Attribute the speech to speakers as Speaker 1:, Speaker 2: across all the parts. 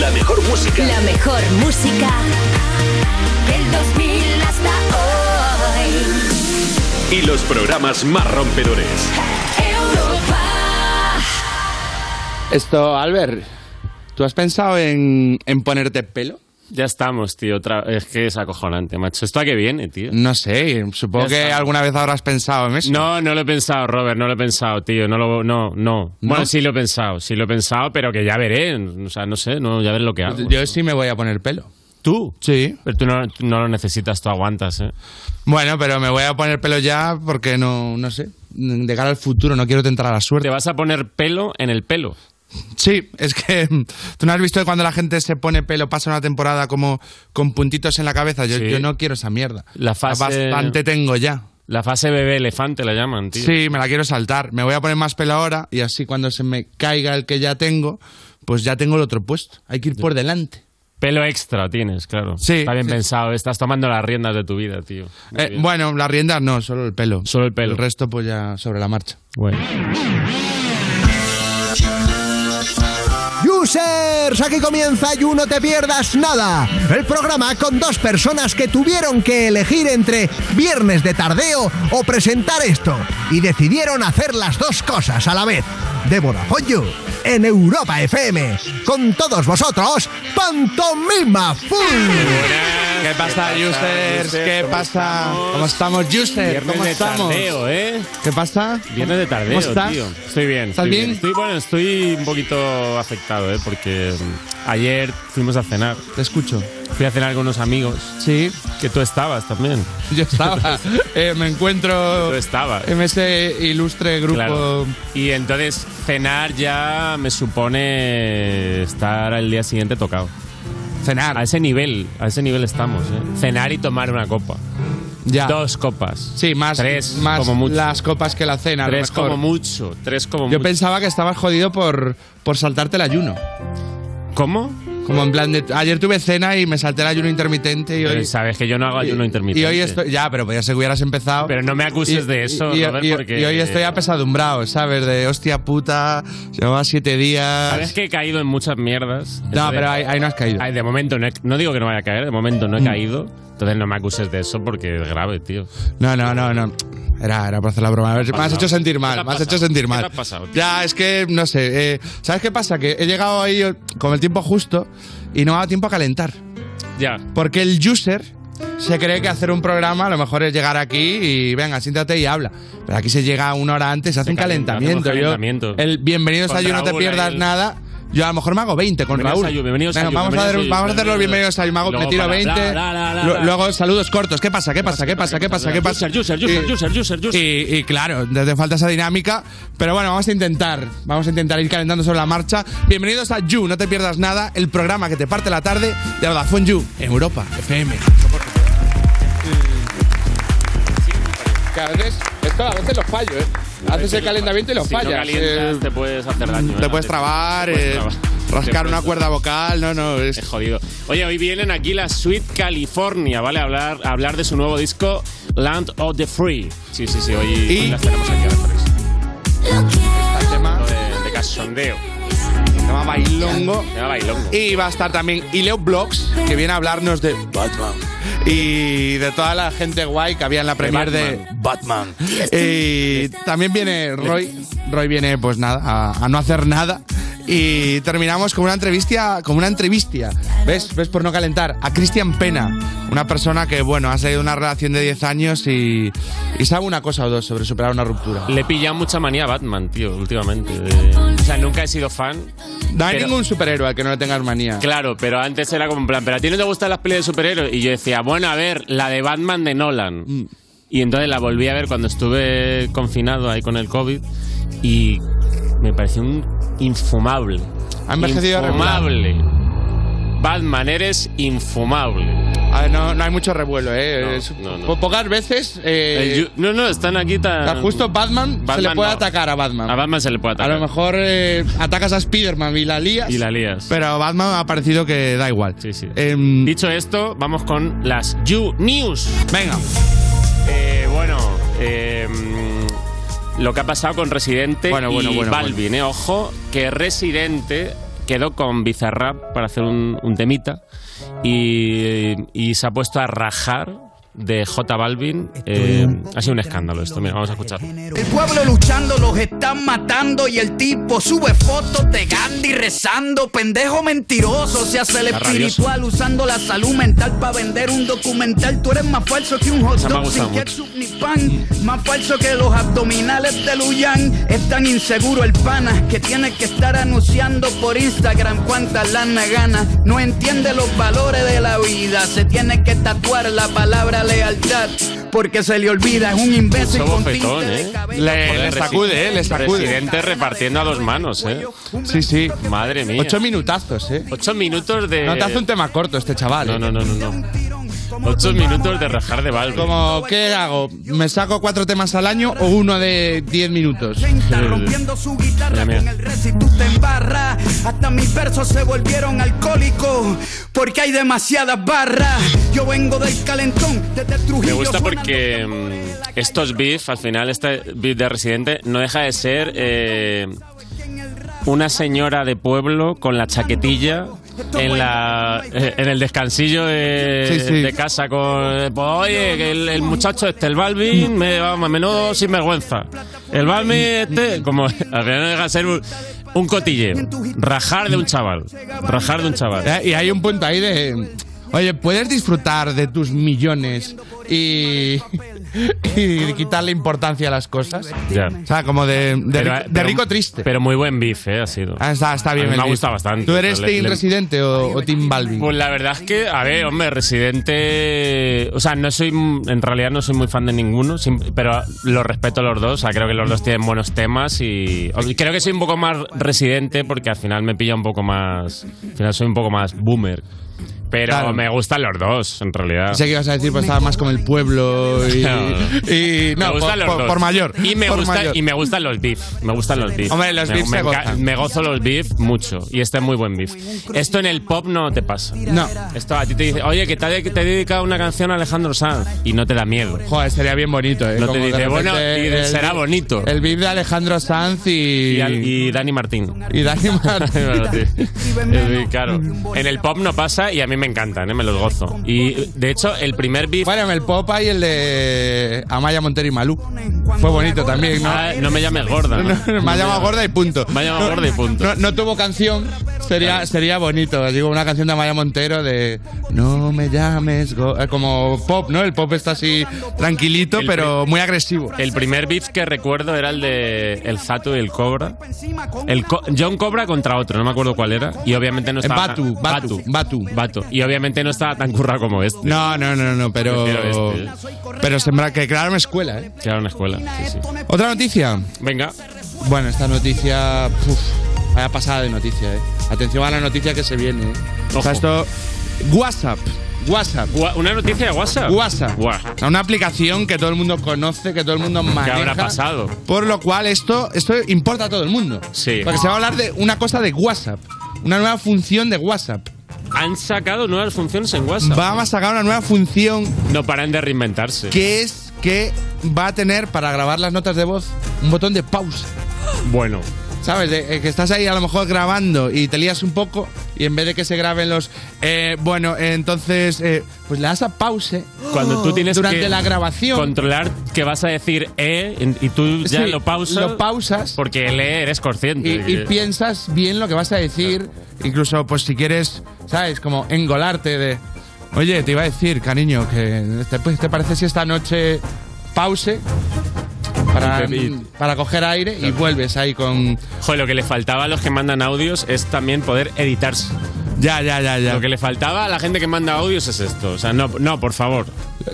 Speaker 1: La mejor música.
Speaker 2: La mejor música del 2000 hasta
Speaker 1: hoy. Y los programas más rompedores.
Speaker 2: Europa.
Speaker 3: Esto, Albert, ¿tú has pensado en, en ponerte pelo?
Speaker 4: Ya estamos, tío. Otra... Es que es acojonante, macho. ¿Esto a qué viene, tío?
Speaker 3: No sé, supongo
Speaker 4: Ya
Speaker 3: que
Speaker 4: está.
Speaker 3: alguna vez habrás pensado en eso.
Speaker 4: No, no lo he pensado, Robert, no lo he pensado, tío. No lo, no, no. Bueno, sí lo he pensado, sí lo he pensado, pero que ya veré. O sea, no sé, no, ya veré lo que hago.
Speaker 3: Yo sí me voy a poner pelo.
Speaker 4: ¿Tú?
Speaker 3: Sí.
Speaker 4: Pero tú no, tú no lo necesitas, tú aguantas, ¿eh?
Speaker 3: Bueno, pero me voy a poner pelo ya porque no, no sé. De cara al futuro, no quiero tentar a la suerte.
Speaker 4: Te vas a poner pelo en el pelo.
Speaker 3: Sí, es que tú no has visto que cuando la gente se pone pelo pasa una temporada como con puntitos en la cabeza. Yo,
Speaker 4: Sí.
Speaker 3: yo no quiero esa mierda.
Speaker 4: La fase-
Speaker 3: Bastante tengo ya.
Speaker 4: La fase bebé elefante la llaman, tío.
Speaker 3: Sí, me la quiero saltar. Me voy a poner más pelo ahora y así cuando se me caiga el que ya tengo, pues ya tengo el otro puesto. Hay que ir por delante.
Speaker 4: Pelo extra tienes, claro.
Speaker 3: Sí,
Speaker 4: Está bien
Speaker 3: sí.
Speaker 4: pensado, estás tomando las riendas de tu vida, tío. Muy
Speaker 3: Eh,
Speaker 4: bien.
Speaker 3: bueno, las riendas no, solo el pelo.
Speaker 4: Solo el pelo.
Speaker 3: El resto pues ya sobre la marcha.
Speaker 4: Bueno.
Speaker 5: Users, aquí comienza You No Te Pierdas Nada, el programa con dos personas que tuvieron que elegir entre viernes de tardeo o presentar esto y decidieron hacer las dos cosas a la vez. De Vodafone You, en Europa FM, con todos vosotros, Pantomima Full.
Speaker 3: ¿Qué pasa, users? ¿Qué pasa? ¿Cómo estamos, users?
Speaker 4: Viernes
Speaker 3: ¿Cómo
Speaker 4: de
Speaker 3: estamos?
Speaker 4: tardeo, ¿eh?
Speaker 3: ¿Qué pasa?
Speaker 4: Viernes de tardeo,
Speaker 3: ¿Cómo estás?
Speaker 4: tío. Estoy bien.
Speaker 3: ¿Estás
Speaker 4: estoy
Speaker 3: bien?
Speaker 4: Estoy, bueno, estoy un poquito afectado, ¿eh? Porque mm, ayer fuimos a cenar.
Speaker 3: Te escucho.
Speaker 4: Fui a cenar con unos amigos.
Speaker 3: Sí,
Speaker 4: Que tú estabas también.
Speaker 3: yo estaba. eh, me encuentro
Speaker 4: Tú estabas.
Speaker 3: en ese ilustre grupo.
Speaker 4: Claro. Y entonces cenar ya me supone estar al día siguiente tocado.
Speaker 3: Cenar.
Speaker 4: A ese nivel, a ese nivel estamos. ¿eh? Cenar y tomar una copa.
Speaker 3: Ya.
Speaker 4: Dos copas.
Speaker 3: Sí, más,
Speaker 4: Tres
Speaker 3: más
Speaker 4: como mucho.
Speaker 3: las copas que la cena. a lo
Speaker 4: Tres
Speaker 3: mejor.
Speaker 4: como mucho. Tres como
Speaker 3: Yo
Speaker 4: mucho.
Speaker 3: pensaba que estabas jodido por, por saltarte el ayuno.
Speaker 4: ¿Cómo?
Speaker 3: Como en plan de. Ayer tuve cena y me salté el ayuno intermitente y
Speaker 4: Pero
Speaker 3: hoy.
Speaker 4: sabes que yo no hago ayuno intermitente.
Speaker 3: Y hoy estoy. Ya, pero podía ser que hubieras empezado.
Speaker 4: Pero no me acuses de eso,
Speaker 3: y-
Speaker 4: Robert,
Speaker 3: y-
Speaker 4: porque-
Speaker 3: y hoy estoy apesadumbrado, ¿sabes? De hostia puta, llevaba siete días.
Speaker 4: Sabes que he caído en muchas mierdas.
Speaker 3: No,
Speaker 4: Entonces,
Speaker 3: pero Mm. ahí, ahí no has caído.
Speaker 4: ay, de momento no, he- no digo que no vaya a caer, de momento no he caído. Entonces no me acuses de eso porque es grave, tío.
Speaker 3: No, no, no, no. Era, era para hacer la broma. A ver, me has
Speaker 4: pasado?
Speaker 3: hecho sentir
Speaker 4: ¿Qué te
Speaker 3: mal,
Speaker 4: ha
Speaker 3: me has
Speaker 4: pasado?
Speaker 3: hecho sentir
Speaker 4: ¿Qué
Speaker 3: mal.
Speaker 4: te ha pasado, tío?
Speaker 3: Ya, es que, no sé. eh, ¿Sabes qué pasa? Que he llegado ahí eh, con el tiempo justo y no me ha dado tiempo a calentar.
Speaker 4: Ya.
Speaker 3: Porque el user se cree que hacer un programa a lo mejor es llegar aquí y venga, siéntate y habla. Pero aquí se llega una hora antes, se hace un
Speaker 4: calienta,
Speaker 3: calentamiento.
Speaker 4: hacemos
Speaker 3: Yo-
Speaker 4: calentamiento.
Speaker 3: el bienvenidos
Speaker 4: Con
Speaker 3: a You, no te
Speaker 4: Raúl
Speaker 3: pierdas
Speaker 4: ahí.
Speaker 3: nada. Yo a lo mejor me hago 20 con
Speaker 4: Bienvenidos
Speaker 3: Raúl.
Speaker 4: a You, bienvenidos a
Speaker 3: Venga,
Speaker 4: You,
Speaker 3: vamos, a hacer,
Speaker 4: bienvenidos a You,
Speaker 3: vamos a hacer los bienvenidos a You. Me, hago-
Speaker 4: Luego
Speaker 3: me tiro
Speaker 4: para
Speaker 3: 20.
Speaker 4: bla, bla, bla, bla,
Speaker 3: Lu-
Speaker 4: bla.
Speaker 3: Luego saludos cortos. ¿Qué pasa? ¿Qué pasa? ¿Qué pasa? ¿Qué pasa? ¿Qué pasa?
Speaker 4: User, user, user,
Speaker 3: Y-
Speaker 4: user, user, user.
Speaker 3: y, y claro, desde falta esa dinámica. Pero bueno, vamos a intentar. Vamos a intentar ir calentando sobre la marcha. Bienvenidos a You, no te pierdas nada, el programa que te parte la tarde de Vodafone You en Europa FM. Que a veces, esto a veces los fallo, ¿eh? Haces el calentamiento y los
Speaker 4: si
Speaker 3: fallas.
Speaker 4: No calientas,
Speaker 3: eh,
Speaker 4: te puedes hacer daño.
Speaker 3: te
Speaker 4: ¿eh?
Speaker 3: puedes trabar,
Speaker 4: Te puedes
Speaker 3: eh,
Speaker 4: trabar. Te
Speaker 3: rascar
Speaker 4: puedes
Speaker 3: una cuerda vocal, no, no. es-
Speaker 4: Es jodido. Oye, hoy vienen aquí la Sweet California, ¿vale? A hablar, a hablar de su nuevo disco, Land of the Free. Sí, sí, sí, hoy,
Speaker 3: Y-
Speaker 4: hoy las tenemos aquí a las tres.
Speaker 3: el tema,
Speaker 4: De, de casondeo.
Speaker 3: se llama Este bailongo.
Speaker 4: Se llama Bailongo.
Speaker 3: Y va a estar también Ileo Blogs, que viene a hablarnos de Batman. Y de toda la gente guay que había en la premier de Batman. Y también viene Roy. Roy viene, pues nada, a, a no hacer nada. Y terminamos con una entrevista, con una entrevista, ¿ves? ¿Ves por no calentar? A Cristian Pena, una persona que, bueno, ha salido de una relación de 10 años y, y sabe una cosa o dos sobre superar una ruptura.
Speaker 4: Le he pillado mucha manía a Batman, tío, últimamente. De- O sea, nunca he sido fan.
Speaker 3: No hay
Speaker 4: pero-
Speaker 3: ningún superhéroe al que no le tengas manía.
Speaker 4: Claro, pero antes era como en plan, pero a ti no te gustan las pelis de superhéroes. Y yo decía, bueno, a ver, la de Batman de Nolan.
Speaker 3: Mm.
Speaker 4: Y entonces la volví a ver cuando estuve confinado ahí con el COVID. Y me pareció un infumable.
Speaker 3: Ha envejecido
Speaker 4: Infumable. Batman, eres infumable.
Speaker 3: A ver, Ah, no, no hay mucho revuelo, ¿eh?
Speaker 4: No,
Speaker 3: Es-
Speaker 4: no, no.
Speaker 3: po- Pocas veces. eh,
Speaker 4: El Yu- no, no, están aquí tan.
Speaker 3: a justo Batman, se le
Speaker 4: Batman
Speaker 3: puede
Speaker 4: no.
Speaker 3: atacar a Batman.
Speaker 4: A Batman se le puede
Speaker 3: A
Speaker 4: atacar.
Speaker 3: lo mejor eh, atacas a Spiderman y la lías.
Speaker 4: Y la lías.
Speaker 3: Pero Batman ha parecido que da igual.
Speaker 4: Sí, sí.
Speaker 3: Em,
Speaker 4: Dicho esto, vamos con las You News.
Speaker 3: venga.
Speaker 4: Eh, bueno, eh, mm, lo que ha pasado con Residente
Speaker 3: Bueno, bueno,
Speaker 4: y
Speaker 3: bueno,
Speaker 4: Balvin, eh, ojo, que Residente quedó con Bizarrap para hacer un, un temita y, y se ha puesto a rajar de J Balvin. eh, ha sido un escándalo esto, mira, vamos a escuchar.
Speaker 6: El pueblo luchando, los están matando y el tipo sube fotos de Gandhi rezando. Pendejo mentiroso, se hace el
Speaker 4: Está rabioso.
Speaker 6: espiritual usando la salud mental para vender un documental. Tú eres más falso que un hot
Speaker 4: Esa me ha
Speaker 6: dog sin
Speaker 4: gustado mucho.
Speaker 6: ketchup ni pan. Más falso que los abdominales de Luyan. Es tan inseguro el pana que tiene que estar anunciando por Instagram cuántas lana gana. No entiende los valores de la vida. Se tiene que tatuar la palabra lealtad porque se le olvida. Es un imbécil
Speaker 4: Mucho
Speaker 6: con
Speaker 4: bofetón,
Speaker 6: tinte de
Speaker 4: ¿eh?
Speaker 6: cabello.
Speaker 3: Le,
Speaker 4: Joder,
Speaker 3: le sacude, eh, le sacude.
Speaker 4: Presidente repartiendo a dos manos, ¿eh?
Speaker 3: Sí, sí.
Speaker 4: Madre mía.
Speaker 3: Ocho minutazos, eh.
Speaker 4: Ocho minutos de...
Speaker 3: No te hace un tema corto este chaval.
Speaker 4: No,
Speaker 3: eh.
Speaker 4: no, no, no, no. Ocho minutos de rajar de Balvin.
Speaker 3: Como, ¿qué hago? ¿Me saco cuatro temas al año o uno de diez minutos?
Speaker 6: rompiendo su
Speaker 4: Mira,
Speaker 6: guitarra
Speaker 4: mira.
Speaker 6: con el recitú te embarra hasta mis versos se volvieron alcohólicos porque hay demasiadas barras yo vengo del calentón desde Trujillo
Speaker 4: Me gusta
Speaker 6: suenan
Speaker 4: porque
Speaker 6: los tambores de la
Speaker 4: mm,
Speaker 6: calle.
Speaker 4: estos beef, al final, este beef de Residente no deja de ser eh, una señora de pueblo con la chaquetilla en la eh, en el descansillo de,
Speaker 3: Sí, sí.
Speaker 4: de casa con pues, oye que el, el muchacho este el Balvin me va a menudo sin vergüenza el Balvin este como al final no deja de ser un, un cotilleo rajar de un chaval rajar de un chaval
Speaker 3: Eh, Y hay un punto ahí de. Oye, ¿puedes disfrutar de tus millones y, y quitarle importancia a las cosas?
Speaker 4: Ya.
Speaker 3: O sea, como de, Eh, de
Speaker 4: Pero,
Speaker 3: rico, de
Speaker 4: pero-
Speaker 3: rico triste.
Speaker 4: pero muy buen beef eh, ha sido
Speaker 3: Ah, está, está bien.
Speaker 4: A mí me
Speaker 3: el
Speaker 4: ha
Speaker 3: beat.
Speaker 4: gustado bastante.
Speaker 3: ¿Tú eres
Speaker 4: Le-
Speaker 3: Team
Speaker 4: le-
Speaker 3: Residente o, o Team Balvin?
Speaker 4: Pues la verdad es que, a ver, hombre, Residente. O sea, no soy. En realidad no soy muy fan de ninguno, sim- pero los respeto a los dos. O sea, creo que los dos tienen buenos temas y. y Creo que soy un poco más Residente porque al final me pilla un poco más. Al final soy un poco más boomer. Pero
Speaker 3: Claro.
Speaker 4: me gustan los dos, en realidad.
Speaker 3: Sé que ibas a decir, pues estaba más con el pueblo y.
Speaker 4: No.
Speaker 3: y-
Speaker 4: me
Speaker 3: no,
Speaker 4: gustan
Speaker 3: por,
Speaker 4: los
Speaker 3: por-
Speaker 4: dos.
Speaker 3: por mayor.
Speaker 4: Y me,
Speaker 3: por
Speaker 4: gusta-
Speaker 3: mayor.
Speaker 4: y me gustan los beef. Me gustan los beef.
Speaker 3: Hombre, los
Speaker 4: me,
Speaker 3: beef
Speaker 4: me
Speaker 3: se
Speaker 4: enca-
Speaker 3: gozan.
Speaker 4: me gozo los beef mucho. Y este es muy buen beef. Esto en el pop no te pasa.
Speaker 3: No.
Speaker 4: Esto a ti te dice, oye, que te ha, de- te ha dedicado una canción a Alejandro Sanz y no te da miedo.
Speaker 3: Joder, sería bien bonito, ¿eh?
Speaker 4: No te
Speaker 3: Como de
Speaker 4: dice, bueno,
Speaker 3: repente
Speaker 4: y de- será bonito.
Speaker 3: El beat de Alejandro Sanz
Speaker 4: Y,
Speaker 3: y.
Speaker 4: al- y Dani Martín.
Speaker 3: y Dani Martín.
Speaker 4: Bueno, sí. Es muy Claro. En el pop no pasa y a mí me encantan, ¿eh? me los gozo. Y de hecho, el primer beef.
Speaker 3: Bueno, en el pop hay el de Amaya Montero y Malú. Fue bonito también, ¿no?
Speaker 4: Ah, no me llames gorda. ¿no?
Speaker 3: me ha llamado gorda y punto.
Speaker 4: Me ha llamado
Speaker 3: No-
Speaker 4: gorda y punto.
Speaker 3: No, no tuvo canción, sería, sería bonito. Digo, una canción de Amaya Montero de No me llames go- eh, Como pop, ¿no? El pop está así tranquilito,
Speaker 4: El
Speaker 3: pero muy agresivo.
Speaker 4: El primer beef que recuerdo era el de El Zato y el Cobra. El Co- John Cobra contra otro, no me acuerdo cuál era. Y obviamente no
Speaker 3: Eh,
Speaker 4: estaba.
Speaker 3: Batu, Batu, Batu.
Speaker 4: Batu. Y obviamente no estaba tan curra como este.
Speaker 3: No, no, no, no, pero.
Speaker 4: Prefiero este,
Speaker 3: Pero sembra que crearon escuela, ¿eh?
Speaker 4: Que era una escuela. sí, sí.
Speaker 3: Otra noticia.
Speaker 4: Venga.
Speaker 3: Bueno, esta noticia. Uf, vaya pasada de noticia, ¿eh? Atención a la noticia que se viene, ¿eh? O
Speaker 4: Ojo.
Speaker 3: sea, esto. WhatsApp. WhatsApp.
Speaker 4: Gua- Una noticia de WhatsApp.
Speaker 3: WhatsApp.
Speaker 4: Guau.
Speaker 3: O sea, Una aplicación que todo el mundo conoce, que todo el mundo maneja.
Speaker 4: habrá pasado?
Speaker 3: Por lo cual esto, esto importa a todo el mundo.
Speaker 4: Sí.
Speaker 3: Porque se va a hablar de una cosa de WhatsApp. Una nueva función de WhatsApp.
Speaker 4: Han sacado nuevas funciones en WhatsApp.
Speaker 3: Van a sacar una nueva función
Speaker 4: No paran de reinventarse.
Speaker 3: que es que va a tener para grabar las notas de voz un botón de pausa.
Speaker 4: Bueno.
Speaker 3: ¿Sabes? De- eh, que estás ahí a lo mejor grabando y te lías un poco y en vez de que se graben los... eh, bueno, eh, entonces, eh, pues le das a pause.
Speaker 4: Cuando tú tienes
Speaker 3: Durante
Speaker 4: que
Speaker 3: la grabación.
Speaker 4: controlar que vas a decir eh en- y tú ya
Speaker 3: Sí,
Speaker 4: lo pausas
Speaker 3: Lo pausas.
Speaker 4: porque el eh eres consciente.
Speaker 3: y, y piensas bien lo que vas a decir, incluso pues si quieres, ¿sabes? Como engolarte de, oye, te iba a decir, cariño, que te, pues, ¿te parece si esta noche pause para,
Speaker 4: Y te- y-
Speaker 3: para coger aire y vuelves ahí con...
Speaker 4: Joder, lo que le faltaba a los que mandan audios es también poder editarse.
Speaker 3: Ya, ya, ya, ya.
Speaker 4: Lo que le faltaba a la gente que manda audios es esto. O sea, no, no por favor.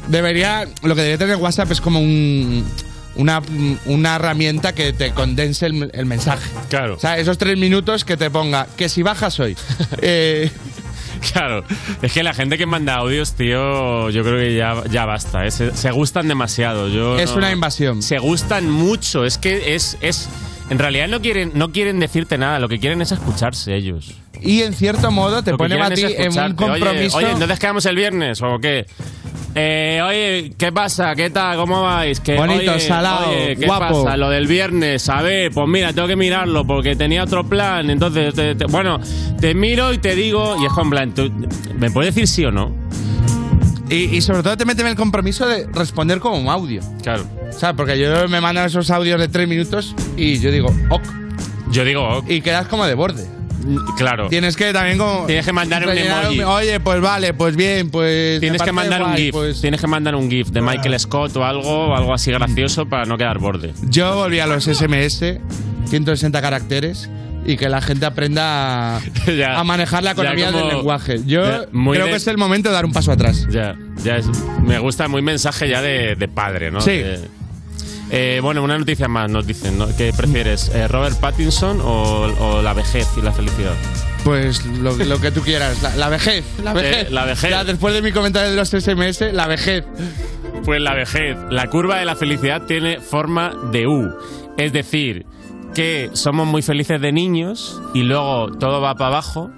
Speaker 3: Debería, lo que debería tener WhatsApp es como un... Una, una herramienta que te condense el, el mensaje.
Speaker 4: Claro.
Speaker 3: O sea, esos tres minutos que te ponga, que si bajas hoy, eh,
Speaker 4: Claro, es que la gente que manda audios, tío, yo creo que ya, ya basta. ¿eh? Se, se gustan demasiado. Yo
Speaker 3: es
Speaker 4: no-
Speaker 3: una invasión.
Speaker 4: Se gustan mucho. Es que es, es. En realidad no quieren, no quieren decirte nada. Lo que quieren es escucharse ellos.
Speaker 3: y en cierto modo te
Speaker 4: Lo que
Speaker 3: pone a
Speaker 4: quieren
Speaker 3: ti
Speaker 4: es
Speaker 3: en un
Speaker 4: escucharte. Oye,
Speaker 3: compromiso.
Speaker 4: Oye, ¿entonces quedamos el viernes o qué? Eh, oye, ¿qué pasa? ¿Qué tal? ¿Cómo vais? Que,
Speaker 3: Bonito,
Speaker 4: oye,
Speaker 3: salado,
Speaker 4: oye, ¿Qué
Speaker 3: guapo.
Speaker 4: pasa? Lo del viernes, a ver, pues mira, tengo que mirarlo porque tenía otro plan. Entonces, te- te- bueno, te miro y te digo, y es en plan, ¿tú- ¿me puedes decir sí o no?
Speaker 3: Y, y sobre todo te meten el compromiso de responder como un audio.
Speaker 4: Claro.
Speaker 3: ¿Sabes? Porque yo me mandan esos audios de tres minutos y yo digo, ok.
Speaker 4: Yo digo, ok.
Speaker 3: Y quedas como de borde.
Speaker 4: Claro.
Speaker 3: Tienes que también como.
Speaker 4: Tienes que mandar un
Speaker 3: rellenar
Speaker 4: emoji.
Speaker 3: Oye, pues vale, pues bien, pues. me
Speaker 4: Tienes que
Speaker 3: parece
Speaker 4: mandar un
Speaker 3: guay,
Speaker 4: GIF.
Speaker 3: pues".
Speaker 4: Tienes que mandar un GIF de Michael Scott o algo, o algo así gracioso para no quedar borde.
Speaker 3: Yo volví a los SMS, 160 caracteres, y que la gente aprenda a,
Speaker 4: Ya.
Speaker 3: a manejar la
Speaker 4: Ya
Speaker 3: economía
Speaker 4: como-
Speaker 3: del lenguaje. Yo
Speaker 4: Ya, muy
Speaker 3: creo
Speaker 4: de-
Speaker 3: que es el momento de dar un paso atrás.
Speaker 4: Ya, ya es, me gusta muy mensaje ya de, de padre, ¿no?
Speaker 3: Sí.
Speaker 4: De- eh, bueno, una noticia más nos dicen, ¿no? ¿Qué prefieres, eh, Robert Pattinson o, o la vejez y la felicidad?
Speaker 3: Pues lo, lo que tú quieras. La, la vejez, la vejez.
Speaker 4: Eh, la vejez.
Speaker 3: Ya, después de mi comentario de los SMS, la vejez.
Speaker 4: Pues la vejez. La curva de la felicidad tiene forma de U. Es decir, que somos muy felices de niños y luego todo va para abajo.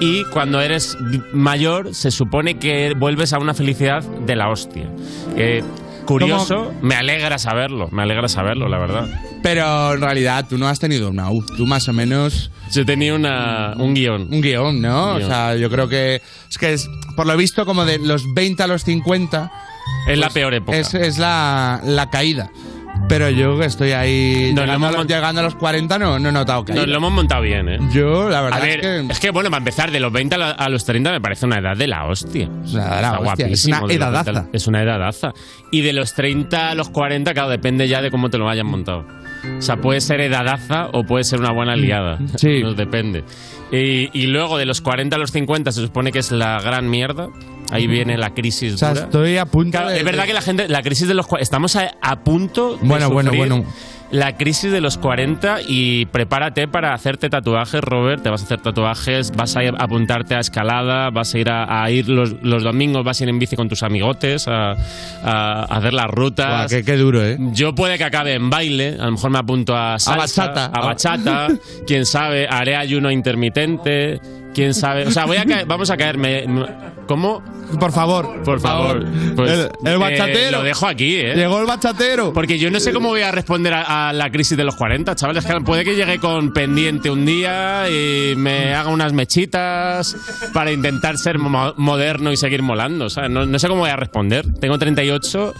Speaker 4: Y cuando eres mayor, se supone que vuelves a una felicidad de la hostia. Eh, curioso, me alegra saberlo, me alegra saberlo, la verdad.
Speaker 3: Pero en realidad tú no has tenido una U. Tú más o menos
Speaker 4: Yo tenía una, un guión.
Speaker 3: un guión, ¿no?
Speaker 4: Guión.
Speaker 3: O sea, yo creo que es que es, por lo visto, como de los 20 a los 50
Speaker 4: Es la peor época.
Speaker 3: es, es la, la caída. Pero yo que estoy ahí
Speaker 4: Nos lo
Speaker 3: llegando, a
Speaker 4: hemos
Speaker 3: los,
Speaker 4: mont-
Speaker 3: llegando a los 40 no, no he notado caída.
Speaker 4: Nos lo hemos montado bien, ¿eh?
Speaker 3: Yo, la
Speaker 4: A
Speaker 3: verdad
Speaker 4: ver,
Speaker 3: es que...
Speaker 4: bueno, para empezar, de los 20 a la- a los 30 me parece una edad de la hostia.
Speaker 3: Es una edad de la
Speaker 4: Está
Speaker 3: hostia, es
Speaker 4: guapísimo,
Speaker 3: una
Speaker 4: de los 20 a la-
Speaker 3: edadaza.
Speaker 4: Es una edadaza. Y de los 30 a los 40, claro, depende ya de cómo te lo hayan montado. O sea, puede ser edadaza o puede ser una buena liada.
Speaker 3: Mm, Sí.
Speaker 4: Nos depende. Y, y luego de los 40 a los 50 se supone que es la gran mierda. Ahí viene la crisis
Speaker 3: O sea,
Speaker 4: dura.
Speaker 3: estoy a punto
Speaker 4: Claro,
Speaker 3: de-
Speaker 4: es verdad que la gente, la crisis de los cua- estamos a, a punto de
Speaker 3: Bueno, bueno,
Speaker 4: sufrir
Speaker 3: bueno.
Speaker 4: La crisis de los 40 y prepárate para hacerte tatuajes, Robert. Te vas a hacer tatuajes, vas a ir- a apuntarte a escalada, vas a ir a, a ir los, los domingos, vas a ir en bici con tus amigotes a, a- a hacer las
Speaker 3: Buah,
Speaker 4: rutas.
Speaker 3: qué, qué duro, ¿eh?
Speaker 4: Yo puede que acabe en baile, a lo mejor me apunto a salsa,
Speaker 3: bachata.
Speaker 4: a bachata, quién sabe, haré ayuno intermitente, quién sabe, o sea, voy a caer- vamos a caerme, ¿cómo?
Speaker 3: Por favor.
Speaker 4: Por favor. Pues,
Speaker 3: el, el
Speaker 4: eh,
Speaker 3: bachatero.
Speaker 4: lo dejo aquí, ¿eh?
Speaker 3: Llegó el bachatero.
Speaker 4: Porque yo no sé cómo voy a responder a, a la crisis de los 40, chavales. Que puede que llegue con pendiente un día y me haga unas mechitas para intentar ser mo- moderno y seguir molando. O sea, no, no sé cómo voy a responder. Tengo 38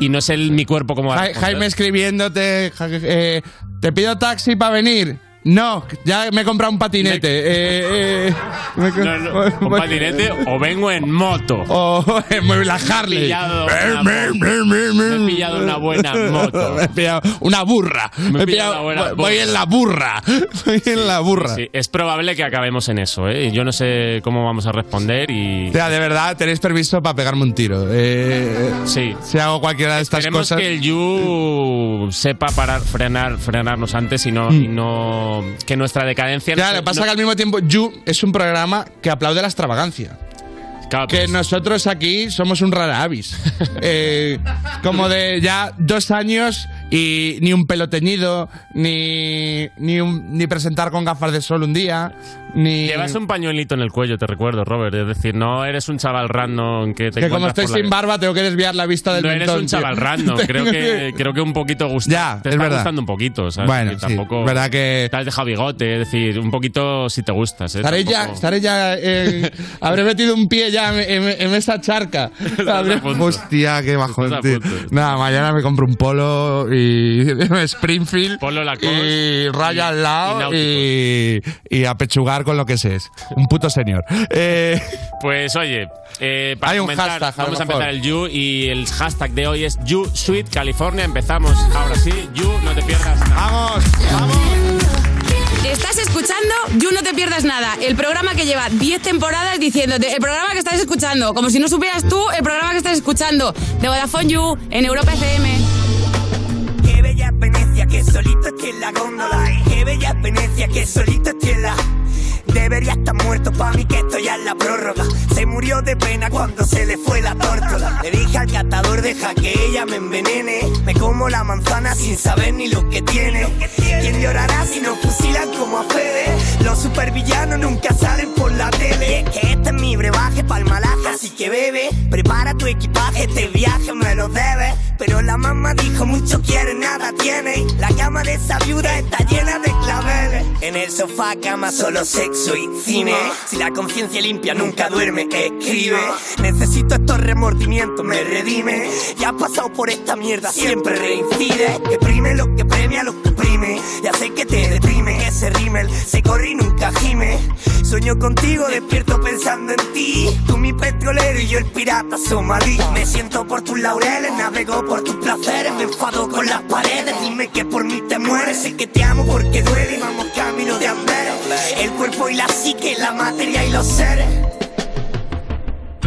Speaker 4: y no sé el- mi cuerpo cómo va a
Speaker 3: Ja-
Speaker 4: responder.
Speaker 3: Jaime escribiéndote, ja- eh, te pido taxi para venir. No, ya me he comprado un patinete. Eh, eh, me he co-
Speaker 4: No, no, con patinete o vengo en moto.
Speaker 3: O muy Oh, la Harley.
Speaker 4: pillado una Me he pillado una buena moto.
Speaker 3: Me he pillado una burra. Me he pillado-
Speaker 4: una buena
Speaker 3: voy- voy
Speaker 4: burra.
Speaker 3: en la burra. Voy en la burra.
Speaker 4: Sí, es probable que acabemos en eso, ¿eh? Yo no sé cómo vamos a responder y...
Speaker 3: O sea, de verdad, tenéis permiso para pegarme un tiro. Eh,
Speaker 4: Sí.
Speaker 3: si hago cualquiera de estas
Speaker 4: Esperemos
Speaker 3: cosas.
Speaker 4: que el Yu sepa parar, frenar, frenarnos antes y no, y no que nuestra decadencia.
Speaker 3: Mm. Ya,
Speaker 4: no
Speaker 3: lo
Speaker 4: se-
Speaker 3: que pasa
Speaker 4: no-
Speaker 3: que al mismo tiempo, You es un programa que aplaude la extravagancia.
Speaker 4: Claro,
Speaker 3: Que
Speaker 4: pues,
Speaker 3: nosotros aquí somos un rara avis. Eh, como de ya dos años y ni un pelo teñido, ni, ni, un- ni presentar con gafas de sol un día, ni.
Speaker 4: Llevas un pañuelito en el cuello, te recuerdo, Robert. Es decir, no eres un chaval random que te
Speaker 3: que
Speaker 4: encuentras
Speaker 3: como estoy
Speaker 4: por la calle.
Speaker 3: sin barba, tengo que desviar la vista del
Speaker 4: No eres
Speaker 3: mentón,
Speaker 4: un
Speaker 3: tío.
Speaker 4: chaval random. Creo
Speaker 3: Tengo
Speaker 4: que, creo que un poquito gusta.
Speaker 3: Ya,
Speaker 4: te
Speaker 3: es
Speaker 4: está
Speaker 3: verdad.
Speaker 4: gustando un poquito. ¿sabes?
Speaker 3: Bueno,
Speaker 4: Que
Speaker 3: sí, es verdad que-
Speaker 4: Te has dejado bigote, es decir, un poquito si te gustas. ¿eh?
Speaker 3: Estaré ya,
Speaker 4: Tampoco-
Speaker 3: estaré ya. en- habré metido un pie ya en, en- en esa
Speaker 4: a
Speaker 3: charca. Habré-
Speaker 4: punto.
Speaker 3: hostia, qué bajón,
Speaker 4: Estás a
Speaker 3: tío.
Speaker 4: punto.
Speaker 3: Nada, mañana me compro un polo y Springfield.
Speaker 4: Polo Lacoste
Speaker 3: y raya
Speaker 4: y-
Speaker 3: al lado
Speaker 4: y
Speaker 3: y, y a pechugar con lo que se es. Un puto señor. Eh,
Speaker 4: Pues oye, eh, para
Speaker 3: Hay un
Speaker 4: comenzar,
Speaker 3: hashtag, a lo
Speaker 4: vamos a
Speaker 3: mejor.
Speaker 4: empezar el You y el hashtag de hoy es You Sweet California. Empezamos ahora sí. You, no te pierdas nada.
Speaker 7: Ah,
Speaker 3: vamos, vamos.
Speaker 8: Estás escuchando You No Te Pierdas Nada, el programa que lleva 10 temporadas diciéndote, el programa que estás escuchando, como si no supieras tú el programa que estás escuchando, de Vodafone You en Europa FM.
Speaker 9: Qué bella es Venecia, que solito esté en la góndola. Qué bella es Venecia, que solito esté en la. Debería estar muerto pa' mí que esto ya es la prórroga. Se murió de pena cuando se le fue la tórtola. Le dije al catador, deja que ella me envenene. Me como la manzana sin saber ni lo que tiene. ¿Quién llorará si nos fusilan como a Fede? Los supervillanos nunca salen por la tele. Y es que este es mi brebaje pa'l malaje, así que bebe. Prepara tu tu equipaje, este viaje me lo debes. Pero la mamá dijo mucho quiere, nada tiene. Y La cama de esa viuda está llena de claveles. En el sofá, cama, solo sexo y cine. Si la conciencia limpia nunca duerme, escribe. Necesito estos remordimientos, me redime. Ya has pasado por esta mierda, siempre reincide. Que prime lo que premia, lo que oprime. Ya sé que te deprime ese rímel, se corre y nunca gime. Sueño contigo, despierto pensando en ti. Tú mi petrolero y yo el pirata somalí. Me siento por tus laureles, navego por tus placeres, me enfado con las paredes. Dime que por mí te mueres, sé que te amo porque duele y vamos camino de Amberes. El cuerpo y la psique, la materia y los seres.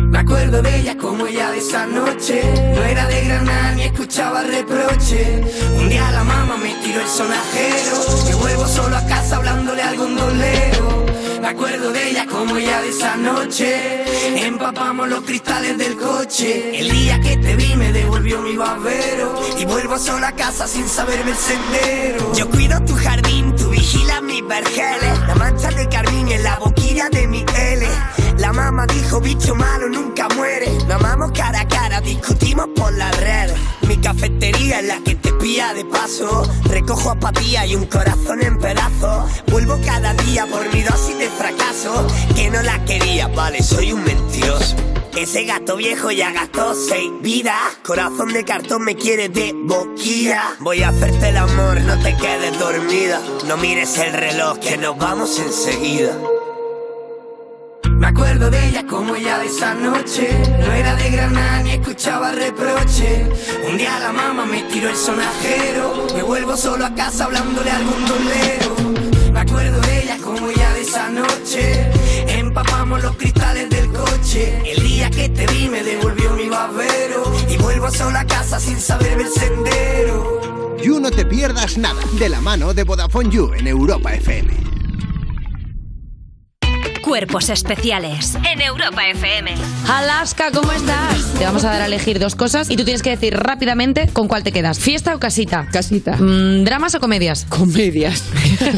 Speaker 9: Me acuerdo de ella como ella de esa noche. No era de Granada ni escuchaba reproche. Un día la mamá me tiró el sonajero. Me vuelvo solo a casa hablándole a algún dolero. Me acuerdo de ella como ella de esa noche. Empapamos los cristales del coche. El día que te vi me devolvió mi babero. Y vuelvo solo a casa sin saberme el sendero. Yo cuido tu jardín, tú vigilas mis vergeles. La mancha de carmín en la boquilla de mi L. La mamá dijo, bicho malo nunca muere. Nos amamos cara a cara, discutimos por la red. Mi cafetería es la que te pilla de paso. Recojo apatía y un corazón en pedazos. Vuelvo cada día por mi dosis de fracaso. Que no la quería, vale, soy un mentiroso. Ese gato viejo ya gastó seis vidas. Corazón de cartón me quiere de boquilla. Voy a hacerte el amor, no te quedes dormida. No mires el reloj, que nos vamos enseguida. Me acuerdo de ella como ella de esa noche. No era de Granada ni escuchaba reproche. Un día la mamá me tiró el sonajero. Me vuelvo solo a casa hablándole a algún dolero. Me acuerdo de ella como ella de esa noche. Empapamos los cristales del coche. El día que te vi me devolvió mi babero. Y vuelvo solo a casa sin saberme el sendero.
Speaker 5: You No Te Pierdas Nada, de la mano de Vodafone You en Europa FM.
Speaker 10: Cuerpos especiales en Europa FM.
Speaker 11: Alaska, ¿cómo estás? Te vamos a dar a elegir dos cosas y tú tienes que decir rápidamente con cuál te quedas. ¿Fiesta o casita?
Speaker 12: Casita.
Speaker 11: Mm, ¿Dramas o comedias?
Speaker 12: Comedias.
Speaker 11: Eh,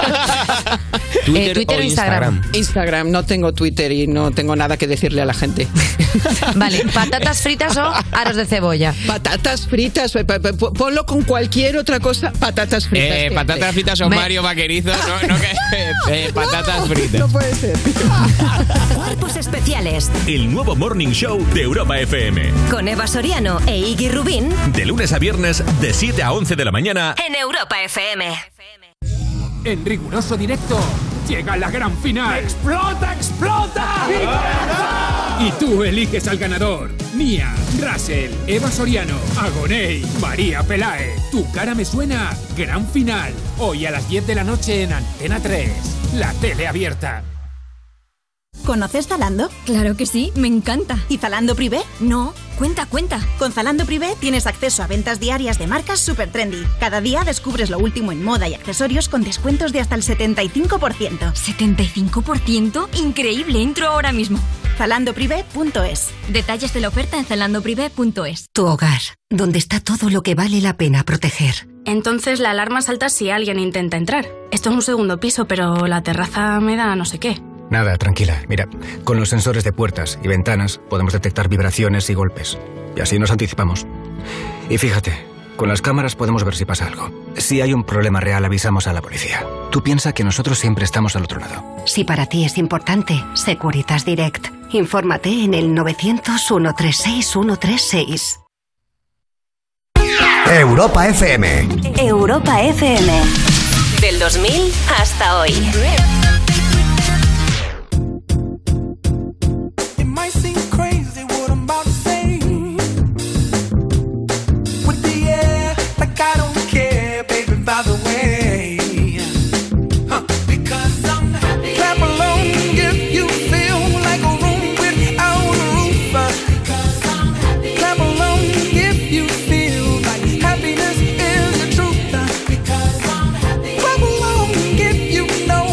Speaker 11: Twitter o Instagram.
Speaker 12: Instagram, no tengo Twitter y no tengo nada que decirle a la gente.
Speaker 11: Vale, ¿patatas fritas o aros de cebolla?
Speaker 12: Patatas fritas, eh, pe- pe- pe- ponlo con cualquier otra cosa, patatas fritas.
Speaker 7: Eh,
Speaker 12: gente.
Speaker 7: patatas fritas o
Speaker 12: Me-
Speaker 7: Mario Vaquerizo. No, no, que- eh, patatas fritas.
Speaker 12: No puede ser.
Speaker 10: Cuerpos especiales
Speaker 4: El nuevo Morning Show de Europa FM.
Speaker 10: con Eva Soriano e Iggy Rubín
Speaker 4: De lunes a viernes, de 7 a 11 de la mañana.
Speaker 10: en Europa FM.
Speaker 1: En riguroso directo llega la gran final. ¡Explota, explota! Y tú eliges al ganador. Mía, Russell, Eva Soriano, Agoney, María Pelae. Tu cara me suena. Gran final. Hoy a las 10 de la noche en Antena 3. La tele abierta.
Speaker 13: ¿Conoces Zalando? Claro que sí, me encanta. ¿Y Zalando Privé? No, cuenta, cuenta. Con Zalando Privé tienes acceso a ventas diarias de marcas super trendy. Cada día descubres lo último en moda y accesorios con descuentos de hasta el 75%.
Speaker 10: ¿75%? Increíble, entro ahora mismo.
Speaker 13: ZalandoPrivé.es
Speaker 10: Detalles de la oferta en zalandoprivé.es.
Speaker 2: Tu hogar, donde está todo lo que vale la pena proteger.
Speaker 14: Entonces la alarma salta si alguien intenta entrar. Esto es un segundo piso, pero la terraza me da no sé qué.
Speaker 15: Nada, tranquila. Mira, con los sensores de puertas y ventanas podemos detectar vibraciones y golpes. Y así nos anticipamos. Y fíjate, con las cámaras podemos ver si pasa algo. Si hay un problema real, avisamos a la policía. Tú piensa que nosotros siempre estamos al otro lado.
Speaker 2: Si para ti es importante, Securitas Direct. Infórmate en el 900-136-136.
Speaker 5: Europa FM.
Speaker 10: Europa FM. Del 2000 hasta hoy.
Speaker 16: It might seem crazy what I'm about to say. With the air, like I don't care, baby, by the way. Huh. Because I'm happy. Clap along if you feel like a room without a roof. Uh, Clap along if you feel like happiness is the truth. Uh, Clap along if you know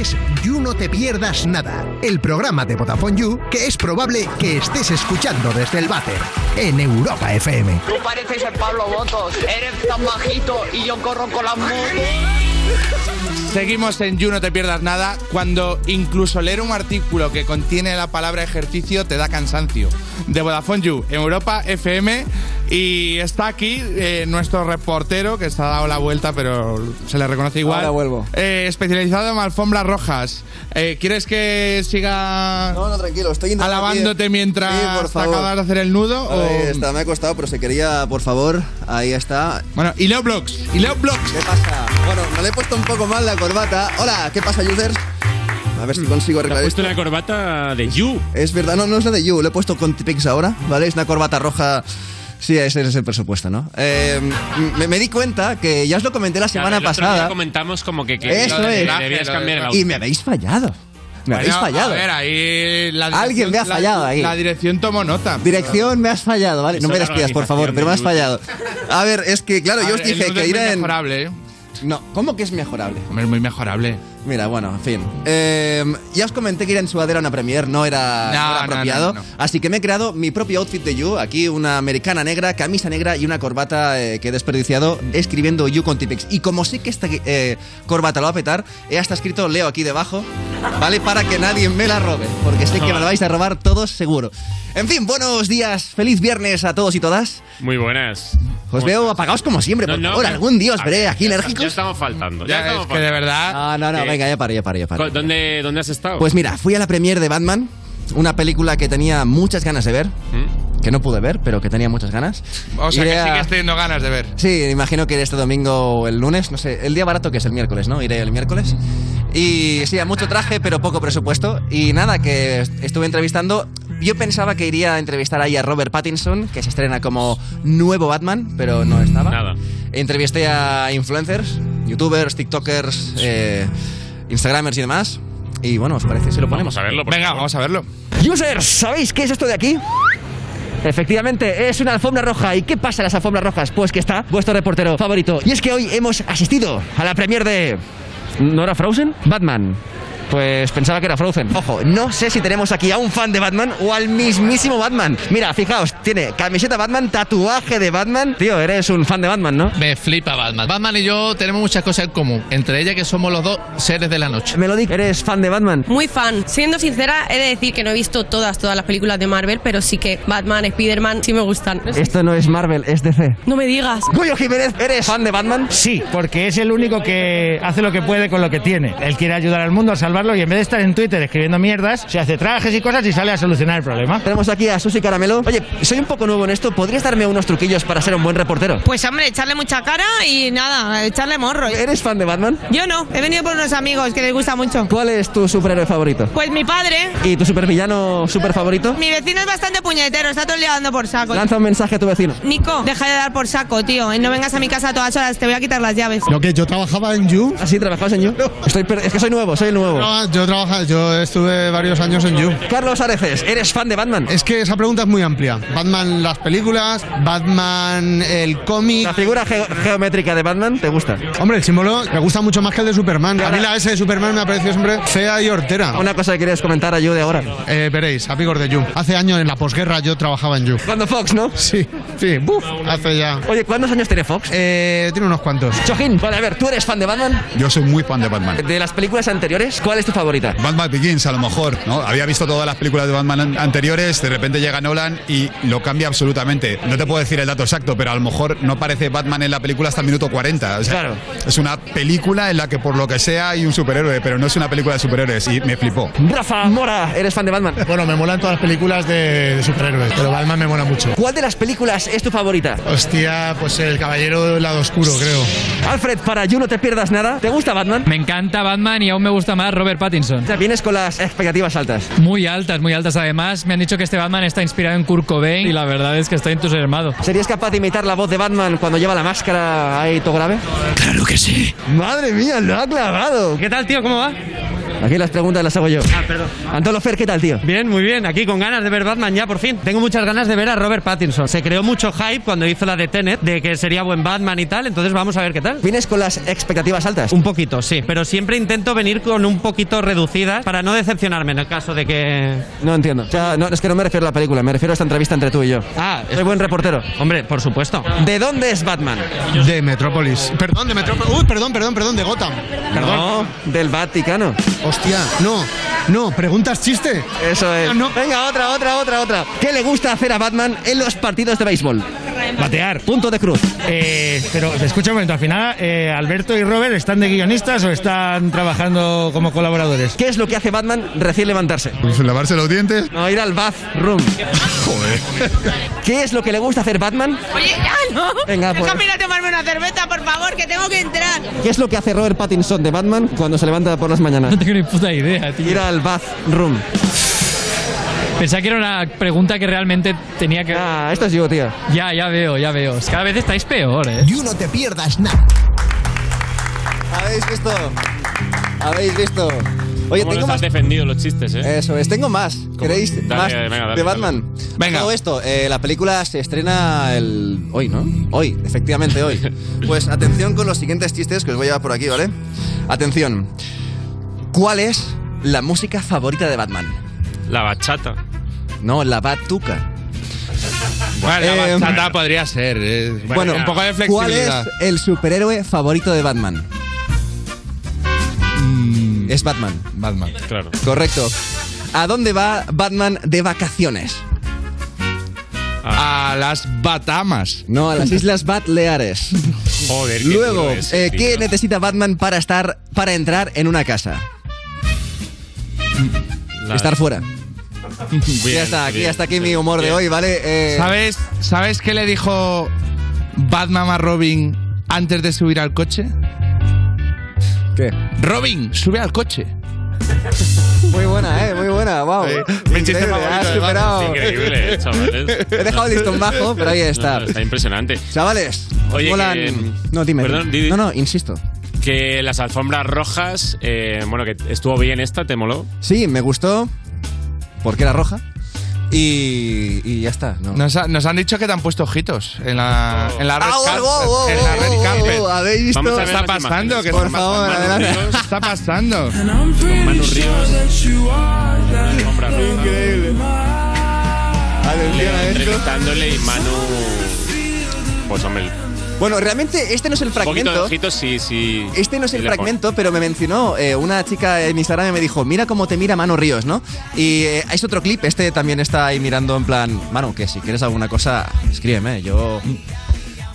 Speaker 5: es You No Te Pierdas Nada, el programa de Vodafone You que es probable que estés escuchando desde el váter en Europa FM.
Speaker 6: Tú pareces el Pablo Botos, eres tan bajito y yo corro con las motos.
Speaker 3: Seguimos en You, no te pierdas nada. Cuando incluso leer un artículo que contiene la palabra ejercicio te da cansancio. De Vodafone You, en Europa FM. Y está aquí eh, nuestro reportero que se ha dado la vuelta, pero se le reconoce igual.
Speaker 15: Ahora vuelvo.
Speaker 3: Eh, especializado en alfombras rojas. Eh, ¿Quieres que siga
Speaker 15: No, no, tranquilo, estoy intentando aquí-
Speaker 3: alabándote mientras
Speaker 15: Sí, por
Speaker 3: te
Speaker 15: favor.
Speaker 3: acabas de hacer el nudo? o-
Speaker 15: Ahí está, me ha costado, pero se quería, por favor, ahí está.
Speaker 3: Bueno, y Leo Blogs, y Leo Blogs.
Speaker 15: ¿Qué pasa? Bueno, me le he puesto un poco mal la corbata. Hola, Ah, ¿qué pasa, users? A ver si consigo arreglar
Speaker 4: Te has puesto
Speaker 15: esto.
Speaker 4: una corbata de You.
Speaker 15: Es verdad, no, no es la de You, lo he puesto con Tipix ahora, ¿vale? Es una corbata roja. Sí, ese es el presupuesto, ¿no? Eh, me, me di cuenta que ya os lo comenté la semana
Speaker 4: el otro día
Speaker 15: pasada.
Speaker 4: comentamos como que, que
Speaker 15: Eso
Speaker 4: que
Speaker 15: es.
Speaker 4: debías cambiar el
Speaker 15: Y
Speaker 4: outfit.
Speaker 15: me habéis fallado. Me habéis
Speaker 3: Bueno,
Speaker 15: fallado.
Speaker 3: A ver, ahí la
Speaker 15: Alguien me ha
Speaker 3: dirección- la-
Speaker 15: fallado ahí.
Speaker 3: La dirección tomó nota.
Speaker 15: Dirección, me has fallado, ¿vale? No
Speaker 3: Eso
Speaker 15: me
Speaker 3: es
Speaker 15: despidas, por favor,
Speaker 3: organización
Speaker 15: pero me
Speaker 3: de
Speaker 15: has
Speaker 3: lucha.
Speaker 15: fallado. A ver, es que, claro,
Speaker 3: A
Speaker 15: yo os
Speaker 3: ver, el
Speaker 15: dije
Speaker 3: nudo
Speaker 15: que
Speaker 3: es
Speaker 15: ir
Speaker 3: muy
Speaker 15: en...
Speaker 3: mejorable, ¿eh?
Speaker 15: No, ¿cómo que es mejorable?
Speaker 3: Hombre, es muy mejorable.
Speaker 15: Mira, bueno, en fin. Eh, ya os comenté que ir en sudadera a una premier no era, no
Speaker 3: No,
Speaker 15: era
Speaker 3: no, no,
Speaker 15: apropiado.
Speaker 3: no.
Speaker 15: Así que me he creado mi propio outfit de You. Aquí una americana negra, camisa negra y una corbata eh, que he desperdiciado escribiendo You con Tipex. Y como sé que esta eh, corbata lo va a petar, he hasta escrito Leo aquí debajo, ¿vale? Para que nadie me la robe, porque sé que me la vais a robar todos seguro. En fin, buenos días, feliz viernes a todos y todas.
Speaker 4: Muy buenas.
Speaker 15: Os veo apagados como siempre, por
Speaker 4: No, no,
Speaker 15: favor,
Speaker 4: pero-
Speaker 15: algún día os
Speaker 4: a
Speaker 15: veré
Speaker 4: ver,
Speaker 15: aquí
Speaker 4: ya-
Speaker 15: enérgicos.
Speaker 4: Ya estamos faltando. Ya,
Speaker 15: Ya,
Speaker 4: estamos
Speaker 15: es
Speaker 4: faltando.
Speaker 7: Ah,
Speaker 15: No, no, no,
Speaker 4: Eh,
Speaker 15: venga, ya paro, ya paro, ya paro.
Speaker 4: co- ¿Dónde, ¿Dónde has estado?
Speaker 15: Pues mira, fui a la premiere de Batman, una película que tenía muchas ganas de ver,
Speaker 4: ¿Mm?
Speaker 15: que no pude ver, pero que tenía muchas ganas.
Speaker 3: O sea,
Speaker 15: Iré
Speaker 3: que sí
Speaker 15: a-
Speaker 3: que estoy teniendo ganas de ver.
Speaker 15: Sí, imagino que este domingo o el lunes, no sé, el día barato que es el miércoles, ¿no? Iré el miércoles. Y sí, a mucho traje, pero poco presupuesto. Y nada, que est- estuve entrevistando. Yo pensaba que iría a entrevistar ahí a Robert Pattinson, que se estrena como nuevo Batman, pero no estaba. Nada. Entrevisté a influencers, youtubers, tiktokers, eh, instagramers y demás. Y bueno, ¿os parece si lo ponemos?
Speaker 4: a verlo.
Speaker 3: Venga, vamos a verlo.
Speaker 15: Users, ¿sabéis qué es esto de aquí? Efectivamente, es una alfombra roja. ¿Y qué pasa en las alfombras rojas? Pues que está vuestro reportero favorito. Y es que hoy hemos asistido a la premier de... ¿No era Frozen? Batman. Pues pensaba que era Frozen. Ojo, no sé si tenemos aquí a un fan de Batman o al mismísimo Batman. Mira, fijaos, tiene camiseta Batman, tatuaje de Batman. Tío, eres un fan de Batman, ¿no?
Speaker 17: Me flipa Batman. Batman y yo tenemos muchas cosas en común. Entre ellas que somos los dos seres de la noche.
Speaker 15: Melody, ¿eres fan de Batman?
Speaker 18: Muy fan. Siendo sincera, he de decir que no he visto todas, todas las películas de Marvel, pero sí que Batman, Spider-Man sí me gustan.
Speaker 15: Esto no es Marvel, es DC.
Speaker 18: No me digas.
Speaker 15: Goyo Jiménez, ¿eres fan de Batman?
Speaker 19: Sí, porque es el único que hace lo que puede con lo que tiene. Él quiere ayudar al mundo a salvarlo y en vez de estar en Twitter escribiendo mierdas, se hace trajes y cosas y sale a solucionar el problema.
Speaker 15: Tenemos aquí a Susi Caramelo. Oye, soy un poco nuevo en esto. ¿Podrías darme unos truquillos para ser un buen reportero?
Speaker 20: Pues hombre, echarle mucha cara y nada, echarle morro.
Speaker 15: ¿Eres fan de Batman?
Speaker 20: Yo no, he venido por unos amigos que les gusta mucho.
Speaker 15: ¿Cuál es tu superhéroe favorito?
Speaker 20: Pues mi padre,
Speaker 15: ¿Y tu supervillano super favorito?
Speaker 20: mi vecino es bastante puñetero, está todo el día dando por saco.
Speaker 15: Lanza un mensaje a tu vecino.
Speaker 20: Nico, deja de dar por saco, tío, y no vengas a mi casa a todas horas, te voy a quitar las llaves.
Speaker 19: Yo que yo trabajaba en You.
Speaker 15: ¿Así Ah, trabajabas en You? Estoy per- es que soy nuevo, soy el nuevo.
Speaker 19: yo trabaja, yo estuve varios años en You.
Speaker 15: Carlos Areces, ¿eres fan de Batman?
Speaker 19: Es que esa pregunta es muy amplia. Batman las películas, Batman el cómic.
Speaker 15: ¿La figura ge- geométrica de Batman te gusta?
Speaker 19: Hombre, el símbolo me gusta mucho más que el de Superman. A mí la S de Superman me ha parecido siempre fea y hortera.
Speaker 15: Una cosa que quieres comentar a You de ahora.
Speaker 19: Eh, veréis, a Pigor de You. Hace años en la posguerra yo trabajaba en You.
Speaker 15: Cuando Fox, ¿no?
Speaker 19: Sí, sí, buf, hace ya.
Speaker 15: Oye, ¿cuántos años tiene Fox?
Speaker 19: Eh, tiene unos cuantos.
Speaker 15: Chojín, vale, a ver, ¿tú eres fan de Batman?
Speaker 21: Yo soy muy fan de Batman.
Speaker 15: De las películas anteriores, ¿cuál es tu favorita?
Speaker 21: Batman Begins, a lo mejor, ¿no? Había visto todas las películas de Batman an- anteriores, de repente llega Nolan y lo cambia absolutamente. No te puedo decir el dato exacto, pero a lo mejor no parece Batman en la película hasta el minuto 40. O sea, Es una película en la que por lo que sea hay un superhéroe, pero no es una película de superhéroes y me flipó.
Speaker 15: Rafa Mora, ¿eres fan de Batman?
Speaker 19: Bueno, me molan todas las películas de, de superhéroes, pero Batman me mola mucho.
Speaker 15: ¿Cuál de las películas es tu favorita?
Speaker 19: Hostia, pues el caballero del lado oscuro, creo.
Speaker 15: Alfred, para You no te pierdas nada. ¿Te gusta Batman?
Speaker 22: Me encanta Batman y aún me gusta más Robert Pattinson.
Speaker 15: sea, vienes con las expectativas altas.
Speaker 22: Muy altas, muy altas. Además, me han dicho que este Batman está inspirado en Kurt Cobain y la verdad es que estoy entusiasmado.
Speaker 15: ¿Serías capaz de imitar la voz de Batman cuando lleva la máscara ahí todo grave?
Speaker 22: Claro que sí.
Speaker 15: Madre mía, lo ha clavado.
Speaker 22: ¿Qué tal, tío? ¿Cómo va?
Speaker 23: Aquí las preguntas las hago yo.
Speaker 19: Ah, perdón.
Speaker 23: Antolo Fer, ¿qué tal, tío?
Speaker 19: Bien, muy bien. Aquí con ganas de ver Batman ya por fin. Tengo muchas ganas de ver a Robert Pattinson. Se creó mucho hype cuando hizo la de Tenet de que sería buen Batman y tal. Entonces vamos a ver qué tal.
Speaker 23: ¿Vienes con las expectativas altas?
Speaker 19: Un poquito, sí. Pero siempre intento venir con un poquito reducidas para no decepcionarme en el caso de que.
Speaker 23: No entiendo. O sea, no, es que no me refiero a la película, me refiero a esta entrevista entre tú y yo.
Speaker 19: Ah,
Speaker 23: soy buen reportero.
Speaker 19: Hombre, por supuesto.
Speaker 23: ¿De dónde es Batman?
Speaker 24: De Metrópolis. Perdón, de Metrópolis. Uy, perdón, perdón, perdón, de Gotham.
Speaker 23: Perdón. del Vaticano.
Speaker 24: Hostia, no, no, preguntas chiste.
Speaker 23: Eso es. Venga, otra, otra, otra, otra. ¿Qué le gusta hacer a Batman en los partidos de béisbol?
Speaker 25: Batear.
Speaker 23: Punto de cruz.
Speaker 25: Eh, pero escucha un momento, al final, eh, ¿Alberto y Robert están de guionistas o están trabajando como colaboradores?
Speaker 23: ¿Qué es lo que hace Batman recién levantarse?
Speaker 24: Pues lavarse los dientes.
Speaker 23: No, ir al bathroom.
Speaker 24: Joder.
Speaker 23: ¿Qué es lo que le gusta hacer Batman?
Speaker 20: Oye, ya no.
Speaker 23: Venga, pues.
Speaker 20: Déjame ir a tomarme una cerveza, por favor, que tengo que entrar.
Speaker 23: ¿Qué es lo que hace Robert Pattinson de Batman cuando se levanta por las mañanas?
Speaker 1: No tengo ni puta idea, tío.
Speaker 23: Ir al bathroom.
Speaker 1: Pensaba que era una pregunta que realmente tenía que.
Speaker 23: Ah, esto es yo, tío.
Speaker 1: Ya, ya veo, ya veo. Cada vez estáis peor, ¿eh?
Speaker 5: You no te pierdas nada.
Speaker 15: ¿Habéis visto? ¿Habéis visto? Oye,
Speaker 4: ¿Cómo
Speaker 15: tengo
Speaker 4: nos
Speaker 15: más
Speaker 4: has defendido los chistes, eh?
Speaker 15: Eso este- es, tengo más. ¿Queréis
Speaker 4: Dale,
Speaker 15: más
Speaker 4: venga, dale,
Speaker 15: de
Speaker 4: dale.
Speaker 15: Batman?
Speaker 4: Venga.
Speaker 15: Todo esto, eh, la película se estrena el hoy, ¿no? Hoy, efectivamente hoy. Pues atención con los siguientes chistes que os voy a llevar por aquí, ¿vale? Atención. ¿Cuál es la música favorita de Batman?
Speaker 4: La bachata.
Speaker 15: No, la batuca.
Speaker 3: Bueno, la
Speaker 15: Eh,
Speaker 3: bachata podría ser. eh.
Speaker 15: Bueno,
Speaker 3: un poco de
Speaker 15: ¿cuál
Speaker 3: flexibilidad.
Speaker 15: es el superhéroe favorito de Batman? Es Batman.
Speaker 24: Batman.
Speaker 4: Claro.
Speaker 15: Correcto. ¿A dónde va Batman de vacaciones?
Speaker 4: Ah.
Speaker 3: A las Batamas.
Speaker 15: No, a las Islas Batleares.
Speaker 4: Joder, qué
Speaker 15: Luego,
Speaker 4: duro ese,
Speaker 15: eh,
Speaker 4: tío.
Speaker 15: ¿qué necesita Batman para estar para entrar en una casa?
Speaker 4: La-
Speaker 15: Estar fuera.
Speaker 4: Bien,
Speaker 15: ya está, aquí,
Speaker 4: bien,
Speaker 15: hasta aquí mi humor de
Speaker 4: bien.
Speaker 15: hoy, ¿vale? Eh,
Speaker 3: ¿Sabes, ¿Sabes qué le dijo Batman a Robin antes de subir al coche?
Speaker 15: ¿Qué?
Speaker 3: Robin, sube al coche.
Speaker 15: Muy buena, eh, muy buena, wow. Increíble, has superado.
Speaker 4: Increíble, eh, chavales.
Speaker 15: He dejado el listón bajo, pero ahí está.
Speaker 4: No, no, está impresionante.
Speaker 15: Chavales, os
Speaker 4: Oye,
Speaker 15: molan-
Speaker 4: que- mm,
Speaker 15: No, dime.
Speaker 4: Perdón, di- di.
Speaker 15: no, no, insisto.
Speaker 4: Que las alfombras rojas, eh, bueno, que estuvo bien esta, ¿te moló?
Speaker 15: Sí, me gustó porque era roja y, y ya está. No.
Speaker 3: Nos, ha- nos han dicho que te han puesto ojitos en la, en la red
Speaker 15: Ah,
Speaker 3: carpet.
Speaker 15: oh, oh, oh,
Speaker 3: en la
Speaker 15: oh,
Speaker 3: red
Speaker 15: oh,
Speaker 3: carpet.
Speaker 15: oh, ¿Habéis visto?
Speaker 3: ¿Qué está pasando? ¿Qué
Speaker 15: Por
Speaker 3: está
Speaker 15: favor,
Speaker 3: pasando?
Speaker 15: adelante.
Speaker 3: ¿Qué está pasando?
Speaker 4: Manu Ríos. Alfombra roja.
Speaker 15: Increíble. Atención a esto.
Speaker 4: Entrevistándole y Manu. Pues hombre,
Speaker 15: Bueno, realmente este no es el
Speaker 4: un poquito de
Speaker 15: fragmento.
Speaker 4: ojitos sí, sí.
Speaker 15: Este no es
Speaker 4: sí
Speaker 15: el
Speaker 4: le pon-
Speaker 15: fragmento, pero me mencionó eh, una chica en Instagram y me dijo, mira cómo te mira Mano Ríos, ¿no? Y eh, es otro clip, este también está ahí mirando en plan, Mano, que si quieres alguna cosa, escríbeme, yo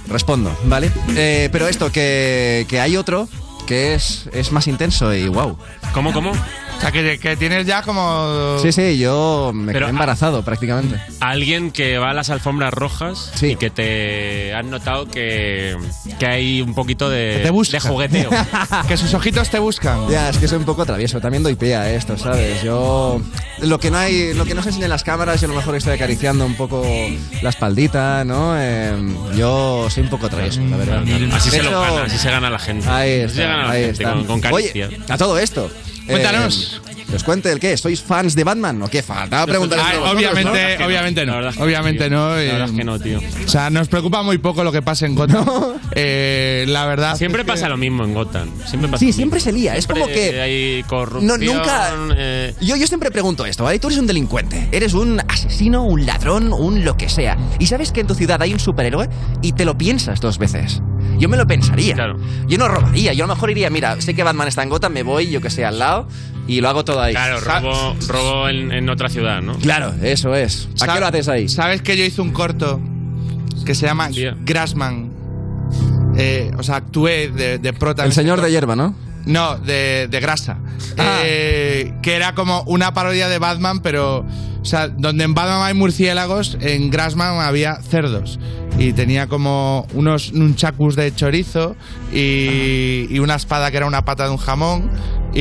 Speaker 15: respondo, ¿vale? Eh, pero esto, que, que hay otro que es, es más intenso y wow.
Speaker 4: ¿Cómo, cómo?
Speaker 3: O sea, que, que tienes ya como...
Speaker 15: Sí, sí, yo me
Speaker 4: Pero- ah,
Speaker 15: quedé embarazado prácticamente.
Speaker 4: Alguien que va a las alfombras rojas
Speaker 15: Sí.
Speaker 4: y que te han notado que, que hay un poquito de,
Speaker 3: Que te
Speaker 4: de
Speaker 3: busca.
Speaker 4: jugueteo.
Speaker 3: Que sus ojitos te buscan.
Speaker 15: Ya, es que soy un poco travieso, también doy pie a esto, ¿sabes? Yo lo que no hay, lo que no se enseña en las cámaras, yo a lo mejor estoy acariciando un poco la espaldita, ¿no? Eh, yo soy un poco travieso, la verdad.
Speaker 4: Así se
Speaker 15: Pero-
Speaker 4: lo gana, así se gana la gente.
Speaker 15: Ahí
Speaker 4: Así se gana
Speaker 15: está,
Speaker 4: la
Speaker 15: ahí
Speaker 4: gente
Speaker 15: está.
Speaker 4: Con, con caricia.
Speaker 15: Oye, a todo esto.
Speaker 3: Cuéntanos.
Speaker 15: eh, ¿Que os cuente el qué? ¿Sois fans de Batman o qué? Faltaba preguntar.
Speaker 3: Ay, obviamente, obviamente no. Obviamente no.
Speaker 4: La
Speaker 3: eh,
Speaker 4: verdad es que no, tío.
Speaker 3: O sea, nos preocupa muy poco lo que pase en Gotham. Eh, la verdad.
Speaker 4: Siempre
Speaker 3: es que-
Speaker 4: pasa lo mismo en Gotham. Siempre pasa
Speaker 15: Sí,
Speaker 4: lo
Speaker 15: siempre se lía. Es
Speaker 4: Siempre
Speaker 15: como que.
Speaker 4: Hay corrupción.
Speaker 15: No, nunca.
Speaker 4: eh,
Speaker 15: Yo, yo siempre pregunto esto, ¿vale? Tú eres un delincuente, eres un asesino, un ladrón, un lo que sea. Y sabes que en tu ciudad hay un superhéroe y te lo piensas dos veces. Yo me lo pensaría.
Speaker 4: Claro.
Speaker 15: Yo no robaría. Yo a lo mejor iría, mira, sé que Batman está en Gotham, me voy, yo que sé, al lado y lo hago todo ahí.
Speaker 4: claro,
Speaker 15: Sa-
Speaker 4: robo, robo en, en otra ciudad, ¿no?
Speaker 15: Claro, eso es. ¿A qué lo haces ahí?
Speaker 3: ¿Sabes que yo hice un corto que se llama
Speaker 4: Hostia.
Speaker 3: Grassman? Eh, o sea, actué de, de prota.
Speaker 15: El señor de Ah. hierba, ¿no?
Speaker 3: No, de, de grasa. Eh, que era como una parodia de Batman, pero. O sea, donde en Batman hay murciélagos, en Grassman había cerdos. Y tenía como unos nunchakus de chorizo y, y una espada que era una pata de un jamón.
Speaker 15: ¿Y,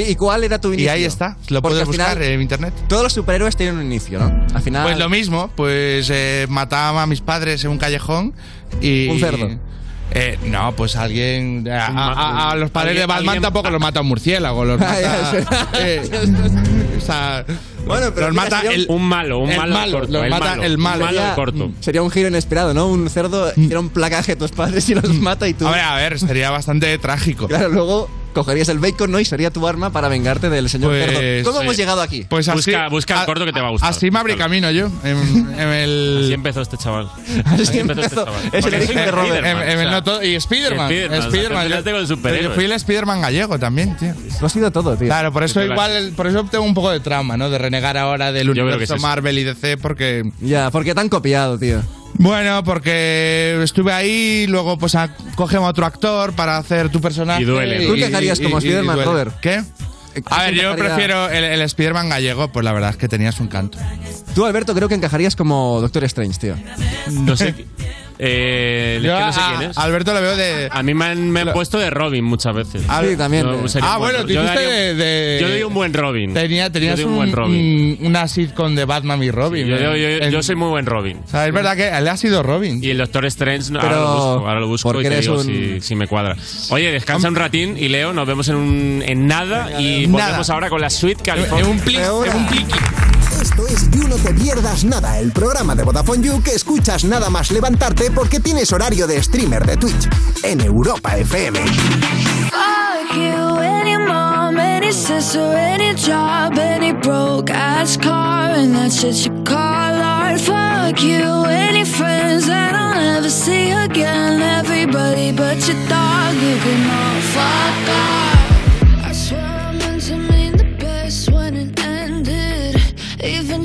Speaker 3: Y,
Speaker 15: y cuál era tu
Speaker 3: y
Speaker 15: inicio?
Speaker 3: ahí está. Lo
Speaker 15: Porque
Speaker 3: puedes
Speaker 15: al final,
Speaker 3: buscar en internet.
Speaker 15: Todos los superhéroes tienen un inicio, ¿no? Al final.
Speaker 3: Pues lo mismo, pues eh, mataba a mis padres en un callejón y.
Speaker 15: Un cerdo.
Speaker 3: Eh, no, pues alguien. A, a- a los padres de
Speaker 4: Alguien-
Speaker 3: Batman
Speaker 4: alguien-
Speaker 3: tampoco los mata un murciélago, los
Speaker 4: Ah, ya,
Speaker 3: mata.
Speaker 4: eso.
Speaker 3: eh, o sea,
Speaker 15: Bueno, pero
Speaker 3: los
Speaker 15: mira,
Speaker 3: mata
Speaker 15: sería un-
Speaker 3: el,
Speaker 15: Un malo, un
Speaker 3: el
Speaker 15: malo corto,
Speaker 3: los
Speaker 15: el
Speaker 3: mata
Speaker 15: malo,
Speaker 3: el
Speaker 15: un
Speaker 3: malo.
Speaker 15: malo
Speaker 3: Sería-
Speaker 15: corto. Sería un giro inesperado, ¿no? Un cerdo hiciera un placaje a tus padres y los mata y tú.
Speaker 3: A ver, Mm. a ver, sería bastante trágico.
Speaker 15: Claro, luego cogerías el bacon, ¿no? Y sería tu arma para vengarte del señor
Speaker 3: Pues,
Speaker 15: cerdo. ¿Cómo
Speaker 3: sí.
Speaker 15: hemos llegado aquí?
Speaker 3: Pues así-
Speaker 4: Busca, busca el corto que te va a gustar.
Speaker 3: Así me abrí camino yo. En, en el... Así
Speaker 4: empezó este chaval.
Speaker 3: Así
Speaker 4: empezó este chaval.
Speaker 3: Es el
Speaker 4: Porque
Speaker 3: origen
Speaker 4: soy
Speaker 3: de Robert.
Speaker 4: Spiderman, o sea. Y
Speaker 3: y Spiderman.
Speaker 4: Spiderman, o sea,
Speaker 3: Spiderman.
Speaker 4: te peleaste con el
Speaker 3: yo
Speaker 4: superhéroe.
Speaker 3: fui el Spiderman gallego también, tío.
Speaker 15: Lo ha sido todo, tío.
Speaker 3: Claro, por eso
Speaker 4: Te
Speaker 3: igual, el- por eso tengo un poco de trauma, ¿no? De renegar ahora del
Speaker 15: creo que
Speaker 3: universo
Speaker 15: es eso.
Speaker 3: Marvel y DC porque...
Speaker 15: Ya, porque te han copiado, tío.
Speaker 3: Bueno, porque estuve ahí, luego pues a- cogemos a otro actor para hacer tu personaje.
Speaker 15: Y duele. ¿Tú qué harías como Spiderman,
Speaker 3: duele.
Speaker 15: Robert?
Speaker 3: ¿Qué? A ver, yo
Speaker 15: encajaría?
Speaker 3: prefiero el, el Spiderman gallego, pues la verdad es que tenías un canto.
Speaker 15: Tú, Alberto, creo que encajarías como Doctor Strange, tío.
Speaker 4: No sé. qui- Eh,
Speaker 3: Yo
Speaker 4: es que no sé
Speaker 3: a-
Speaker 4: quién es.
Speaker 3: Alberto le veo de.
Speaker 4: A mí me han, me han puesto de Robin muchas veces.
Speaker 3: Ah, sí, también.
Speaker 4: Yo sería
Speaker 3: Ah,
Speaker 4: un buen
Speaker 3: bueno,
Speaker 4: Robin.
Speaker 3: tú
Speaker 4: Yo
Speaker 3: hiciste
Speaker 4: daría un-
Speaker 3: de- de-
Speaker 4: Yo doy un buen Robin.
Speaker 3: Tenía,
Speaker 4: Yo
Speaker 3: tenías
Speaker 4: doy
Speaker 3: un,
Speaker 4: un buen Robin.
Speaker 3: un- una sitcom de Batman y Robin.
Speaker 4: Yo, yo- yo-
Speaker 3: En-
Speaker 4: yo soy muy buen Robin.
Speaker 3: o sea, es verdad que él ha sido Robin.
Speaker 4: Y el Doctor Strange, no, ahora
Speaker 3: Pero-
Speaker 4: lo busco, ahora lo busco
Speaker 3: porque
Speaker 4: y te
Speaker 3: eres
Speaker 4: digo
Speaker 3: un-
Speaker 4: si, si me cuadra. Oye, descansa un ratín y Leo, nos vemos en, un- en nada y
Speaker 5: Nada.
Speaker 4: volvemos ahora con la suite California.
Speaker 5: En un plis, en un
Speaker 3: pliqui.
Speaker 5: Esto es You No Te Pierdas Nada, el programa de Vodafone You que escuchas nada más levantarte porque tienes horario de streamer de Twitch en Europa FM.
Speaker 26: Fuck you, any mom, any sister, any job, any broke ass car, and that shit you call art. Fuck you, any friends that I'll never see again, everybody but your dog, you can all fuck off. I swear I meant to mean the best when it ended. Even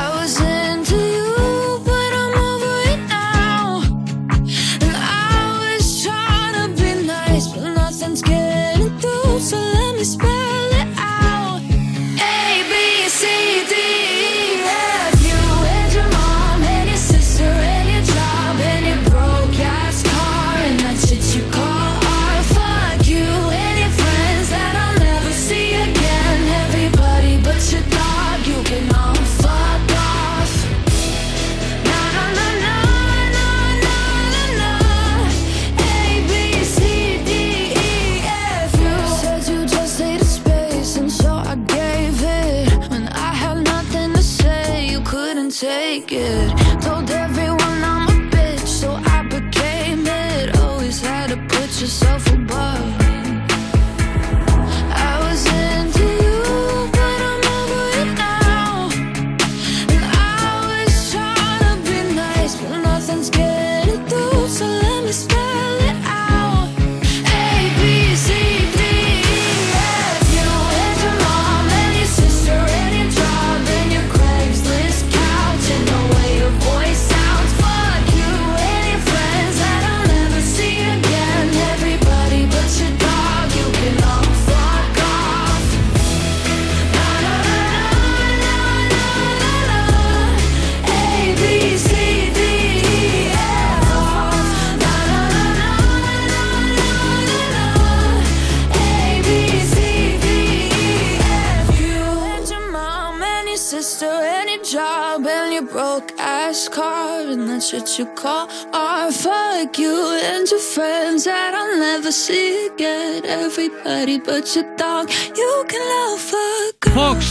Speaker 26: I was into you, but I'm over it now. And I was trying to be nice, but nothing's getting through. So let me spell it out. A B C D E F you and your mom and your sister and your job and your broke ass car and that shit you call art. Fuck you and your friends that I'll never see again. Everybody but your dog, you can all fuck off. Na na na na na na na na. A, B, C, D, E, F. You said you just needed space, and so I gave it. When I had nothing to say, you couldn't take it. Told everyone I'm a bitch, so I became it. Always had to put yourself above me. I was into you, but I'm over it now. And I was trying to be nice, but nothing's getting through. So let me spell it out. A B C D E F. You and your mom and your sister and your job and your Craigslist couch and the way your voice sounds. Fuck you and your friends that I'll never see again. Everybody but your dog, you can all fuck off. Na na na na na na na na. A, B, C, D, E, F. Na, na, na, na, na, na, na, na. A, B, C, D, E, F. You and your mom and your sister and your job and your broke ass car and that shit you call art. Fuck you and your friends that I'll never see again. Everybody but your dog, you can love fuck.
Speaker 1: Fox,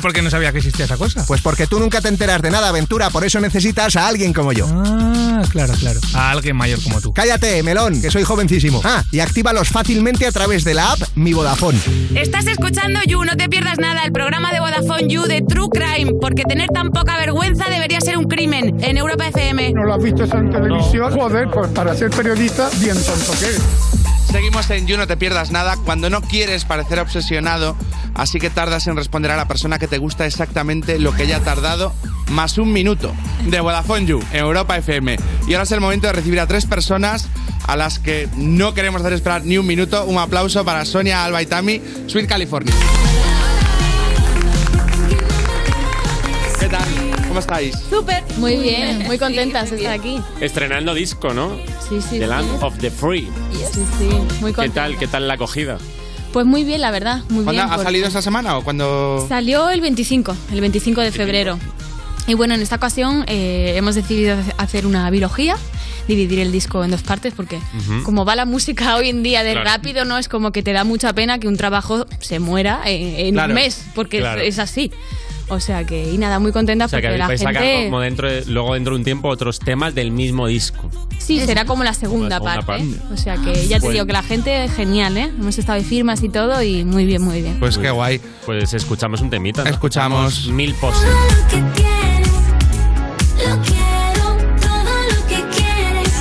Speaker 27: por qué no sabía que existía esa cosa?
Speaker 5: Pues porque tú nunca te enteras de nada, Aventura, por eso necesitas a alguien como yo.
Speaker 27: Ah, claro, claro. A alguien mayor como tú.
Speaker 5: Cállate, melón, que soy jovencísimo. Ah, y actívalos fácilmente a través de la app Mi Vodafone.
Speaker 8: Estás escuchando You, no te pierdas nada, el programa de Vodafone You de True Crime, porque tener tan poca vergüenza debería ser un crimen en Europa FM.
Speaker 19: ¿No lo has visto eso en televisión? Joder, pues para ser periodista, bien tonto que eres.
Speaker 3: Seguimos en You, no te pierdas nada. Cuando no quieres parecer obsesionado, así que tardas en responder a la persona que te gusta exactamente lo que haya tardado, más un minuto. De Vodafone You, en Europa FM. Y ahora es el momento de recibir a tres personas a las que no queremos hacer esperar ni un minuto. Un aplauso para Sonia, Alba y Tami, Sweet California. ¿Qué tal? ¿Cómo estáis?
Speaker 18: Súper. Muy bien, muy contentas de estar aquí.
Speaker 4: Estrenando disco, ¿no?
Speaker 18: Sí, sí,
Speaker 4: The
Speaker 18: sí.
Speaker 4: Land of the Free.
Speaker 18: Sí, sí, muy
Speaker 4: ¿Qué
Speaker 18: contentas.
Speaker 4: tal, qué tal la acogida?
Speaker 18: Pues muy bien, la verdad, muy
Speaker 3: ¿Cuándo
Speaker 18: bien.
Speaker 3: ¿Ha
Speaker 18: porque-
Speaker 3: salido esta semana o cuando...?
Speaker 18: Salió el 25, el 25 de febrero. Y bueno, en esta ocasión eh, hemos decidido hacer una biología, dividir el disco en dos partes, porque
Speaker 28: Ujú.
Speaker 18: como va la música hoy en día de
Speaker 28: Claro.
Speaker 18: rápido, ¿no? Es como que te da mucha pena que un trabajo se muera eh, en
Speaker 4: Claro,
Speaker 18: un mes, porque
Speaker 4: claro.
Speaker 18: es así. O sea que, y nada, muy contenta
Speaker 4: O sea, que
Speaker 18: porque la
Speaker 4: habéis sacado
Speaker 18: gente...
Speaker 4: como dentro de- luego dentro de un tiempo otros temas del mismo disco.
Speaker 18: Sí, será como la segunda,
Speaker 4: Como la segunda
Speaker 18: parte.
Speaker 4: parte.
Speaker 18: O sea que ya te
Speaker 4: Bueno.
Speaker 18: digo que la gente genial, ¿eh? Hemos estado de firmas y todo y muy bien, muy bien.
Speaker 3: Pues qué guay.
Speaker 4: Pues escuchamos un temita. ¿no?
Speaker 3: Escuchamos
Speaker 4: mil poses.
Speaker 28: Lo quiero, todo lo que quieres,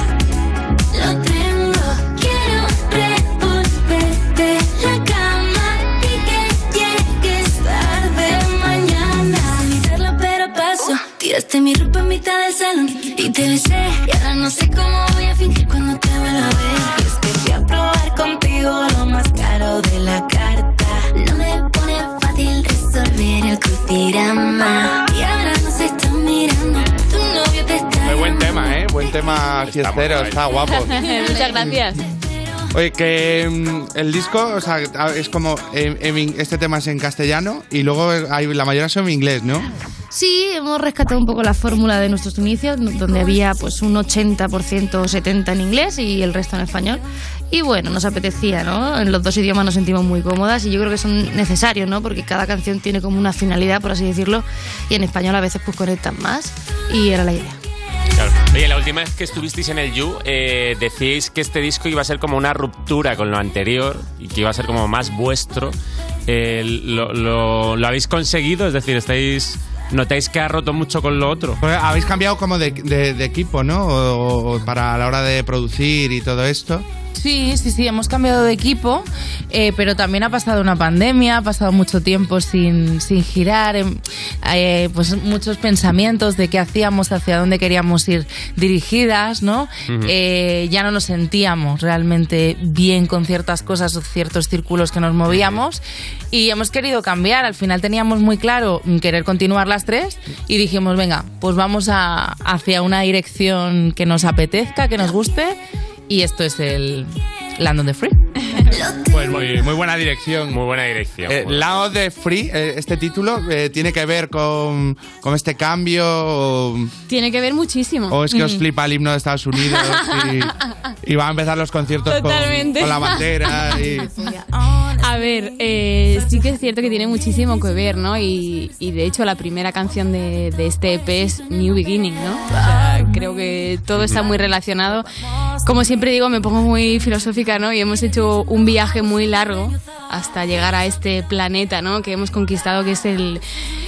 Speaker 28: lo tengo. Quiero revolverte la cama y que llegues tarde mañana. Evitarlo, pero paso. Tiraste mi ropa en mitad del salón y te besé. Y ahora no sé cómo voy a fingir cuando te vuelva a ver. Y es que fui a probar contigo lo más caro de la carta. No me pone fácil resolver el crucigrama. Y ahora nos está mirando. Tu novio te está
Speaker 3: Muy buen tema, ¿eh? Buen tema fiestero, está guapo.
Speaker 18: Muchas gracias.
Speaker 3: Oye, que mm, el disco, o sea, es como, eh, en in- este tema es en castellano y luego hay, la mayoría son en inglés, ¿no?
Speaker 28: Sí, hemos rescatado un poco la fórmula de nuestros inicios, donde había pues un 80% o 70% en inglés y el resto en español. Y bueno, nos apetecía, ¿no? En los dos idiomas nos sentimos muy cómodas y yo creo que son necesarios, ¿no? Porque cada canción tiene como una finalidad, por así decirlo, y en español a veces pues conectan más y era la idea.
Speaker 4: Claro. Oye, la última vez que estuvisteis en el You, eh, decíais que este disco iba a ser como una ruptura con lo anterior y que iba a ser como más vuestro. Eh, lo, lo- lo habéis conseguido? Es decir, estáis ¿notáis que ha roto mucho con lo otro?
Speaker 3: Pues habéis cambiado como de, de- de equipo, ¿no? O- o para la hora de producir y todo esto.
Speaker 29: Sí, sí, sí, hemos cambiado de equipo, eh, pero también ha pasado una pandemia, ha pasado mucho tiempo sin, sin girar, em, eh, pues muchos pensamientos de qué hacíamos, hacia dónde queríamos ir dirigidas, ¿no?
Speaker 28: Ujú.
Speaker 29: Eh, ya no nos sentíamos realmente bien con ciertas cosas o ciertos círculos que nos movíamos y hemos querido cambiar. Al final teníamos muy claro mm, querer continuar las tres y dijimos, venga, pues vamos a, hacia una dirección que nos apetezca, que nos guste y esto es el Land on the Free.
Speaker 3: Pues muy, muy buena dirección.
Speaker 4: Muy buena dirección.
Speaker 3: Eh,
Speaker 4: Bueno.
Speaker 3: Lao de Free, eh, este título, eh, ¿tiene que ver con, con este cambio? O,
Speaker 18: Tiene que ver muchísimo.
Speaker 3: o Oh, es que os
Speaker 18: Mm.
Speaker 3: flipa el himno de Estados Unidos y, y van a empezar los conciertos con,
Speaker 18: Totalmente.
Speaker 3: con la bandera? Y,
Speaker 18: A ver, eh, sí que es cierto que tiene muchísimo que ver, ¿no? Y, y de hecho la primera canción de, de este EP es New Beginning, ¿no? O sea, creo que todo está muy relacionado. Como siempre digo, me pongo muy filosófica, ¿no? Y hemos hecho un viaje muy largo hasta llegar a este planeta, ¿no? Que hemos conquistado, que es el,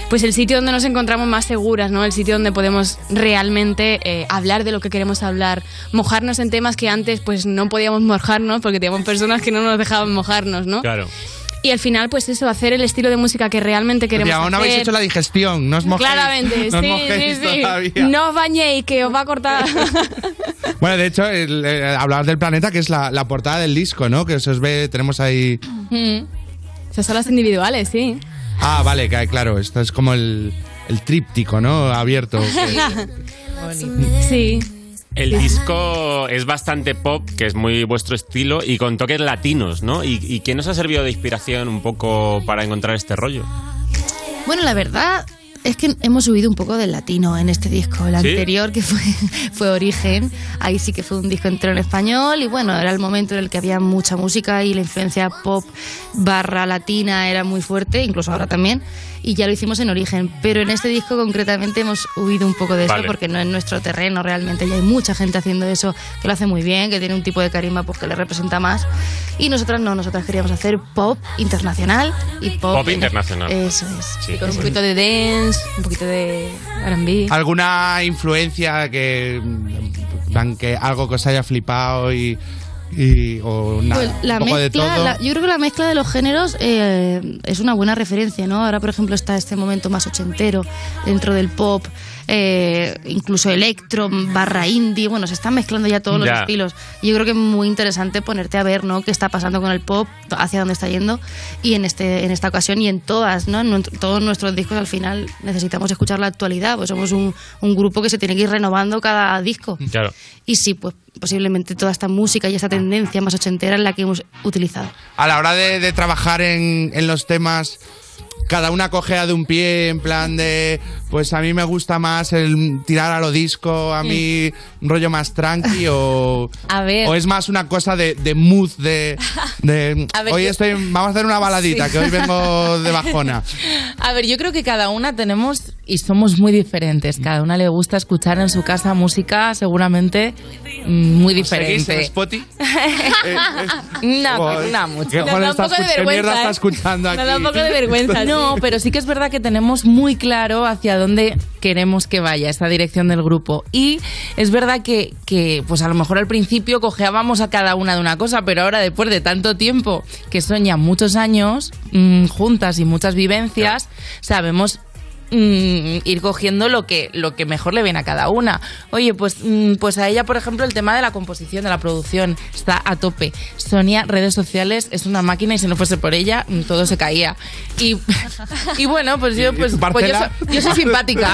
Speaker 18: pues el sitio donde nos encontramos más seguras, ¿no? El sitio donde podemos realmente eh, hablar de lo que queremos hablar, mojarnos en temas que antes pues no podíamos mojarnos porque teníamos personas que no nos dejaban mojarnos, ¿no?
Speaker 4: Claro.
Speaker 18: Y al final, pues eso, hacer el estilo de música que realmente queremos
Speaker 3: Tía, aún no habéis
Speaker 18: hacer.
Speaker 3: hecho la digestión, no os mojéis.
Speaker 18: Claramente,
Speaker 3: no os
Speaker 18: sí,
Speaker 3: mojéis
Speaker 18: sí, sí.
Speaker 3: todavía.
Speaker 18: No os bañéis, que os va a cortar.
Speaker 3: Bueno, de hecho, el, eh, hablabas del planeta, que es la, la portada del disco, ¿no? Que se os ve, tenemos ahí...
Speaker 18: Mm. Esas son las individuales, sí.
Speaker 3: Ah, vale, ca- claro, esto es como el, el tríptico, ¿no? Abierto.
Speaker 18: sí.
Speaker 4: El disco es bastante pop, que es muy vuestro estilo, y con toques latinos, ¿no? ¿Y, y quién os ha servido de inspiración un poco para encontrar este rollo?
Speaker 28: Bueno, la verdad
Speaker 14: es que hemos subido un poco del latino en este disco. El
Speaker 20: ¿Sí?
Speaker 14: anterior, que fue, fue Origen, ahí sí que fue un disco entero en español y bueno, era el momento en el que había mucha música y la influencia pop barra latina era muy fuerte, incluso ahora también, y ya lo hicimos en Origen. Pero en este disco concretamente hemos huido un poco de eso
Speaker 30: Vale.
Speaker 14: porque no es nuestro terreno realmente. Ya hay mucha gente haciendo eso que lo hace muy bien, que tiene un tipo de carisma porque le representa más. Y nosotras no, nosotras queríamos hacer pop internacional y pop,
Speaker 4: Pop internacional.
Speaker 14: Eso es.
Speaker 4: Sí.
Speaker 18: Con un poquito de dance, un poquito de R&B.
Speaker 3: Ah, ¿Alguna influencia que, mm, plan, que algo que os haya flipado y, y- o nada,
Speaker 14: Pues la
Speaker 3: un poco de
Speaker 14: mezcla,
Speaker 3: todo?
Speaker 14: la- yo creo que la mezcla de los géneros eh, es una buena referencia, ¿no? Ahora, por ejemplo, está este momento más ochentero dentro del pop, eh, incluso electro, barra indie, bueno, se están mezclando ya todos los
Speaker 30: Ya.
Speaker 14: estilos. Y yo creo que es muy interesante ponerte a ver, ¿no? Qué está pasando con el pop, hacia dónde está yendo y en este, en esta ocasión y en todas, ¿no? En nuestro- todos nuestros discos al final necesitamos escuchar la actualidad, pues somos un, un grupo que se tiene que ir renovando cada disco.
Speaker 4: Claro.
Speaker 14: Y sí, pues posiblemente toda esta música y esta tendencia más ochentera es la que hemos utilizado.
Speaker 3: A la hora de, de trabajar en, en los temas, cada una cojea de un pie, en plan de, pues a mí me gusta más el tirar a lo disco, a mí un rollo más tranqui o...
Speaker 18: A ver.
Speaker 3: O es más una cosa de, de mood, de... de,
Speaker 29: A ver,
Speaker 3: hoy
Speaker 29: yo-
Speaker 3: estoy... Vamos a hacer una baladita,
Speaker 29: Sí.
Speaker 3: que hoy vengo de bajona.
Speaker 29: A ver, yo creo que cada una tenemos y somos muy diferentes. Cada una le gusta escuchar en su casa música seguramente mm, muy
Speaker 3: Pues ¿Seguís en
Speaker 29: diferente.
Speaker 3: Spotify? Joder,
Speaker 29: No, pues, no
Speaker 3: qué
Speaker 29: mucho.
Speaker 3: joder está escuch- qué mierda
Speaker 29: ¿eh?
Speaker 3: está escuchando aquí?
Speaker 29: No, pero sí que es verdad que tenemos muy claro hacia dónde queremos que vaya esta dirección del grupo. Y es verdad que, que, pues a lo mejor al principio cojeábamos a cada una de una cosa, pero ahora después de tanto tiempo que son ya muchos años mm, juntas y muchas vivencias, sabemos mm, ir cogiendo lo que, lo que mejor le viene a cada una. Oye, pues, mm, pues a ella, por ejemplo, el tema de la composición, de la producción, está a tope. Sonia, redes sociales, es una máquina y si no fuese por ella, mm, todo se caía. Y, y bueno, pues yo, pues, pues yo,
Speaker 3: parcela?
Speaker 29: so- yo soy simpática.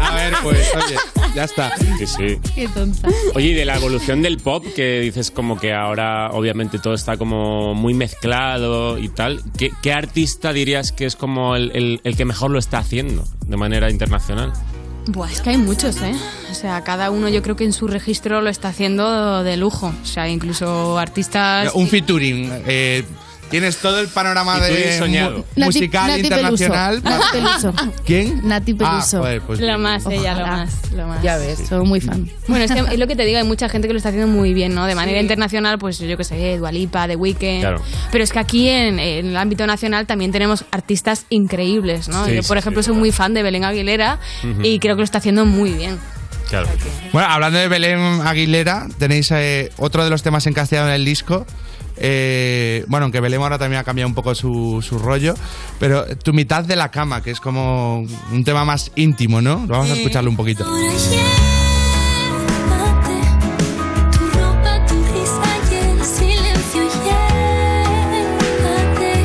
Speaker 3: A ver, pues, oye, ya está.
Speaker 4: Sí, sí.
Speaker 14: Qué tonta.
Speaker 4: Oye, y de la evolución del pop, que dices como que ahora obviamente todo está como muy mezclado y tal, ¿qué, qué artista dirías que es como el, el- el que mejor lo está haciendo de manera internacional?
Speaker 18: Buah, es que hay muchos, ¿eh? O sea, cada uno yo creo que en su registro lo está haciendo de lujo. O sea, incluso
Speaker 29: Ah,
Speaker 18: artistas...
Speaker 3: Un featuring. eh, tienes todo el panorama
Speaker 4: Featuring
Speaker 3: de
Speaker 4: soñado.
Speaker 3: mu- musical internacional.
Speaker 14: Peluso.
Speaker 3: ¿Quién?
Speaker 14: Nati
Speaker 3: Ah,
Speaker 14: Peluso.
Speaker 3: joder, pues
Speaker 18: Lo más, ella, lo
Speaker 14: Ojalá.
Speaker 18: más, lo más.
Speaker 14: Ya ves, soy muy fan.
Speaker 18: Bueno, es, que es lo que te digo, hay mucha gente que lo está haciendo muy bien, ¿no? De manera
Speaker 14: Sí.
Speaker 18: internacional, pues yo que sé, Dualipa, The Weeknd.
Speaker 14: Claro.
Speaker 18: Pero es que aquí en, en el ámbito nacional también tenemos artistas increíbles, ¿no?
Speaker 3: Sí,
Speaker 18: yo,
Speaker 3: sí,
Speaker 18: por ejemplo,
Speaker 3: sí,
Speaker 18: soy muy fan de Belén Aguilera
Speaker 3: Ujú.
Speaker 18: y creo que lo está haciendo muy bien.
Speaker 4: Claro.
Speaker 3: Bueno, hablando de Belén Aguilera, tenéis eh, otro de los temas en castellano en el disco. Eh, bueno, aunque Belén ahora también ha cambiado un poco su, su rollo, pero tu mitad de la cama, que es como un tema más íntimo, ¿no? Vamos a
Speaker 16: Sí.
Speaker 3: escucharlo un poquito.
Speaker 16: Tu ropa, tu risa y el silencio Llévate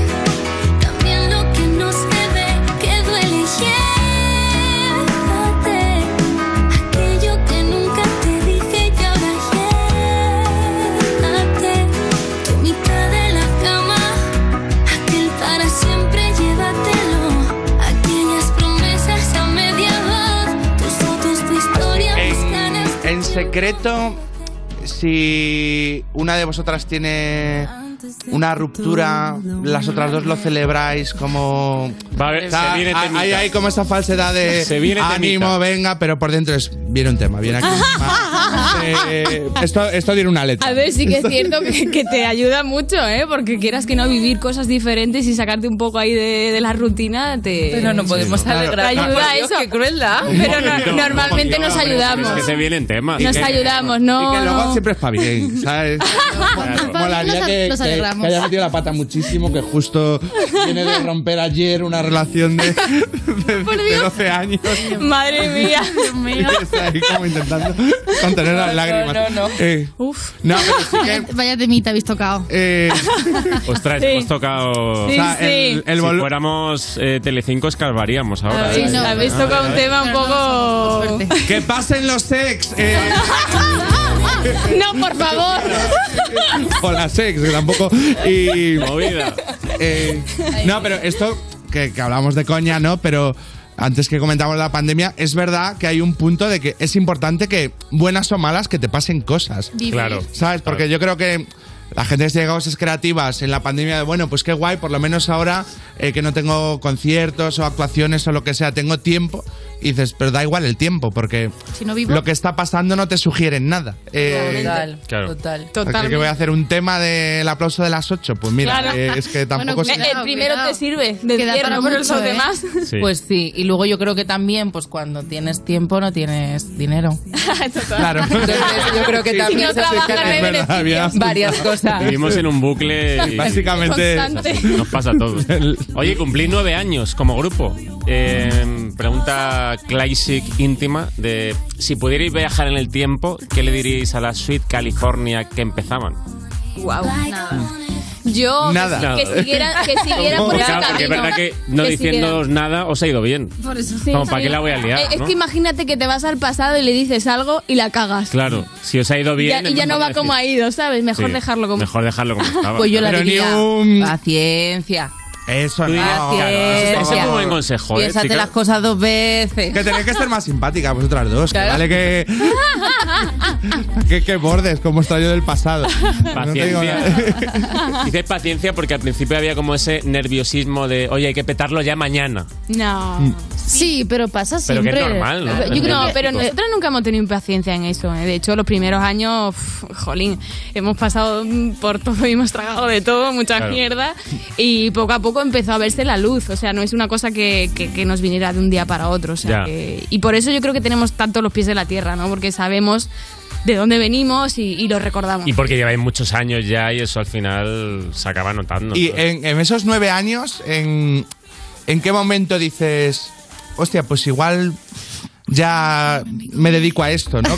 Speaker 16: También lo que no se ve que duele Llévate Aquello que nunca te dije y ahora Llévate Tu mitad de la cama Aquel para siempre llévatelo Aquellas promesas a media voz Tus fotos, tu historia, mis ganas
Speaker 3: En secreto, si una de vosotras tiene una ruptura, las otras dos lo celebráis como...
Speaker 4: Va a ver,
Speaker 3: Está-
Speaker 4: se viene
Speaker 3: hay-
Speaker 4: temita.
Speaker 3: hay, ah, como esa falsedad de
Speaker 4: Se viene
Speaker 3: ánimo,
Speaker 4: temita.
Speaker 3: venga, pero por dentro es... Viene un tema, viene aquí. Eh, esto, esto tiene una letra.
Speaker 18: A ver, sí que es cierto que, que te ayuda mucho, ¿eh? Porque quieras que no vivir cosas diferentes y sacarte un poco ahí de, de la rutina, te...
Speaker 29: Pero no podemos
Speaker 18: Claro.
Speaker 29: alegrar.
Speaker 18: Te ayuda
Speaker 29: Dios,
Speaker 18: eso.
Speaker 29: qué crueldad.
Speaker 18: Ah, Pero no- normalmente nos ayudamos.
Speaker 4: Es que se vienen temas.
Speaker 18: Nos ayudamos, no,
Speaker 3: Y que luego
Speaker 18: no.
Speaker 3: siempre es para bien, ¿sabes?
Speaker 4: Claro.
Speaker 3: Molaría
Speaker 14: Nos-
Speaker 3: que,
Speaker 14: nos
Speaker 3: que-
Speaker 14: alegramos.
Speaker 3: que haya metido la pata muchísimo, que justo viene de romper ayer una relación de, de- de 12 años.
Speaker 18: Madre mía, Dios mío.
Speaker 3: Y está ahí como intentando contener las lágrimas. Eh,
Speaker 14: Uf.
Speaker 3: no, pero sí que Eh,
Speaker 14: Vaya, vaya temita habéis tocado.
Speaker 4: Ostras,
Speaker 14: Sí.
Speaker 4: hemos tocado.
Speaker 14: Sí,
Speaker 4: Eh, O sea,
Speaker 14: sí.
Speaker 4: el- el
Speaker 14: Sí.
Speaker 4: vol- si fuéramos eh, Telecinco, escarbaríamos ahora.
Speaker 18: Habéis,
Speaker 4: ¿eh?
Speaker 18: habéis
Speaker 4: Ah,
Speaker 18: tocado un
Speaker 4: eh.
Speaker 18: tema un poco...
Speaker 3: Que pasen los sex. eh,
Speaker 18: No, por favor.
Speaker 3: o la sex, que tampoco. Y.
Speaker 4: Movida.
Speaker 3: Eh, no, pero esto que, que hablamos de coña, ¿no? Pero antes que comentamos la pandemia, es verdad que hay un punto de que es importante que, buenas o malas, que te pasen cosas.
Speaker 1: Vivir. Claro.
Speaker 3: ¿Sabes? Porque yo creo que la gente que se llega a cosas creativas en la pandemia de, bueno, pues qué guay, por lo menos ahora eh, que no tengo conciertos o actuaciones o lo que sea, tengo tiempo. Y dices, pero da igual el tiempo, porque
Speaker 14: Si no vivo.
Speaker 3: lo que está pasando no te sugieren nada. Eh,
Speaker 29: Total,
Speaker 3: claro.
Speaker 29: total.
Speaker 3: Así que voy a hacer un tema del aplauso de las 8. Pues mira,
Speaker 29: Claro.
Speaker 3: eh, es que tampoco
Speaker 29: Bueno,
Speaker 3: se-
Speaker 29: cuidado,
Speaker 18: El primero
Speaker 29: cuidado.
Speaker 18: te sirve de
Speaker 29: Queda
Speaker 18: tierno,
Speaker 29: para
Speaker 18: pero
Speaker 29: mucho,
Speaker 18: los
Speaker 29: ¿eh?
Speaker 18: demás.
Speaker 29: Sí. Pues sí, y luego yo creo que también, pues cuando tienes tiempo no tienes dinero.
Speaker 3: Claro.
Speaker 29: Entonces yo creo que
Speaker 18: Sí.
Speaker 29: también
Speaker 18: Si no
Speaker 29: se aplican
Speaker 18: trabajas,
Speaker 29: a
Speaker 18: no hay beneficios.
Speaker 4: había-
Speaker 29: varias cosas.
Speaker 4: Vivimos en un bucle y
Speaker 3: Básicamente-
Speaker 18: Constante.
Speaker 4: nos pasa a todos. Oye, cumplí nueve años como grupo. Eh, pregunta Classic íntima de si pudierais viajar en el tiempo, ¿qué le diríais a la suite California que empezaban?
Speaker 18: Wow. Yo
Speaker 4: Nada.
Speaker 18: que siguiera, que siguiera por ese
Speaker 4: Claro,
Speaker 18: camino.
Speaker 4: porque es verdad que no
Speaker 18: Que
Speaker 4: diciéndoos nada os ha ido bien.
Speaker 18: siguiera. Por eso,
Speaker 4: Como, ¿para qué la voy a liar,
Speaker 18: Eh, Es
Speaker 4: no?
Speaker 18: que imagínate que te vas al pasado y le dices algo y la cagas.
Speaker 4: Claro, si os ha ido
Speaker 18: Y ya-
Speaker 4: bien.
Speaker 18: y ya no va como ha ido, ¿sabes? Mejor
Speaker 4: Sí.
Speaker 18: dejarlo como.
Speaker 4: Mejor dejarlo como
Speaker 3: Ah,
Speaker 4: estaba.
Speaker 29: Pues yo la
Speaker 4: Pero ni
Speaker 29: diría,
Speaker 4: un-
Speaker 29: paciencia.
Speaker 3: Eso no.
Speaker 29: Paciencia.
Speaker 3: Eso es
Speaker 29: Paciencia.
Speaker 3: un buen consejo, ¿eh?
Speaker 29: Piénsate
Speaker 3: Sí que-
Speaker 29: las cosas dos veces.
Speaker 3: Que tenéis que ser más simpáticas vosotras dos. que
Speaker 29: Claro.
Speaker 3: vale que, que, que bordes, como estoy yo del pasado. No te digo nada.
Speaker 4: Paciencia. Dices paciencia porque al principio había como ese nerviosismo de, oye, hay que petarlo ya mañana.
Speaker 18: No.
Speaker 14: Sí, pero pasa
Speaker 4: Mm. Pero que
Speaker 14: siempre.
Speaker 4: es normal, ¿no?
Speaker 18: Yo creo-
Speaker 4: Depende.
Speaker 18: no, pero nosotros nunca hemos tenido impaciencia en eso. ¿eh? De hecho, los primeros años, uf, jolín, hemos pasado mm, por todo y hemos tragado de todo, mucha
Speaker 29: Claro.
Speaker 18: mierda. Y poco a poco empezó a verse la luz. O sea, no es una cosa que, que- que nos viniera de un día para otro. o sea,
Speaker 29: Ya.
Speaker 18: que- y por eso yo creo que tenemos tanto los pies de la tierra, ¿no? Porque sabemos de dónde venimos y, y lo recordamos.
Speaker 4: Y porque lleváis muchos años ya y eso al final se acaba notando.
Speaker 3: Y en, en esos nueve años, en, ¿en qué momento dices, hostia, pues igual ya me dedico a esto, ¿no?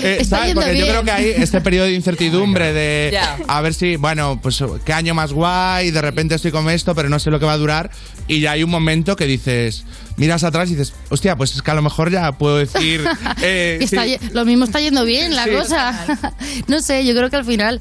Speaker 3: Que, eh,
Speaker 15: Está yendo
Speaker 3: Porque yo
Speaker 15: bien.
Speaker 3: creo que hay este periodo de incertidumbre de
Speaker 15: Ya.
Speaker 3: a ver si, bueno, pues qué año más guay, de repente estoy con esto, pero no sé lo que va a durar. Y ya hay un momento que dices, miras atrás y dices, hostia, pues es que a lo mejor ya puedo decir. eh,
Speaker 14: Que está
Speaker 3: sí,
Speaker 14: ye- Lo mismo está yendo bien la
Speaker 3: Sí.
Speaker 14: cosa. no sé, yo creo que al final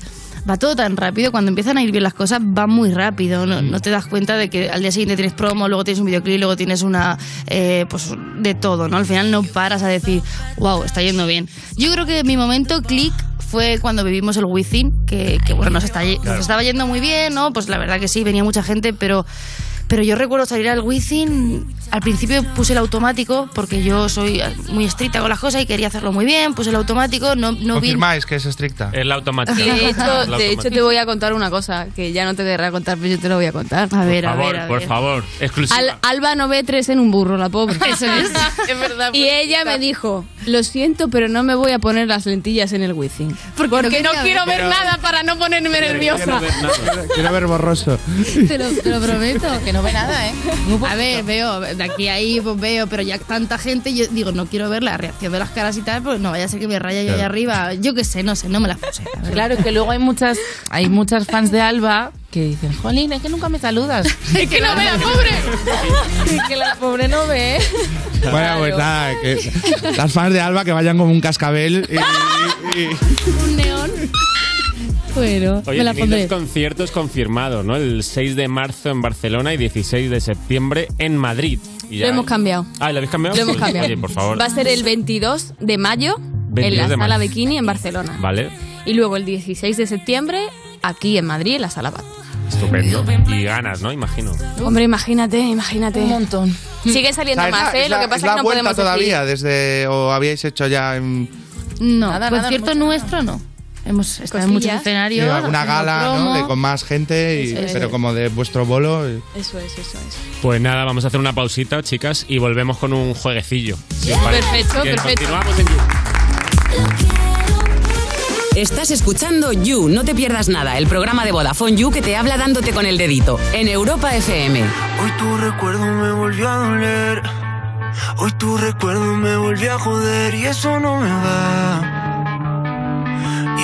Speaker 14: va todo tan rápido. Cuando empiezan a ir bien las cosas, va muy rápido. No,
Speaker 3: Mm.
Speaker 14: no te das cuenta de que al día siguiente tienes promo, luego tienes un videoclip, luego tienes una. eh, pues de todo, ¿no? Al final no paras a decir, wow, está yendo bien. Yo creo que mi momento click fue cuando vivimos el Within, que, que bueno, nos, está ye-
Speaker 15: Claro.
Speaker 14: nos estaba yendo muy bien, ¿no? Pues la verdad que sí, venía mucha gente, pero. Pero yo recuerdo salir al Wizzing, al principio puse el automático porque yo soy muy estricta con las cosas y quería hacerlo muy bien, puse el automático, no, no vi...
Speaker 3: Confirmáis que es estricta.
Speaker 4: Es la automática.
Speaker 18: Y de hecho,
Speaker 4: La
Speaker 18: de hecho,
Speaker 4: automática.
Speaker 18: te voy a contar una cosa que ya no te querrá contar, pero yo te lo voy a contar. A ver,
Speaker 4: por favor, por favor, exclusiva.
Speaker 18: Al- Alba no ve tres en un burro, la pobre.
Speaker 14: Eso es.
Speaker 18: y ella me dijo, lo siento, pero no me voy a poner las lentillas en el wifi. Porque, no quiero ver
Speaker 3: Pero-
Speaker 18: nada para no ponerme nerviosa.
Speaker 3: Quiero ver borroso.
Speaker 14: Te lo, te lo prometo.
Speaker 29: que no ve nada, ¿eh?
Speaker 14: A ver, veo, de aquí a ahí pues veo, pero ya tanta gente, yo digo, no quiero ver la reacción de las caras y tal, porque no vaya a ser que me raya yo
Speaker 29: Claro.
Speaker 14: allá arriba. Yo qué sé, no sé, no me las puse.
Speaker 29: Claro, que luego hay muchas, hay muchas fans de Alba que dicen, jolín, es que nunca me saludas.
Speaker 18: es que no ve la pobre.
Speaker 29: es que la pobre no ve.
Speaker 3: Bueno, pues nada, que las fans de Alba que vayan como un cascabel. y- y-
Speaker 18: Un neón. Bueno,
Speaker 4: Oye,
Speaker 18: me la
Speaker 4: tenéis
Speaker 18: pondré.
Speaker 4: dos conciertos confirmados, ¿no? El 6 de marzo en Barcelona y 16 de septiembre en Madrid. Y
Speaker 18: Lo
Speaker 4: ya-
Speaker 18: hemos cambiado.
Speaker 4: Ah, ¿lo habéis cambiado?
Speaker 18: Lo hemos
Speaker 4: Pues,
Speaker 18: cambiado.
Speaker 4: Oye, por favor.
Speaker 18: Va a ser el 22 de mayo
Speaker 4: 22
Speaker 18: en la
Speaker 4: de
Speaker 18: sala
Speaker 4: mayo.
Speaker 18: Bikini en Barcelona.
Speaker 4: Vale,
Speaker 18: Y luego el 16 de septiembre aquí en Madrid en la sala Bat.
Speaker 4: estupendo. Y ganas, ¿no? Imagino.
Speaker 18: Hombre, imagínate, imagínate. Un
Speaker 29: montón.
Speaker 18: Sigue saliendo
Speaker 3: ¿Sabes?
Speaker 18: más, ¿eh?
Speaker 3: Es la-
Speaker 18: Lo que
Speaker 3: es
Speaker 18: pasa
Speaker 3: la
Speaker 18: es que no
Speaker 3: vuelta
Speaker 18: podemos
Speaker 3: todavía desde o habíais hecho ya en
Speaker 14: No, concierto nuestro no. Hemos estado en muchos
Speaker 18: Cosillas.
Speaker 14: escenarios.
Speaker 3: en alguna
Speaker 14: haciendo
Speaker 3: gala ¿no?
Speaker 14: promo.
Speaker 3: de- con más gente, y-
Speaker 14: Eso es.
Speaker 3: pero como de vuestro bolo. eh, y-
Speaker 18: Eso es, eso es.
Speaker 4: Pues nada, vamos a hacer una pausita, chicas, y volvemos con un jueguecillo. si os parece.
Speaker 18: Perfecto,
Speaker 4: Bien,
Speaker 18: perfecto.
Speaker 4: Continuamos en You.
Speaker 8: Estás escuchando You, no te pierdas nada, el programa de Vodafone You que te habla dándote con el dedito, en Europa FM.
Speaker 31: Hoy tu recuerdo me volvió a doler. Hoy tu recuerdo me volvió a joder. Y eso no me va. Y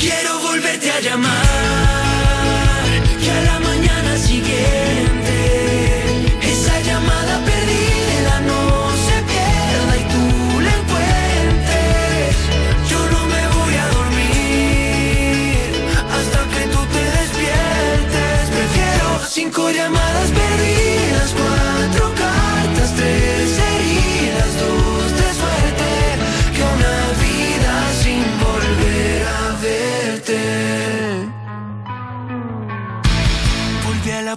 Speaker 16: Quiero volverte a llamar y a la mañana siguiente esa llamada perdida no se pierda y tú la encuentres. Yo no me voy a dormir hasta que tú te despiertes. Prefiero cinco llamadas perdidas, cuatro cartas, tres heridas, dos de suerte que una vida sin volver a verte. Volví a la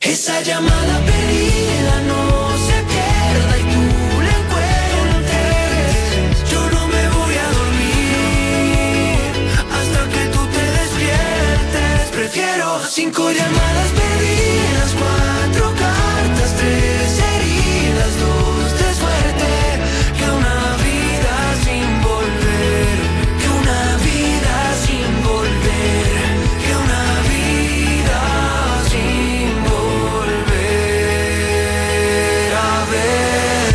Speaker 16: esa llamada perdida no se pierda y tú la encuentres. Yo no me voy a dormir hasta que tú te despiertes. Prefiero cinco llamadas perdidas, cuatro cartas, tres heridas, dos de suerte que una vida sin volver, que una vida sin volver, que una vida sin volver a ver.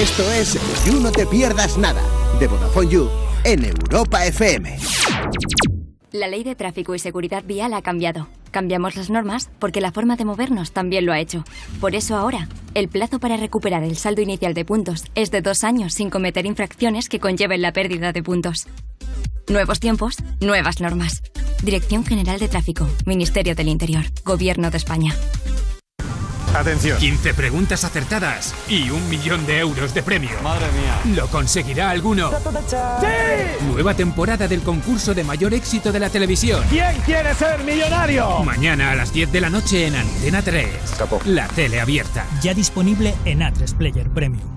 Speaker 5: Esto es You No Te Pierdas Nada de Vodafone You en Europa FM.
Speaker 32: La ley de tráfico y seguridad vial ha cambiado. Cambiamos las normas porque la forma de movernos también lo ha hecho. Por eso ahora, el plazo para recuperar el saldo inicial de puntos es de dos años sin cometer infracciones que conlleven la pérdida de puntos. Nuevos tiempos, nuevas normas. Dirección General de Tráfico, Ministerio del Interior, Gobierno de España.
Speaker 1: Atención. 15 preguntas acertadas y un millón de euros de premio. Madre mía. ¿Lo conseguirá alguno? Nueva temporada del concurso de mayor éxito de la televisión.
Speaker 22: ¿Quién quiere ser millonario?
Speaker 1: Mañana a las 10 de la noche en Antena 3. La tele abierta.
Speaker 33: Ya disponible en A3 Player Premium.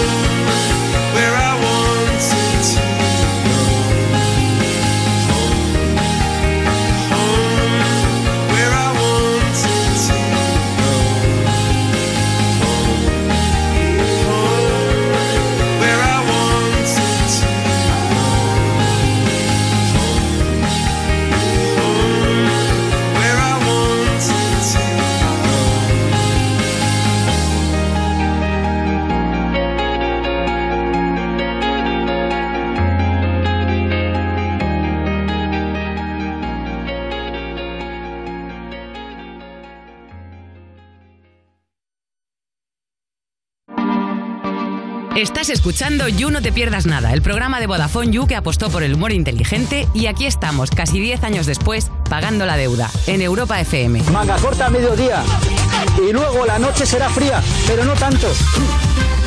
Speaker 16: Where I wanted to go. Home, home, where I wanted to go. Home, home, where I wanted to go. Home, home, where I wanted to go.
Speaker 8: Estás escuchando You No Te Pierdas Nada, el programa de Vodafone You que apostó por el humor inteligente y aquí estamos, casi 10 años después, pagando la deuda, en Europa FM.
Speaker 13: Manga corta a mediodía. Y luego la noche será fría, pero no tanto.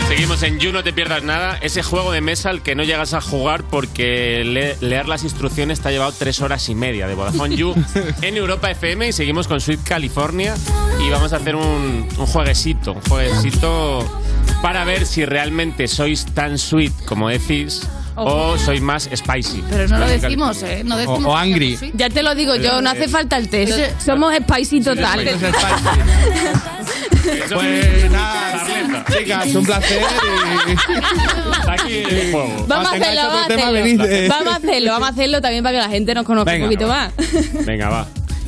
Speaker 4: Seguimos en You, no te pierdas nada. Ese juego de mesa al que no llegas a jugar porque le- leer las instrucciones te ha llevado tres horas y media de Vodafone You en Europa FM y seguimos con Sweet California y vamos a hacer un, un jueguecito, un jueguecito para ver si realmente sois tan sweet como decís
Speaker 14: Ojo.
Speaker 4: o sois más spicy.
Speaker 14: Pero no lo decimos, ¿eh? No decimos
Speaker 4: O- o angry.
Speaker 14: Sí.
Speaker 18: Ya te lo digo yo, no hace falta el test. Somos spicy total.
Speaker 16: Pues nada, chicas, un placer. y- y-
Speaker 18: Vamos a
Speaker 16: Cuando tengáis
Speaker 18: hacerlo, vamos a
Speaker 16: otro tema,
Speaker 18: hacerlo.
Speaker 16: venid, eh.
Speaker 18: Vamos a hacerlo, vamos a hacerlo también para que la gente nos conozca
Speaker 4: Venga,
Speaker 18: un poquito
Speaker 4: va.
Speaker 18: más.
Speaker 4: Venga, va.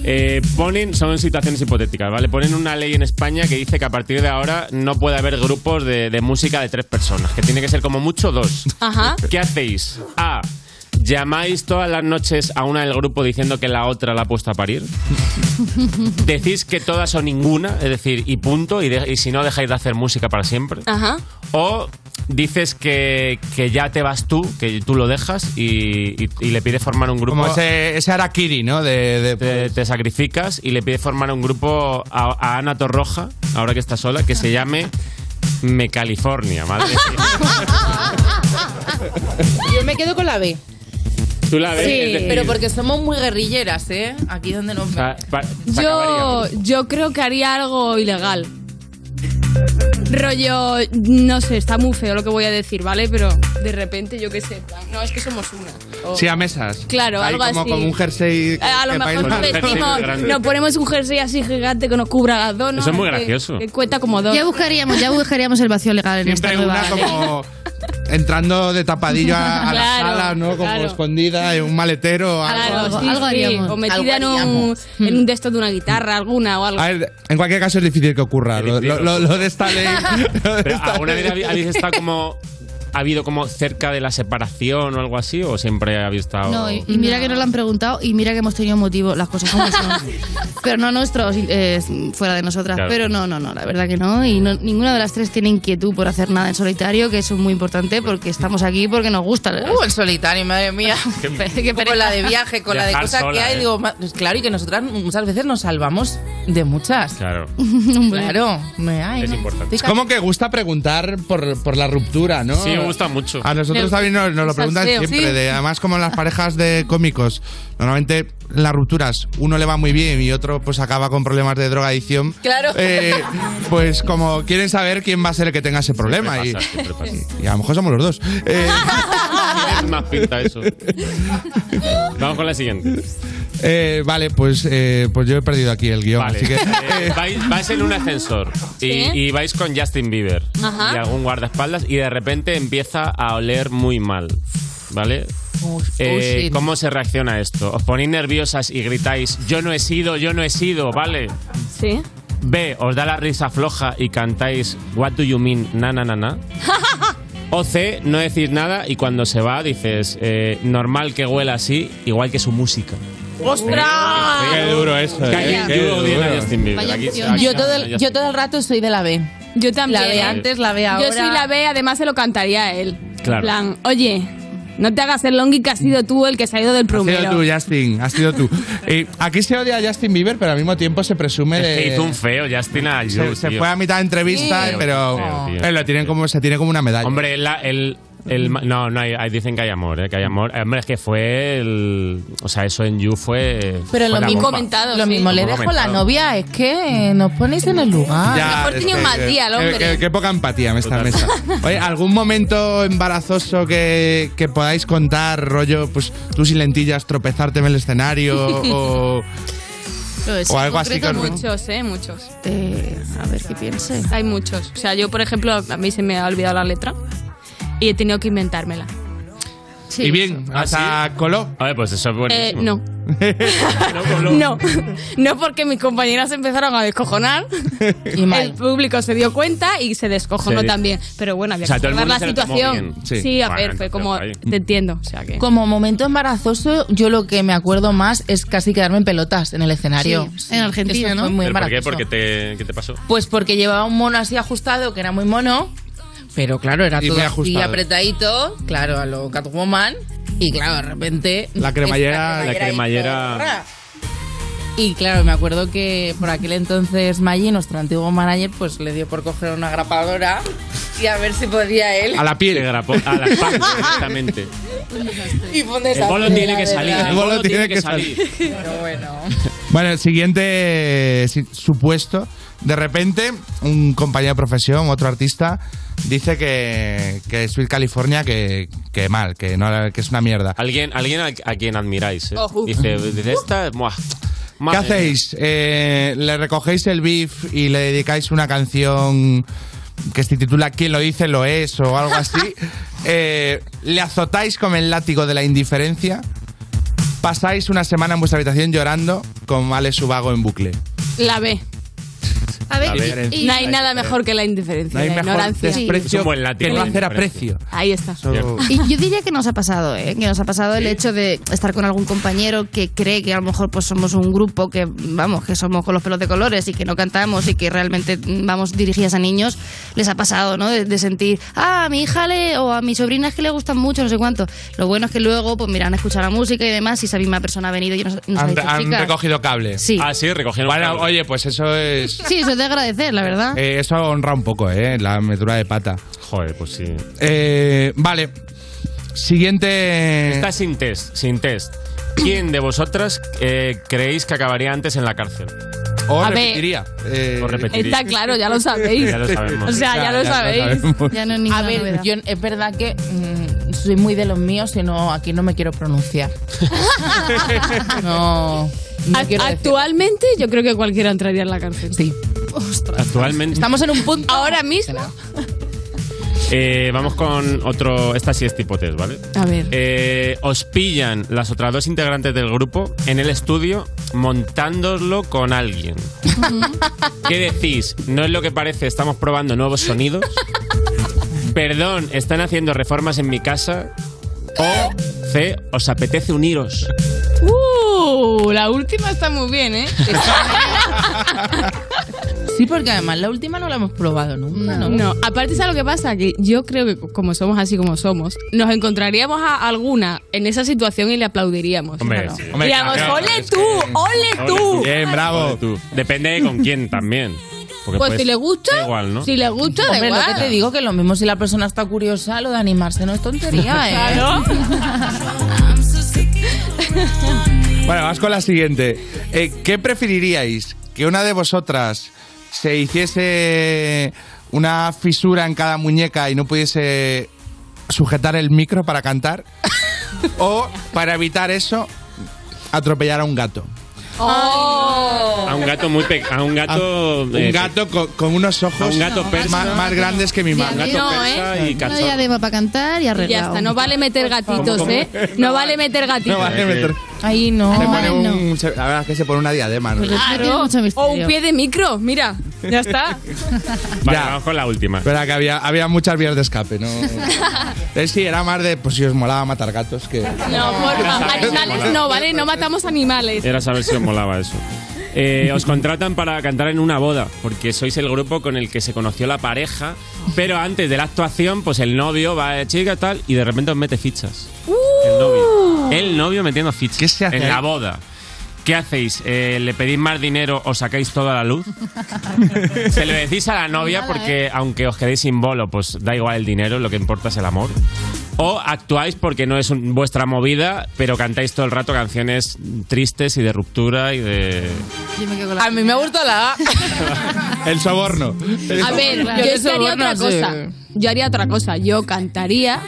Speaker 4: Eh, ponen, son situaciones hipotéticas, ¿vale? Ponen una ley en España que dice que a partir de ahora no puede haber grupos de, de música de tres personas, que tiene que ser como mucho dos.
Speaker 28: Ah.
Speaker 18: Ajá.
Speaker 4: ¿Qué hacéis? A. ¿Llamáis todas las noches a una del grupo diciendo que la otra la ha puesto a parir? ¿Decís que todas o ninguna? Es decir, y punto, y, de- y si no, dejáis de hacer música para siempre.
Speaker 18: Ajá.
Speaker 4: O dices que, que ya te vas tú, que tú lo dejas y, y- y le pides formar un grupo.
Speaker 3: Como
Speaker 4: ese, Arakiri, ¿no? pues, te, te sacrificas y le pides formar un grupo a, a Ana Torroja, ahora que está sola, que se llame Me California, ¿vale?
Speaker 29: Yo me quedo con la B.
Speaker 4: Tú la ves. es decir,
Speaker 29: pero porque somos muy guerrilleras, ¿eh? Aquí donde nos
Speaker 4: o sea, pa- se acabaría.
Speaker 18: Yo, yo creo que haría algo ilegal. Rollo, no sé, está muy feo lo que voy a decir, ¿vale? Pero de repente, yo qué sé, en plan, no, es que somos una. O-
Speaker 3: Sí, a mesas.
Speaker 18: Claro,
Speaker 3: Ahí
Speaker 18: algo
Speaker 3: como,
Speaker 18: así.
Speaker 3: Como un jersey.
Speaker 18: Eh, A lo
Speaker 3: que
Speaker 18: mejor nos
Speaker 3: parece-
Speaker 18: vestimos, nos ponemos un jersey así gigante que nos cubra las dos, ¿no?
Speaker 3: Eso es muy
Speaker 18: Que-
Speaker 3: gracioso.
Speaker 18: Que, cuenta como dos.
Speaker 14: Ya buscaríamos, ya buscaríamos el vacío legal en
Speaker 3: Siempre
Speaker 14: esta nueva
Speaker 3: una como entrando de tapadillo a, a
Speaker 14: Claro,
Speaker 3: la sala, ¿no? Como escondida en un maletero.
Speaker 18: Claro,
Speaker 3: algo.
Speaker 18: Pues sí, sí. O metida en
Speaker 29: Algo
Speaker 18: un, en un de estos de una guitarra alguna o algo.
Speaker 3: A ver, en cualquier caso es difícil que ocurra. Lo, lo- lo- lo de esta ley.
Speaker 4: Pero, ¿Alguna vez habéis- habéis estado como... ¿Ha habido como cerca de la separación o algo así? ¿O siempre habéis estado...?
Speaker 14: No, y, y mira que nos lo han preguntado y mira que hemos tenido motivo, las cosas como son. pero no nuestros, eh, fuera de nosotras.
Speaker 4: Claro.
Speaker 14: Pero no, no, no, la verdad que no. Y no- ninguna de las tres tiene inquietud por hacer nada en solitario, que eso es muy importante porque estamos aquí porque nos gusta.
Speaker 29: Uh, en solitario, madre mía. con la de viaje, con la de
Speaker 14: Viajar
Speaker 29: cosas que
Speaker 14: sola,
Speaker 29: hay,
Speaker 14: ¿eh?
Speaker 29: digo, ma- pues claro, y que nosotras muchas veces nos salvamos de muchas.
Speaker 4: Claro.
Speaker 29: Claro, me ay,
Speaker 4: ¿eh?
Speaker 29: no.
Speaker 3: Es como que gusta preguntar por, por la ruptura, ¿no?
Speaker 4: Sí, me gusta mucho.
Speaker 3: A nosotros
Speaker 4: Me-
Speaker 3: también nos, nos lo preguntan
Speaker 4: Salseo.
Speaker 3: siempre.
Speaker 4: Sí.
Speaker 3: de- además, como en las parejas de cómicos, normalmente en las rupturas uno le va muy bien y otro pues acaba con problemas de drogadicción.
Speaker 29: Claro.
Speaker 3: Eh, pues como quieren saber quién va a ser el que tenga ese problema. Y,
Speaker 4: pasa, siempre
Speaker 3: y- y a lo mejor somos los dos. Eh,
Speaker 4: Tiene más pinta eso. Vamos con la siguiente.
Speaker 3: eh, vale, pues, eh, pues yo he perdido aquí el guión.
Speaker 4: Vale.
Speaker 3: Así que,
Speaker 4: Eh, vais, vais en un ascensor y,
Speaker 18: Sí.
Speaker 4: y vais con Justin Bieber
Speaker 18: Ajá.
Speaker 4: y algún guardaespaldas y de repente empieza a oler muy mal. ¿Vale? Eh,
Speaker 18: sí.
Speaker 4: ¿Cómo se reacciona a esto? ¿Os ponéis nerviosas y gritáis, yo no he sido, yo no he sido, ¿vale?
Speaker 18: Sí.
Speaker 4: B, os da la risa floja y cantáis, what do you mean, na na na na. O C, no decís nada y cuando se va dices, eh, normal que huela así, igual que su música.
Speaker 29: ¡Ostras!
Speaker 4: Qué duro eso.
Speaker 29: eh, qué
Speaker 4: yo odio
Speaker 29: duro.
Speaker 4: a Justin Bieber.
Speaker 29: Vaya
Speaker 4: Aquí-
Speaker 29: opción.
Speaker 4: aquí-
Speaker 29: yo, todo el,
Speaker 4: Justin
Speaker 29: yo todo el rato soy de la B.
Speaker 18: Yo también.
Speaker 29: La B antes, la B ahora.
Speaker 18: Yo soy la B, además se lo cantaría a él.
Speaker 3: Claro.
Speaker 18: En plan, oye, no te hagas el longi que has sido tú el que se ha ido del
Speaker 3: Has sido
Speaker 18: primero.
Speaker 3: tú, Justin. Has sido tú. Eh, aquí se odia a Justin Bieber, pero al mismo tiempo se presume
Speaker 4: Es
Speaker 3: de.
Speaker 4: que hizo un feo Justin a
Speaker 3: Eh, se,
Speaker 4: You,
Speaker 3: se
Speaker 4: tío.
Speaker 3: fue a mitad de entrevista,
Speaker 4: Sí.
Speaker 3: pero
Speaker 4: Feo, tío.
Speaker 3: eh, lo tienen como, se tiene como una medalla.
Speaker 4: Hombre, el, el- el- no, no, hay- hay- dicen que hay amor, eh, que hay amor. Eh, Hombre, es que fue el... O sea, eso en You fue...
Speaker 29: Pero
Speaker 4: fue
Speaker 29: lo
Speaker 4: la
Speaker 29: mismo,
Speaker 4: bomba.
Speaker 29: lo mismo le
Speaker 4: Lo
Speaker 29: dejo a la
Speaker 4: comentado.
Speaker 29: novia, es que eh, nos ponéis en el lugar.
Speaker 3: es que- eh, Qué, qué poca empatía en esta mesa. Oye, ¿algún momento embarazoso que, que podáis contar, rollo, pues tú sin lentillas, tropezarte en el escenario o, o algo así? que os-
Speaker 18: Muchos, eh, muchos.
Speaker 29: Eh,
Speaker 14: a ver qué piense.
Speaker 18: Hay muchos. O sea, yo, por ejemplo, a mí se me ha olvidado la letra y he tenido que inventármela.
Speaker 3: y bien, hasta coló.
Speaker 4: A ver, pues eso es
Speaker 18: Eh, no. No, no porque mis compañeras empezaron a descojonar. el público se dio cuenta y se descojonó
Speaker 4: Sí.
Speaker 18: también. Pero bueno, había
Speaker 4: O sea,
Speaker 18: que
Speaker 4: todo el
Speaker 18: observar
Speaker 4: mundo
Speaker 18: la
Speaker 4: se lo tomó
Speaker 18: situación.
Speaker 4: bien.
Speaker 18: Sí,
Speaker 4: Sí.
Speaker 18: a
Speaker 4: Bueno,
Speaker 18: ver, fue
Speaker 4: entonces,
Speaker 18: como
Speaker 4: ahí.
Speaker 18: te entiendo. O sea que.
Speaker 29: Como momento embarazoso, yo lo que me acuerdo más es casi quedarme en pelotas en el escenario.
Speaker 14: Sí, en Argentina,
Speaker 29: Eso
Speaker 14: ¿no?
Speaker 29: fue muy
Speaker 4: ¿Pero por qué? ¿Por
Speaker 29: embarazoso.
Speaker 4: qué te, qué te pasó?
Speaker 29: Pues porque llevaba un mono así ajustado, que era muy mono, pero claro, era
Speaker 4: Y
Speaker 29: todo
Speaker 4: muy
Speaker 29: así
Speaker 4: ajustado.
Speaker 29: apretadito, claro, a lo Catwoman, y claro, de repente...
Speaker 4: La cremallera-
Speaker 29: esta
Speaker 4: La cremallera-
Speaker 29: ahí, ¡ra! Y claro, me acuerdo que por aquel entonces Maggi, nuestro antiguo manager, pues le dio por coger una grapadora y a ver si podía él.
Speaker 4: A la piel. a la espalda, directamente.
Speaker 29: Y fue un
Speaker 4: El
Speaker 29: desastre,
Speaker 4: bolo tiene
Speaker 29: la
Speaker 4: que salir.
Speaker 29: verdad.
Speaker 4: El bolo tiene que salir.
Speaker 29: Pero bueno.
Speaker 3: Bueno, el siguiente eh, si- supuesto. De repente, un compañero de profesión, otro artista, dice que, que Sweet California que, que mal, que, Eh, no, que es una mierda.
Speaker 4: Alguien, alguien a, a quien admiráis. ¿eh?
Speaker 3: Ojo.
Speaker 4: Dice, dice, esta, muah,
Speaker 3: ¿Qué
Speaker 4: madre
Speaker 3: hacéis? Eh, ¿Le recogéis el beef y le dedicáis una canción que se titula ¿Quién lo dice lo es? o algo así? Eh, ¿Le azotáis con el látigo de la indiferencia? ¿Pasáis una semana en vuestra habitación llorando con Vale Subago en bucle?
Speaker 18: La B.
Speaker 14: A
Speaker 3: ver, ver, y- y-
Speaker 18: no hay
Speaker 3: ahí-
Speaker 18: nada
Speaker 3: ahí-
Speaker 18: mejor que la indiferencia,
Speaker 3: No hay
Speaker 18: la
Speaker 3: mejor
Speaker 18: ignorancia.
Speaker 3: desprecio que no hacer aprecio.
Speaker 18: Ahí está.
Speaker 14: Y yo diría que nos ha pasado, ¿eh? Que nos ha pasado el hecho de estar con algún compañero que cree que a lo mejor pues somos un grupo que, vamos, que somos con los pelos de colores y que no cantamos y que realmente mm, vamos dirigidas a niños. Les ha pasado, ¿no? De, de sentir, ah, a mi hija le, o a mi sobrina es que le gustan mucho, no sé cuánto. Lo bueno es que luego, pues mira, han escuchado la música y demás y esa misma persona ha venido y nos, nos ha
Speaker 3: Han,
Speaker 14: dicho,
Speaker 3: han
Speaker 14: "Chicas".
Speaker 3: recogido cable.
Speaker 14: Sí.
Speaker 4: Ah, sí, recogieron
Speaker 3: Bueno, oye, pues eso es...
Speaker 14: Sí, eso es de agradecer, la verdad.
Speaker 3: Eh, eso honra un poco, ¿eh? La metura de pata. Eh,
Speaker 4: Joder, pues sí.
Speaker 3: vale. Siguiente.
Speaker 4: Está sin test, sin test. ¿Quién de vosotras eh, creéis que acabaría antes en la cárcel?
Speaker 3: O Eh,
Speaker 18: A ver. repetiría.
Speaker 4: O repetiría.
Speaker 18: Está claro, ya lo sabéis.
Speaker 4: Ya lo sabemos.
Speaker 18: O sea, ya,
Speaker 4: Ya,
Speaker 18: lo
Speaker 4: ya lo
Speaker 18: sabéis.
Speaker 4: sabemos.
Speaker 14: Ya no es
Speaker 29: A ver, yo es verdad que mm, soy muy de los míos, sino aquí no me quiero pronunciar. no. no
Speaker 18: Act-
Speaker 29: quiero decir-
Speaker 18: Actualmente yo creo que cualquiera entraría en la cárcel.
Speaker 29: Sí.
Speaker 4: Actualmente.
Speaker 29: Estamos en un punto.
Speaker 18: Ahora mismo.
Speaker 4: Eh, vamos con otro. Esta sí es tipo test, ¿vale?
Speaker 18: A ver.
Speaker 4: Eh, os pillan las otras dos integrantes del grupo en el estudio montándoslo con alguien. ¿Qué decís? No es lo que parece, estamos probando nuevos sonidos. Perdón, están haciendo reformas en mi casa. O C, os apetece uniros.
Speaker 29: Uh, la última está muy bien, ¿eh? sí, porque además la última no la hemos probado nunca, ¿no?
Speaker 18: No, aparte ¿sabes lo que pasa? Que yo creo que como somos así como somos, nos encontraríamos a alguna en esa situación y le aplaudiríamos.
Speaker 4: Hombre, sí. Hombre,
Speaker 18: Diríamos,
Speaker 4: claro,
Speaker 18: ole
Speaker 4: es
Speaker 18: tú, ole tú.
Speaker 4: Bien, bravo. Depende de con quién también. Porque
Speaker 29: Pues,
Speaker 4: puedes-
Speaker 29: si le gusta,
Speaker 4: da igual, ¿no?
Speaker 29: Si le gusta,
Speaker 4: da
Speaker 29: Hombre,
Speaker 4: igual.
Speaker 29: lo que te digo que lo mismo si la persona está curiosa, lo de animarse no es tontería, ¿eh?
Speaker 18: Claro.
Speaker 3: Bueno, vas con la siguiente. Eh, ¿Qué preferiríais? ¿Que una de vosotras se hiciese una fisura en cada muñeca y no pudiese sujetar el micro para cantar? ¿O para evitar eso, atropellar a un gato?
Speaker 4: A un gato muy pequeño. A un gato.
Speaker 3: Un gato con, con unos ojos
Speaker 4: A un gato persa.
Speaker 3: más, más grandes que mi
Speaker 4: Ya
Speaker 3: mano.
Speaker 4: Un gato no, persa ¿eh? y
Speaker 14: No ya debo para cantar y
Speaker 18: Ya
Speaker 14: arreglado.
Speaker 18: está, no vale meter gatitos,
Speaker 3: favor.
Speaker 18: ¿eh? No vale meter gatitos.
Speaker 3: No vale meter.
Speaker 29: Ahí no.
Speaker 3: Se pone un, se- la verdad es que se pone una diadema.
Speaker 18: Pues
Speaker 3: ¿no?
Speaker 18: Claro. O un pie de micro, mira. Ya está.
Speaker 4: Vale, vamos con la última.
Speaker 3: Pero que había, había muchas vías de escape, ¿no? Eh, sí, era más de, pues si os molaba matar gatos que...
Speaker 18: No, por favor. Animales no, ¿vale? No matamos animales.
Speaker 4: Era saber si os molaba eso. Eh, os contratan para cantar en una boda, porque sois el grupo con el que se conoció la pareja, pero antes de la actuación, pues el novio va de chica tal, y de repente os mete fichas. El novio. El novio metiendo fichas. En la boda. ¿Qué hacéis? Eh, ¿Le pedís más dinero o sacáis toda la luz? Se lo decís a la novia
Speaker 18: ¿eh?
Speaker 4: porque aunque os quedéis sin bolo, pues da igual el dinero, lo que importa es el amor. O actuáis porque no es un- vuestra movida, pero cantáis todo el rato canciones tristes y de ruptura y de...
Speaker 29: A mí me gusta la A.
Speaker 3: El soborno.
Speaker 18: A ver,
Speaker 29: Claro.
Speaker 18: yo
Speaker 29: Yo
Speaker 18: es que
Speaker 29: soborno,
Speaker 18: haría otra cosa. Yo haría otra cosa. Yo cantaría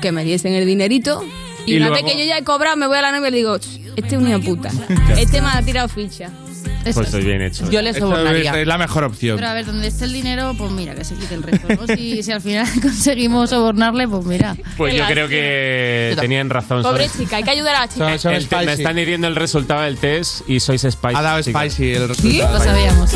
Speaker 18: que me diesen el dinerito. Y,
Speaker 29: Y
Speaker 18: una
Speaker 29: luego-
Speaker 18: vez que yo ya he cobrado, me voy a la novia y le digo, "Ch, este es un hijo de puta. Este me ha tirado ficha.
Speaker 4: Pues estoy bien hecho.
Speaker 29: Yo le
Speaker 3: Esto
Speaker 29: sobornaría.
Speaker 3: Es, es la mejor opción.
Speaker 14: Pero a ver, donde esté el dinero, pues mira, que se quite el resto. ¿no? Si, si al final conseguimos sobornarle, pues mira.
Speaker 4: Pues yo creo que tenían razón. son-
Speaker 18: Pobre chica, hay que ayudar a la chica.
Speaker 4: El- el- me están diciendo el resultado del test y sois spicy. Ha dado
Speaker 3: spicy el
Speaker 18: Sí, lo sabíamos.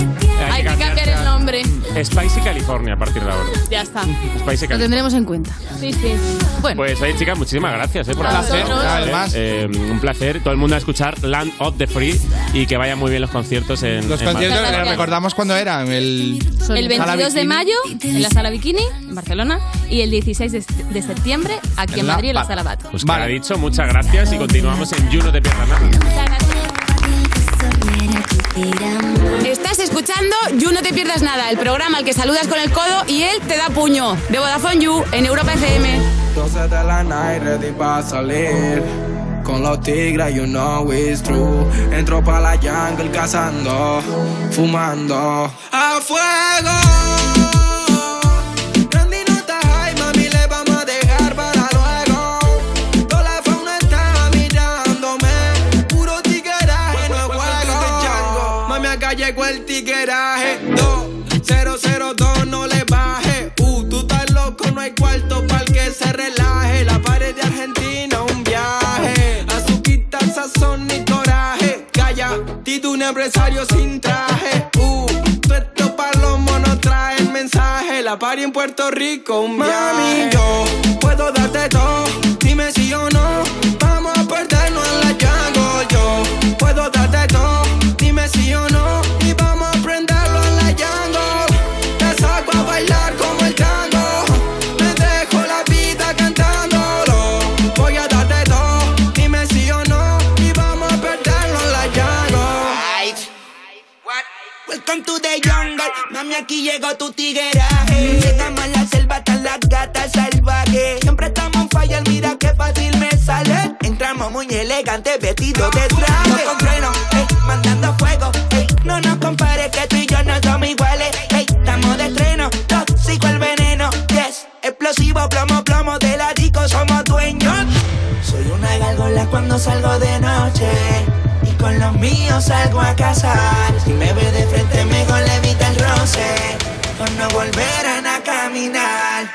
Speaker 18: Hay que cambiar el nombre.
Speaker 4: Spicy California a partir de ahora.
Speaker 18: Ya está.
Speaker 4: Spicy
Speaker 14: Lo
Speaker 4: California.
Speaker 14: tendremos en cuenta.
Speaker 18: Sí, sí. Bueno.
Speaker 4: Pues oye, chicas, muchísimas gracias eh, por
Speaker 14: A
Speaker 4: hacer.
Speaker 14: vosotros.
Speaker 3: Además.
Speaker 4: un placer. Todo el mundo a escuchar Land of the Free y que vayan muy bien los conciertos en
Speaker 3: Los
Speaker 4: en
Speaker 3: conciertos,
Speaker 4: Madrid.
Speaker 3: eh, recordamos cuándo eran. El,
Speaker 18: El
Speaker 3: Sala
Speaker 18: 22 de
Speaker 3: Bikini.
Speaker 18: mayo en la Sala Bikini, en Barcelona, y el 16 de, de septiembre aquí en
Speaker 4: En la
Speaker 18: Madrid en la
Speaker 4: Pat.
Speaker 18: Sala Bat.
Speaker 4: Pues vale. dicho, muchas gracias y continuamos en You No Te Pierdas Nada.
Speaker 8: Estás escuchando You No Te Pierdas Nada, el programa al que saludas con el codo y él te da puño. De Vodafone You en Europa FM.
Speaker 34: 12 de la night, ready para salir. Con los tigres, you know it's true. Entro pa' la jungle cazando, fumando. ¡A fuego! Randy no está high, mami, le vamos a dejar para luego. Toda la fauna está mirándome. Puro tigueraje, no es juego. Mami, acá llegó el tigueraje. 2002, no le baje. Uh, tú estás loco, no hay cuarto para que se relaje. La pared de Argentina, un viaje. Azuquita, sazón y coraje. Calla, tito un empresario sin traje. Uh, tú estos palomos no traen mensaje. La pared en Puerto Rico, un viaje. Mami, yo puedo darte todo. Dime si o no. Vamos a perdernos en la jungle. Yo puedo darte todo. Dime si o no. Y vamos a prenderlo en la jungle. Te saco a bailar como el tango. Me dejo la vida cantándolo. Voy a darte todo, dime si o no. Y vamos a perderlo en la jungle.
Speaker 35: Welcome to the jungle, mami aquí llegó tu tigueraje. Llegan más la selva, están las gatas salvajes. Siempre estamos on fire, mira qué fácil me sale. Entramos muy elegantes, vestidos de traje. No con freno, ey, mandando fuego, ey. No nos compares que tú y yo no somos iguales, ey. Estamos de estreno, tóxico el veneno, yes. Explosivo, plomo, plomo, de la disco somos dueños. Soy una gárgola cuando salgo de noche. Y con los míos salgo a cazar. Si me ve de frente, mejor le evita el roce. O no volverán a caminar.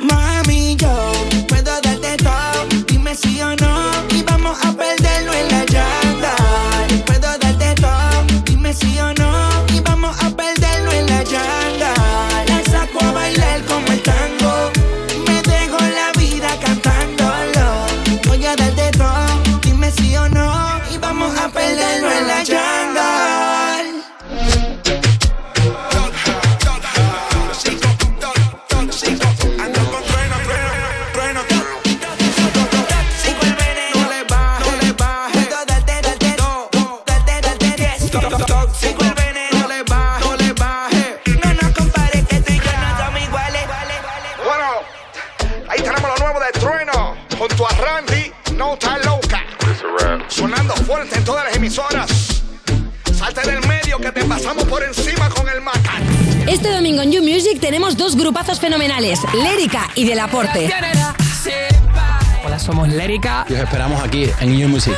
Speaker 35: Mami, yo puedo darte todo. Dime sí o no. Y vamos a perderlo en la llanta. Puedo darte todo. Dime sí o no. Y vamos a perderlo en la llanta. La saco a bailar como el tango. Me dejo la vida cantándolo. Voy a darte todo, dime sí o no. Y vamos a perderlo en la jungle. Tóxico el veneno, no le baje, no le baje. No nos compares que tú y yo no somos iguales.
Speaker 34: Bueno, ahí tenemos lo nuevo de Trueno junto a Randy, No está loca. Sonando fuerte en todas las emisoras. Salte del medio que te pasamos por encima con el macaco.
Speaker 9: Este domingo en You Music tenemos dos grupazos fenomenales, Lérica y Del Aporte.
Speaker 7: Hola, somos Lérica. Y os esperamos aquí en New Music.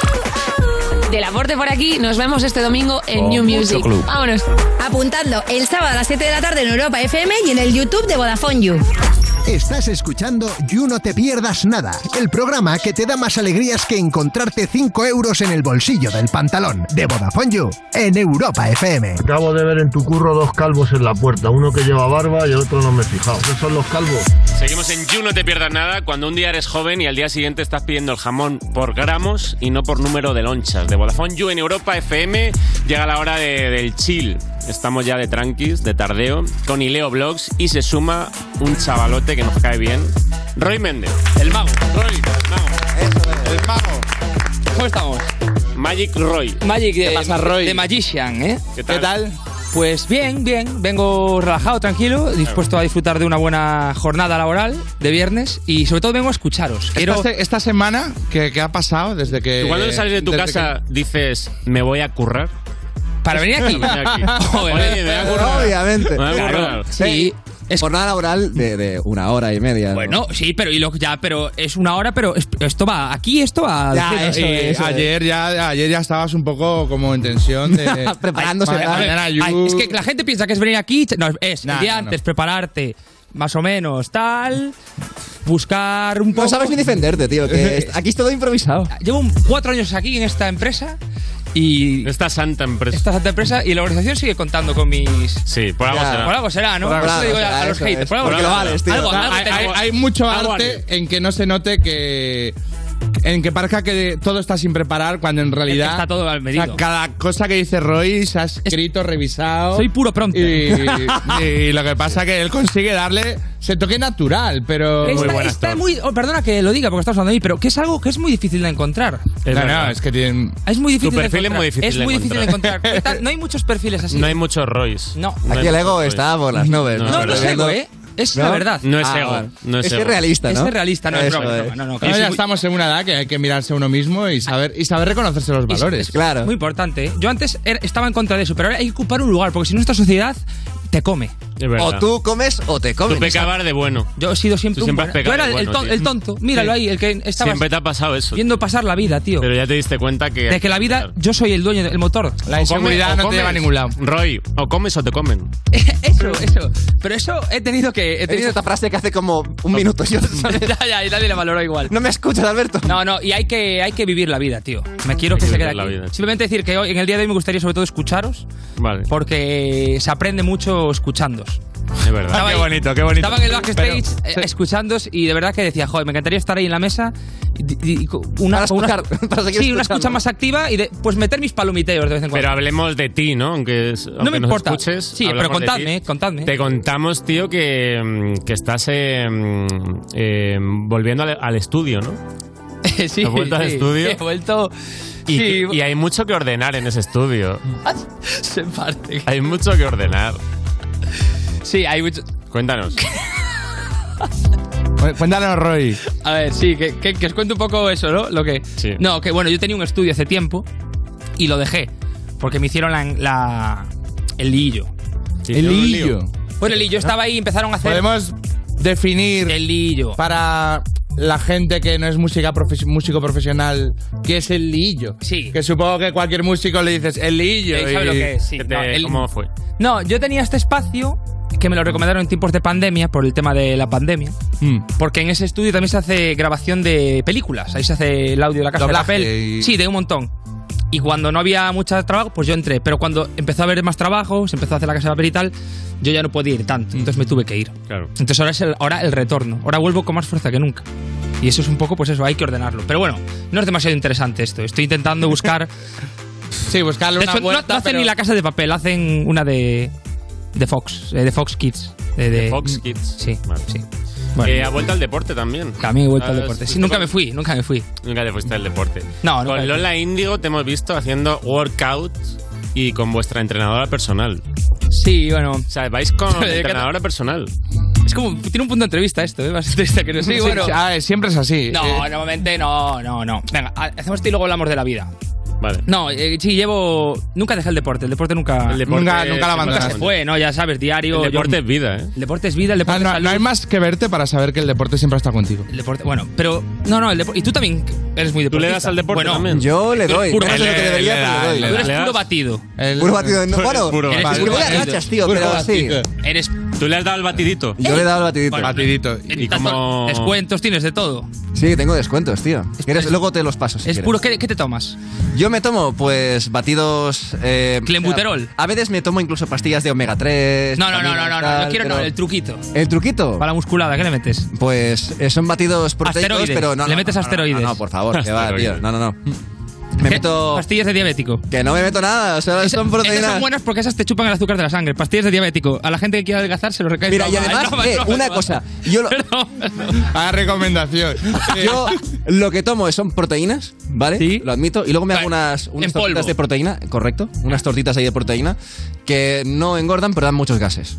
Speaker 18: Del aporte por aquí, nos vemos este domingo en
Speaker 7: Con
Speaker 18: New
Speaker 7: Oh, mucho
Speaker 18: Music.
Speaker 7: club.
Speaker 18: Vámonos.
Speaker 9: Apuntadlo el sábado a las 7 de la tarde en Europa FM y en el YouTube de Vodafone You.
Speaker 5: Estás escuchando You No Te Pierdas Nada, el programa que te da más alegrías que encontrarte 5 euros en el bolsillo del pantalón de Vodafone You en Europa FM.
Speaker 36: Acabo de ver en tu curro dos calvos en la puerta, uno que lleva barba y el otro no me he fijado. ¿Qué son los calvos?
Speaker 4: Seguimos en You, no te pierdas nada. Cuando un día eres joven y al día siguiente estás pidiendo el jamón por gramos y no por número de lonchas. De Vodafone You en Europa FM llega la hora de- del chill. Estamos ya de tranquis, de tardeo, con Ileo Blogs y se suma un chavalote que nos cae bien. Roy Méndez, el mago. Roy, el mago. el mago.
Speaker 22: ¿Cómo estamos?
Speaker 4: Magic Roy.
Speaker 22: Magic de,
Speaker 4: ¿Qué pasa, Roy?
Speaker 22: de Magician, ¿eh?
Speaker 4: ¿Qué tal?
Speaker 22: Pues bien, bien. Vengo relajado, tranquilo, dispuesto a disfrutar de una buena jornada laboral de viernes y sobre todo vengo a escucharos. Quiero...
Speaker 1: Esta,
Speaker 3: este-
Speaker 1: se- esta semana, ¿qué, qué ha pasado desde que.
Speaker 22: Eh,
Speaker 4: ¿Tú cuando sales de tu
Speaker 1: desde
Speaker 4: casa dices, me voy a currar?
Speaker 22: Para venir aquí. Joder.
Speaker 4: Oye, me voy a currar.
Speaker 22: Obviamente.
Speaker 4: Me voy a
Speaker 22: Claro.
Speaker 4: currar.
Speaker 22: Sí.
Speaker 7: Jornada laboral de, de una hora y media. ¿no?
Speaker 22: Bueno, sí, pero y lo- ya, pero es una hora, pero es- esto va aquí, esto va.
Speaker 1: Ya,
Speaker 22: Sí,
Speaker 1: y
Speaker 22: eh,
Speaker 1: ayer, ya, ayer ya estabas un poco como en tensión de.
Speaker 22: eh, Ay, a ver,
Speaker 1: Mañana
Speaker 22: ay,
Speaker 1: you-
Speaker 22: es que la gente piensa que es venir aquí. No, es
Speaker 1: Nah,
Speaker 22: el día
Speaker 1: no, no.
Speaker 22: antes, prepararte, más o menos, tal. Buscar un poco.
Speaker 7: No sabes ni defenderte, tío. Que es- aquí es todo improvisado.
Speaker 22: Llevo un- cuatro años aquí en esta empresa. Y
Speaker 4: esta santa empresa.
Speaker 22: Esta santa empresa y la organización sigue contando con mis.
Speaker 4: Sí, por
Speaker 1: algo será.
Speaker 22: Por algo será, ¿no?
Speaker 1: Por algo
Speaker 22: eso
Speaker 1: será,
Speaker 22: digo a-
Speaker 1: será,
Speaker 22: a los
Speaker 1: eso
Speaker 22: haters.
Speaker 1: es.
Speaker 22: Por algo
Speaker 1: Porque lo
Speaker 22: será.
Speaker 1: vales, tío.
Speaker 22: Algo, algo
Speaker 1: hay, hay-
Speaker 22: tengo.
Speaker 1: hay mucho
Speaker 22: Algo
Speaker 1: arte en que no se note que. En que parezca que todo está sin preparar, cuando en realidad.
Speaker 22: Está todo al medido.
Speaker 1: o sea, cada cosa que dice Roy se ha escrito, revisado.
Speaker 22: Soy puro pronto.
Speaker 1: Y, y lo que pasa que él consigue darle. Se toque natural, pero.
Speaker 22: Está, está muy- oh, perdona que lo diga porque estamos hablando de mí, pero que es algo que es muy difícil de encontrar.
Speaker 1: No, no, es que tienen.
Speaker 22: Ah, Es muy difícil
Speaker 1: Tu perfil
Speaker 22: de
Speaker 1: es muy
Speaker 22: encontrar.
Speaker 1: difícil de
Speaker 22: muy difícil de
Speaker 1: encontrar.
Speaker 22: encontrar. ¿Qué tal? No hay muchos perfiles así.
Speaker 4: No hay muchos Roys.
Speaker 22: No.
Speaker 7: Aquí el ego está por las nubes.
Speaker 22: No, no es ego, ¿eh? Es
Speaker 4: ¿No?
Speaker 22: la verdad.
Speaker 4: No es Ah, ego, vale. no es Es ego. realista, ¿no?
Speaker 22: Es realista, no es
Speaker 4: Eso
Speaker 22: broma.
Speaker 4: es.
Speaker 22: es broma, no, no,
Speaker 4: Y
Speaker 22: claro.
Speaker 4: si
Speaker 3: ya
Speaker 22: Es
Speaker 3: estamos en una edad que hay que mirarse a uno mismo y saber, y saber reconocerse los
Speaker 22: muy-
Speaker 3: valores.
Speaker 22: es- es Muy importante. ¿eh? Yo antes era- estaba en contra de eso, pero ahora hay que ocupar un lugar, porque si no, esta sociedad te come.
Speaker 4: verdad. O tú
Speaker 22: comes o te
Speaker 4: Tú pecabas de bueno.
Speaker 22: Yo he sido siempre
Speaker 4: Tú
Speaker 22: un
Speaker 4: siempre
Speaker 22: bueno.
Speaker 4: has pecado
Speaker 22: Yo era
Speaker 4: de
Speaker 22: el,
Speaker 4: bueno,
Speaker 22: ton-
Speaker 4: tío.
Speaker 22: el tonto. Míralo
Speaker 4: Sí.
Speaker 22: ahí, el que estaba
Speaker 4: Siempre te ha pasado eso.
Speaker 22: viendo pasar la vida, tío.
Speaker 4: Pero ya te diste cuenta que.
Speaker 22: De que la vida, yo soy el dueño del motor.
Speaker 4: O comes- o comes, Roy, o comes o te comen.
Speaker 22: Eso, eso. Pero eso he tenido que. He tenido esta frase que hace como un minuto yo. ya, ya, y nadie la valoró igual. No me escuchas, Alberto. No, no, y hay que, hay que vivir la vida, tío. Me quiero
Speaker 4: que
Speaker 22: que, se
Speaker 4: vivir
Speaker 22: quede
Speaker 4: la
Speaker 22: aquí.
Speaker 4: vida, tío.
Speaker 22: Simplemente decir que hoy, en el día de hoy me gustaría sobre todo escucharos.
Speaker 4: Vale.
Speaker 22: Porque se aprende mucho escuchándos.
Speaker 4: Es verdad.
Speaker 22: Estaba
Speaker 4: Qué
Speaker 22: ahí-
Speaker 4: bonito, qué bonito.
Speaker 22: Estaba en el backstage
Speaker 4: Pero-
Speaker 22: eh, escuchándos y de verdad que decía, joder, me encantaría estar ahí en la mesa. y- y- y con una,
Speaker 4: Para
Speaker 22: con una-
Speaker 4: escuchar, para seguir
Speaker 22: sí,
Speaker 4: escuchando.
Speaker 22: una escucha más activa y de- pues meter mis palomiteos de vez en cuando.
Speaker 4: Pero hablemos de ti, ¿no? Aunque, es- aunque
Speaker 22: me
Speaker 4: nos
Speaker 22: importa.
Speaker 4: escuches.
Speaker 22: Sí, pero
Speaker 4: hablamos de ti.
Speaker 22: contadme, contadme.
Speaker 4: Te contamos, tío, que, mm, que estás eh, mm, eh, volviendo al, al estudio, ¿no?
Speaker 22: sí,
Speaker 4: Has vuelto al
Speaker 22: sí,
Speaker 4: estudio.
Speaker 22: He vuelto.
Speaker 4: Y, y hay mucho que ordenar en ese estudio.
Speaker 22: Se parte.
Speaker 4: Hay mucho que ordenar.
Speaker 22: Sí, hay mucho.
Speaker 4: Cuéntanos.
Speaker 3: Cuéntanos, Roy.
Speaker 22: A ver, sí, que, que- que os cuento un poco eso, ¿no? Lo que, No, que bueno, yo tenía un estudio hace tiempo y lo dejé. Porque me hicieron la, la- el lillo.
Speaker 3: El lillo.
Speaker 22: Bueno, el lillo estaba ahí y empezaron a hacer.
Speaker 3: Podemos definir
Speaker 22: el lillo
Speaker 3: para la gente que no es música profe- músico profesional, ¿qué es el lillo?
Speaker 22: Sí.
Speaker 3: Que supongo que cualquier músico le dices el lillo.
Speaker 22: Sí, sabe
Speaker 3: y-
Speaker 22: lo que es, sí. Que te- No, el- ¿cómo fue? No, yo tenía este espacio que me lo recomendaron en tiempos de pandemia por el tema de la pandemia.
Speaker 3: Mm.
Speaker 22: Porque en ese estudio también se hace grabación de películas. Ahí se hace el audio de la casa
Speaker 3: Doblaje
Speaker 22: de papel.
Speaker 3: y-
Speaker 22: Sí, de un montón. Y cuando no había mucho trabajo, pues yo entré. Pero cuando empezó a haber más trabajo, se empezó a hacer la casa de papel y tal, yo ya no podía ir
Speaker 3: Mm.
Speaker 22: tanto. Entonces me tuve que ir.
Speaker 4: Claro.
Speaker 22: Entonces ahora es el, ahora el retorno. Ahora vuelvo con más fuerza que nunca. Y eso es un poco, pues eso, hay que ordenarlo. Pero bueno, no es demasiado interesante esto. Estoy intentando buscar.
Speaker 3: sí, buscarle
Speaker 22: De
Speaker 3: una
Speaker 22: hecho, no-
Speaker 3: vuelta,
Speaker 22: no, hacen
Speaker 3: pero-
Speaker 22: ni la casa de papel, hacen una de. de Fox. eh, de Fox Kids. De, de-
Speaker 4: Fox Kids.
Speaker 22: Sí, sí.
Speaker 4: Eh, ha vuelto al deporte también.
Speaker 22: También he vuelto al
Speaker 4: Ah,
Speaker 22: deporte. Sí,
Speaker 4: fuiste
Speaker 22: nunca
Speaker 4: con-
Speaker 22: me fui, nunca me fui.
Speaker 4: Nunca te fuiste al deporte.
Speaker 22: No, nunca me
Speaker 4: Con
Speaker 22: fui.
Speaker 4: Lola Índigo te hemos visto haciendo workout y con vuestra entrenadora personal.
Speaker 22: Sí, bueno.
Speaker 4: O sea, vais con
Speaker 22: Me dedico-
Speaker 4: entrenadora personal.
Speaker 22: Es como. Tiene un punto de entrevista esto, ¿eh? Más entrevista que no
Speaker 3: Sí, bueno. ah, eh, siempre es así.
Speaker 22: No,
Speaker 3: Eh,
Speaker 22: normalmente no, no, no. Venga, ha- hacemos esto y luego hablamos de la vida.
Speaker 4: Vale.
Speaker 22: No, eh, sí, llevo. Nunca dejé el deporte. El deporte nunca.
Speaker 4: El deporte Nunca- nunca lo abandonaste.
Speaker 22: se fue, ¿no? Ya sabes, diario.
Speaker 4: El deporte
Speaker 22: yo-
Speaker 4: es vida, ¿eh?
Speaker 22: El deporte es vida, el
Speaker 3: ah,
Speaker 22: deporte
Speaker 3: no,
Speaker 22: es
Speaker 3: no hay
Speaker 22: salud.
Speaker 3: más que verte para saber que el deporte siempre está contigo.
Speaker 22: El deporte, bueno, pero. No, no, el deporte. Y tú también eres muy deportista.
Speaker 3: le das al deporte
Speaker 22: Bueno,
Speaker 3: también? Yo le
Speaker 22: tú eres
Speaker 3: doy,
Speaker 15: eh,
Speaker 22: Puro,
Speaker 3: menos de lo que debería, pero le doy.
Speaker 22: Tú eres
Speaker 3: ¿Le das?
Speaker 22: puro batido.
Speaker 3: Puro batido, no,
Speaker 22: Tú eres
Speaker 3: bueno,
Speaker 22: puro
Speaker 3: eres
Speaker 22: batido.
Speaker 3: puro de rachas, tío,
Speaker 22: Puro
Speaker 3: pero
Speaker 22: batido.
Speaker 3: sí.
Speaker 22: Eres.
Speaker 4: ¿Tú le has dado el batidito?
Speaker 15: Yo le he dado el batidito.
Speaker 3: Batidito.
Speaker 4: Y como...
Speaker 22: Descuentos, tienes de todo.
Speaker 15: Sí, tengo descuentos, tío. Si quieres, luego te los paso. si
Speaker 22: Es
Speaker 15: quieres.
Speaker 22: puro. ¿Qué, qué te tomas?
Speaker 15: Yo me tomo, pues, batidos. Eh,
Speaker 22: Clenbuterol.
Speaker 15: o sea, A veces me tomo incluso pastillas de omega 3.
Speaker 22: No, no, no, no, no, no. Yo quiero no, el
Speaker 15: truquito.
Speaker 22: truquito.
Speaker 15: ¿El truquito? Para
Speaker 22: la musculada, ¿qué le metes?
Speaker 15: Pues eh, son batidos proteicos,
Speaker 22: Asteroides.
Speaker 15: pero no.
Speaker 22: Le
Speaker 15: no,
Speaker 22: metes
Speaker 15: no, no,
Speaker 22: asteroides.
Speaker 15: No, no, por favor, que va, tío.
Speaker 22: Asteroides.
Speaker 15: No, no, no. Me meto.
Speaker 22: Pastillas de diabético.
Speaker 15: Que no me meto nada, o sea, son
Speaker 22: Esas
Speaker 15: proteínas.
Speaker 22: son buenas porque esas te chupan el azúcar de la sangre. Pastillas de diabético. A la gente que quiere adelgazar se lo recae.
Speaker 15: Mira,
Speaker 22: No,
Speaker 15: y
Speaker 22: va,
Speaker 15: además,
Speaker 22: no va,
Speaker 15: eh,
Speaker 22: no va,
Speaker 15: una
Speaker 22: no va.
Speaker 15: cosa. Yo lo,
Speaker 3: Ah, recomendación.
Speaker 15: Yo lo que tomo son proteínas, ¿vale? Lo admito. Y luego me hago unas, unas
Speaker 3: en
Speaker 15: tortitas
Speaker 3: polvo.
Speaker 15: de proteína, correcto. Unas tortitas ahí de proteína que no engordan, pero dan muchos gases.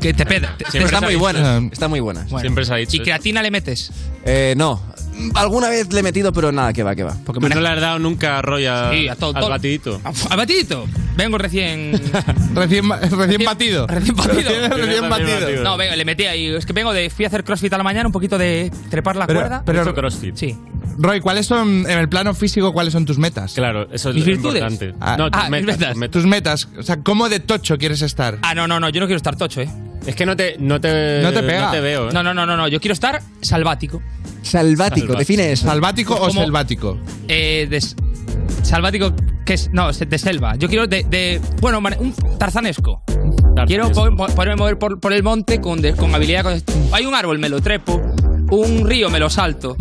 Speaker 22: Que te peda.
Speaker 15: Pero están muy buenas.
Speaker 3: Ah.
Speaker 15: Están muy buenas.
Speaker 22: Bueno.
Speaker 4: Siempre se ha dicho.
Speaker 22: ¿Y creatina le metes?
Speaker 15: Eh, no. Alguna vez le he metido, pero nada, que va, que va.
Speaker 4: Tú Pues no le has dado nunca rollo a-
Speaker 22: Sí, a todo,
Speaker 4: al
Speaker 22: todo.
Speaker 4: batidito.
Speaker 22: ¿Al batidito? Vengo recién.
Speaker 3: recién, recién batido.
Speaker 22: Recién batido.
Speaker 3: Recién- recién batido.
Speaker 22: No, vengo, le metí ahí. Es que vengo de. Fui a hacer crossfit a la mañana, un poquito de trepar la
Speaker 3: Pero-
Speaker 22: cuerda.
Speaker 3: pero- He hecho
Speaker 4: crossfit.
Speaker 22: Sí.
Speaker 3: Roy, ¿cuáles son, en el plano físico, cuáles son tus metas?
Speaker 4: Claro, eso es
Speaker 3: ¿Mis
Speaker 4: lo
Speaker 3: virtudes?
Speaker 4: importante. No, tus
Speaker 3: mis
Speaker 4: metas, tus metas.
Speaker 3: Tus metas. O sea, ¿cómo de tocho quieres estar?
Speaker 22: Ah, no, no, no, yo no quiero estar tocho, eh.
Speaker 4: Es que no te, no te,
Speaker 3: No te pega.
Speaker 4: No te veo, ¿eh?
Speaker 22: No, no, no, no, no, yo quiero estar salvático.
Speaker 15: Salvático,
Speaker 22: Salvático.
Speaker 15: define eso.
Speaker 3: ¿Salvático
Speaker 22: Pues
Speaker 3: o
Speaker 22: como-
Speaker 3: selvático?
Speaker 22: Eh, de s- salvático, que es. No, se- de selva. Yo quiero de. de- bueno, mane- un tarzanesco. Quiero po- po- poderme mover por, por el monte con, de- con habilidad. con- hay un árbol, me lo trepo. Un río me lo salto.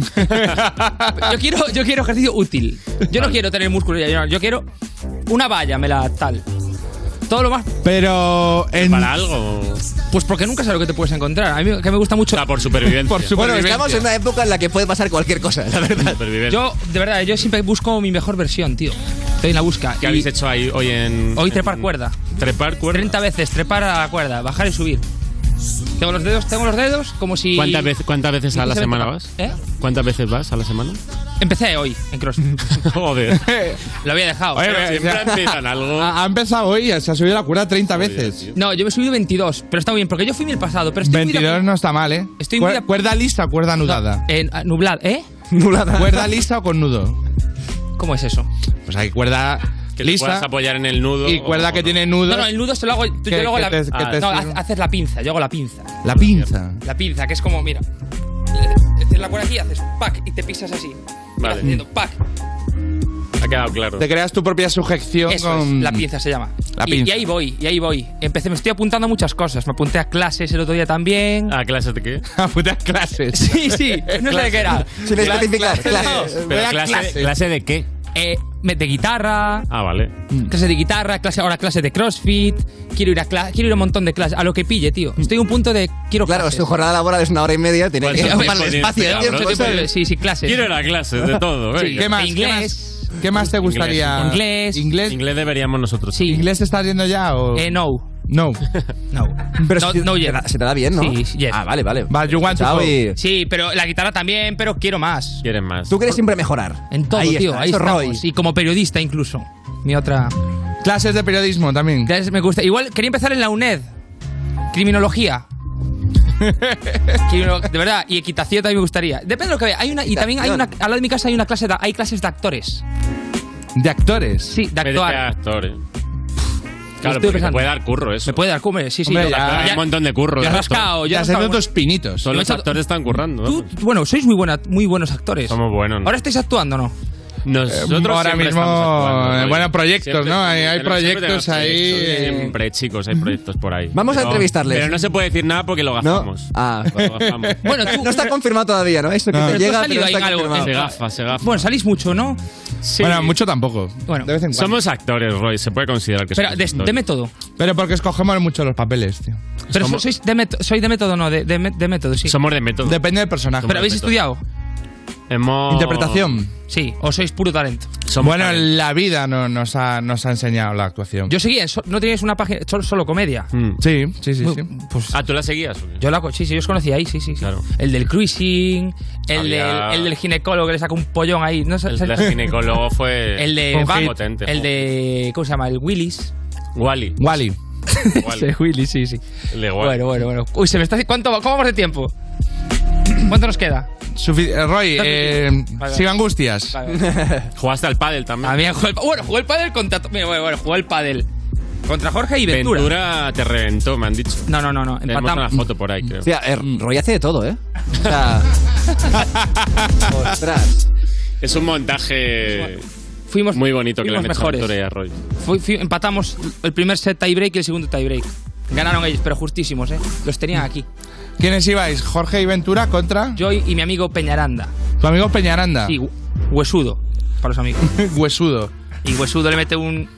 Speaker 22: yo, quiero, yo quiero ejercicio útil. Yo no quiero tener músculo. ya, Yo, yo quiero una valla, me la tal. Todo lo más.
Speaker 3: Pero. en-
Speaker 4: Para algo.
Speaker 22: Pues porque nunca sabes lo que te puedes encontrar. A mí que me gusta mucho.
Speaker 4: por supervivencia.
Speaker 22: Por
Speaker 15: Bueno,
Speaker 22: supervivencia.
Speaker 15: estamos en una época en la que puede pasar cualquier cosa, la verdad.
Speaker 22: Yo, de verdad, yo siempre busco mi mejor versión, tío. Estoy en la busca.
Speaker 4: ¿Qué habéis hecho ahí hoy en.
Speaker 22: Hoy trepar
Speaker 4: en-
Speaker 22: cuerda.
Speaker 4: Trepar cuerda.
Speaker 22: 30 veces, trepar a la cuerda, bajar y subir. Tengo los dedos, tengo los dedos como si...
Speaker 4: ¿Cuántas veces, cuántas veces a la semana vas?
Speaker 22: ¿Eh?
Speaker 4: ¿Cuántas veces vas a la semana?
Speaker 22: Empecé hoy en CrossFit.
Speaker 4: Joder.
Speaker 22: Lo había dejado.
Speaker 4: Oye,
Speaker 22: pero-
Speaker 4: siempre empiezan algo.
Speaker 3: Ha, ha empezado hoy, se ha subido la cura 30 veces.
Speaker 22: No, yo me he subido 22, pero está muy bien, porque yo fui en el pasado, pero estoy muy de
Speaker 3: 22 no está mal, ¿eh?
Speaker 22: Estoy
Speaker 3: Cuer-
Speaker 22: muy a-
Speaker 3: ¿Cuerda lista o cuerda anudada?
Speaker 22: Eh, nublada, ¿eh?
Speaker 3: ¿Cuerda lisa o con nudo?
Speaker 22: ¿Cómo es eso?
Speaker 3: Pues hay cuerda
Speaker 4: Que te puedas
Speaker 3: lista
Speaker 4: apoyar en el nudo.
Speaker 3: y cuerda
Speaker 4: o-
Speaker 3: que
Speaker 4: o no.
Speaker 3: tiene nudo.
Speaker 22: No, no, el nudo se lo hago. Tú,
Speaker 3: Que-
Speaker 22: yo lo hago
Speaker 3: que
Speaker 22: la. Ah,
Speaker 3: te- que te
Speaker 22: no,
Speaker 3: sirve.
Speaker 22: ha- haces la pinza, yo hago la pinza.
Speaker 3: La pinza.
Speaker 22: La pinza, que es como, mira. Haces la cuerda aquí, haces pack y te pisas así.
Speaker 4: Vale.
Speaker 22: Haciendo pack.
Speaker 4: Ha quedado claro.
Speaker 3: Te creas tu propia sujeción
Speaker 22: Eso
Speaker 3: con.
Speaker 22: es, la pinza se llama.
Speaker 3: La
Speaker 22: Y- Y,
Speaker 3: pinza.
Speaker 22: ahí voy, y ahí voy. Empecé, me estoy apuntando a muchas cosas. Me apunté a clases el otro día también.
Speaker 4: ¿A clases de qué?
Speaker 3: A putas clases.
Speaker 22: Sí, sí, no sé de qué era.
Speaker 3: Sin
Speaker 22: Cla-
Speaker 3: especificar, clases.
Speaker 22: no.
Speaker 4: Pero clase, clase de qué?
Speaker 22: Eh, me- de guitarra.
Speaker 4: Ah, vale.
Speaker 22: Clase de guitarra, clase, ahora clase de CrossFit. Quiero ir a cla- quiero ir a un montón de clases. A lo que pille, tío. Estoy a un punto de quiero
Speaker 15: Claro,
Speaker 22: clases.
Speaker 15: su jornada laboral es una hora y media, tiene
Speaker 4: pues
Speaker 15: que
Speaker 22: Hombre,
Speaker 15: ocupar el
Speaker 22: joder,
Speaker 15: espacio. ¿eh?
Speaker 22: pero
Speaker 15: del tiempo,
Speaker 22: ¿eh? mucho tiempo
Speaker 15: ¿sabes?
Speaker 22: libre. Sí, sí, clases.
Speaker 4: este Quiero ir a clases de todo.
Speaker 22: Sí,
Speaker 4: venga.
Speaker 22: ¿qué más?
Speaker 3: Inglés. ¿Qué más te gustaría?
Speaker 22: Inglés.
Speaker 3: ¿Inglés?
Speaker 4: Inglés deberíamos nosotros.
Speaker 3: ¿Inglés estás yendo ya o.?
Speaker 22: Eh, no.
Speaker 3: No.
Speaker 22: No.
Speaker 15: Pero
Speaker 22: no,
Speaker 15: si-
Speaker 22: no
Speaker 15: se
Speaker 22: llega.
Speaker 15: da- se te da bien, ¿no?
Speaker 22: Sí, sí, yes.
Speaker 15: Ah, vale, vale.
Speaker 3: But you want to
Speaker 15: Chao
Speaker 3: go.
Speaker 15: y-
Speaker 22: Sí, pero la guitarra también, pero quiero más.
Speaker 4: Quieren más.
Speaker 15: Tú quieres siempre mejorar.
Speaker 22: En todo,
Speaker 15: Ahí
Speaker 22: tío.
Speaker 15: está,
Speaker 22: ahí
Speaker 15: eso,
Speaker 22: estamos.
Speaker 15: Roy.
Speaker 22: Y como periodista incluso. Mi otra.
Speaker 3: Clases de periodismo también.
Speaker 22: Ya es- me gusta. Igual quería empezar en la UNED. Criminología. Criminología, de verdad, y equitación también me gustaría. Depende de lo que vea. Hay una, y también hay una, al lado de mi casa hay una clase de, hay clases de actores.
Speaker 3: ¿De actores? Sí,
Speaker 22: de
Speaker 4: Vete
Speaker 22: actuar.
Speaker 4: a actor, eh.
Speaker 22: Estoy
Speaker 4: Claro, porque te
Speaker 22: pensando.
Speaker 4: puede dar curro eso.
Speaker 22: Me puede dar cumbre, sí, sí.
Speaker 4: Hombre,
Speaker 22: yo-
Speaker 4: ya- hay un montón de curro,
Speaker 22: Ya he
Speaker 4: de
Speaker 22: rascado,
Speaker 4: actor.
Speaker 22: ya he
Speaker 4: Ya
Speaker 22: rascado.
Speaker 4: haciendo
Speaker 3: tus pinitos.
Speaker 4: Todos
Speaker 22: Yo he
Speaker 4: los
Speaker 22: hecho-
Speaker 4: actores están currando.
Speaker 22: Tú,
Speaker 4: vamos.
Speaker 22: bueno, sois muy, buena, muy buenos actores.
Speaker 4: Somos buenos.
Speaker 22: Ahora estáis actuando, o ¿no?
Speaker 4: Nosotros
Speaker 3: Eh, ahora
Speaker 4: siempre
Speaker 3: mismo,
Speaker 4: estamos actuando,
Speaker 3: eh,
Speaker 4: ¿no?
Speaker 3: bueno, proyectos, ¿no? Hay- hay
Speaker 4: tenemos- siempre
Speaker 3: proyectos
Speaker 4: tenemos
Speaker 3: ahí,
Speaker 4: proyectos.
Speaker 3: eh.
Speaker 4: Siempre, chicos, hay proyectos por ahí.
Speaker 15: Vamos a entrevistarles.
Speaker 4: Pero no se puede decir nada porque lo gafamos.
Speaker 15: Ah,
Speaker 4: Lo gafamos.
Speaker 22: Bueno, tú-
Speaker 15: no está confirmado todavía, ¿no? Eso que
Speaker 22: Pero
Speaker 15: te
Speaker 22: tú has
Speaker 15: llega, pero
Speaker 22: salido
Speaker 15: no
Speaker 22: ahí
Speaker 15: está
Speaker 22: en algo, ¿eh?
Speaker 15: confirmado.
Speaker 4: Se gafa, se gafa.
Speaker 22: Bueno, salís mucho, ¿no?
Speaker 4: Sí.
Speaker 3: Bueno, mucho tampoco.
Speaker 22: Bueno,
Speaker 3: de vez en cuando.
Speaker 4: Somos actores, Roy. Se puede considerar que
Speaker 22: Pero
Speaker 4: somos
Speaker 22: de,
Speaker 4: actores.
Speaker 22: de método.
Speaker 3: Pero porque escogemos mucho los papeles, tío.
Speaker 22: Pero
Speaker 4: Somos-
Speaker 22: sois de método, soy de método, no, de, de mé- de método, sí.
Speaker 4: Somos de método.
Speaker 3: Depende del personaje.
Speaker 22: ¿Pero habéis
Speaker 4: método.
Speaker 22: estudiado?
Speaker 4: Hemos-
Speaker 3: Interpretación.
Speaker 22: Sí, o sois puro talento.
Speaker 4: Somos
Speaker 3: Bueno,
Speaker 4: talento.
Speaker 3: la vida no- nos, ha, nos ha enseñado la actuación.
Speaker 22: Yo seguía, en so- no teníais una página, solo, solo comedia.
Speaker 15: Mm.
Speaker 3: sí, sí, sí. sí.
Speaker 22: Pues
Speaker 4: Ah, ¿tú la seguías? o qué?
Speaker 22: yo la co- sí, sí, yo os conocí ahí, sí, sí. sí. El del cruising, el,
Speaker 4: Había-
Speaker 22: del, el del ginecólogo que le saca un pollón ahí. No, sé-
Speaker 4: El
Speaker 22: sé-
Speaker 4: del ginecólogo fue.
Speaker 22: el de
Speaker 4: fue
Speaker 22: Bam-
Speaker 4: potente.
Speaker 22: el
Speaker 4: fue-
Speaker 22: de ¿cómo se llama? El Willis.
Speaker 4: Wally.
Speaker 3: Wally.
Speaker 4: Wall-E.
Speaker 22: Ese Willy, pues, sí, sí.
Speaker 4: El de Wally.
Speaker 22: Bueno, bueno, bueno. Uy, se me está haci- ¿Cuánto, va- ¿Cómo vamos de tiempo? ¿Cuánto nos queda?
Speaker 3: Sufi- eh, Roy,
Speaker 22: Dos
Speaker 3: eh,
Speaker 22: minutos. Vale,
Speaker 3: sin
Speaker 22: vale.
Speaker 3: angustias.
Speaker 22: Vale, vale.
Speaker 4: Jugaste al pádel también.
Speaker 22: A mí jugué el, pa- bueno, jugué el pádel contra mira, bueno, bueno, jugué el pádel contra Jorge y Ventura.
Speaker 4: Ventura te reventó, me han dicho.
Speaker 22: No, no, no, no,
Speaker 4: Tenemos una
Speaker 22: empatamos.
Speaker 4: foto por ahí, creo.
Speaker 15: O sea, eh,
Speaker 22: Mm.
Speaker 15: Roy hace de todo, ¿eh? O sea, ostras.
Speaker 4: Es un montaje
Speaker 22: Fuimos
Speaker 4: muy bonito que le han hecho
Speaker 22: fuimos
Speaker 4: a Ventura y
Speaker 22: mejores.
Speaker 4: a Roy.
Speaker 22: Fui- fui- empatamos el primer set tiebreak y el segundo tiebreak. Ganaron ellos, pero justísimos, ¿eh? Los tenían aquí.
Speaker 3: ¿Quiénes ibais? Jorge y Ventura contra
Speaker 22: Yo y y mi amigo Peñaranda.
Speaker 3: tu amigo Peñaranda.
Speaker 22: Sí, hu- huesudo, para los amigos.
Speaker 3: Huesudo.
Speaker 22: Y huesudo le mete un...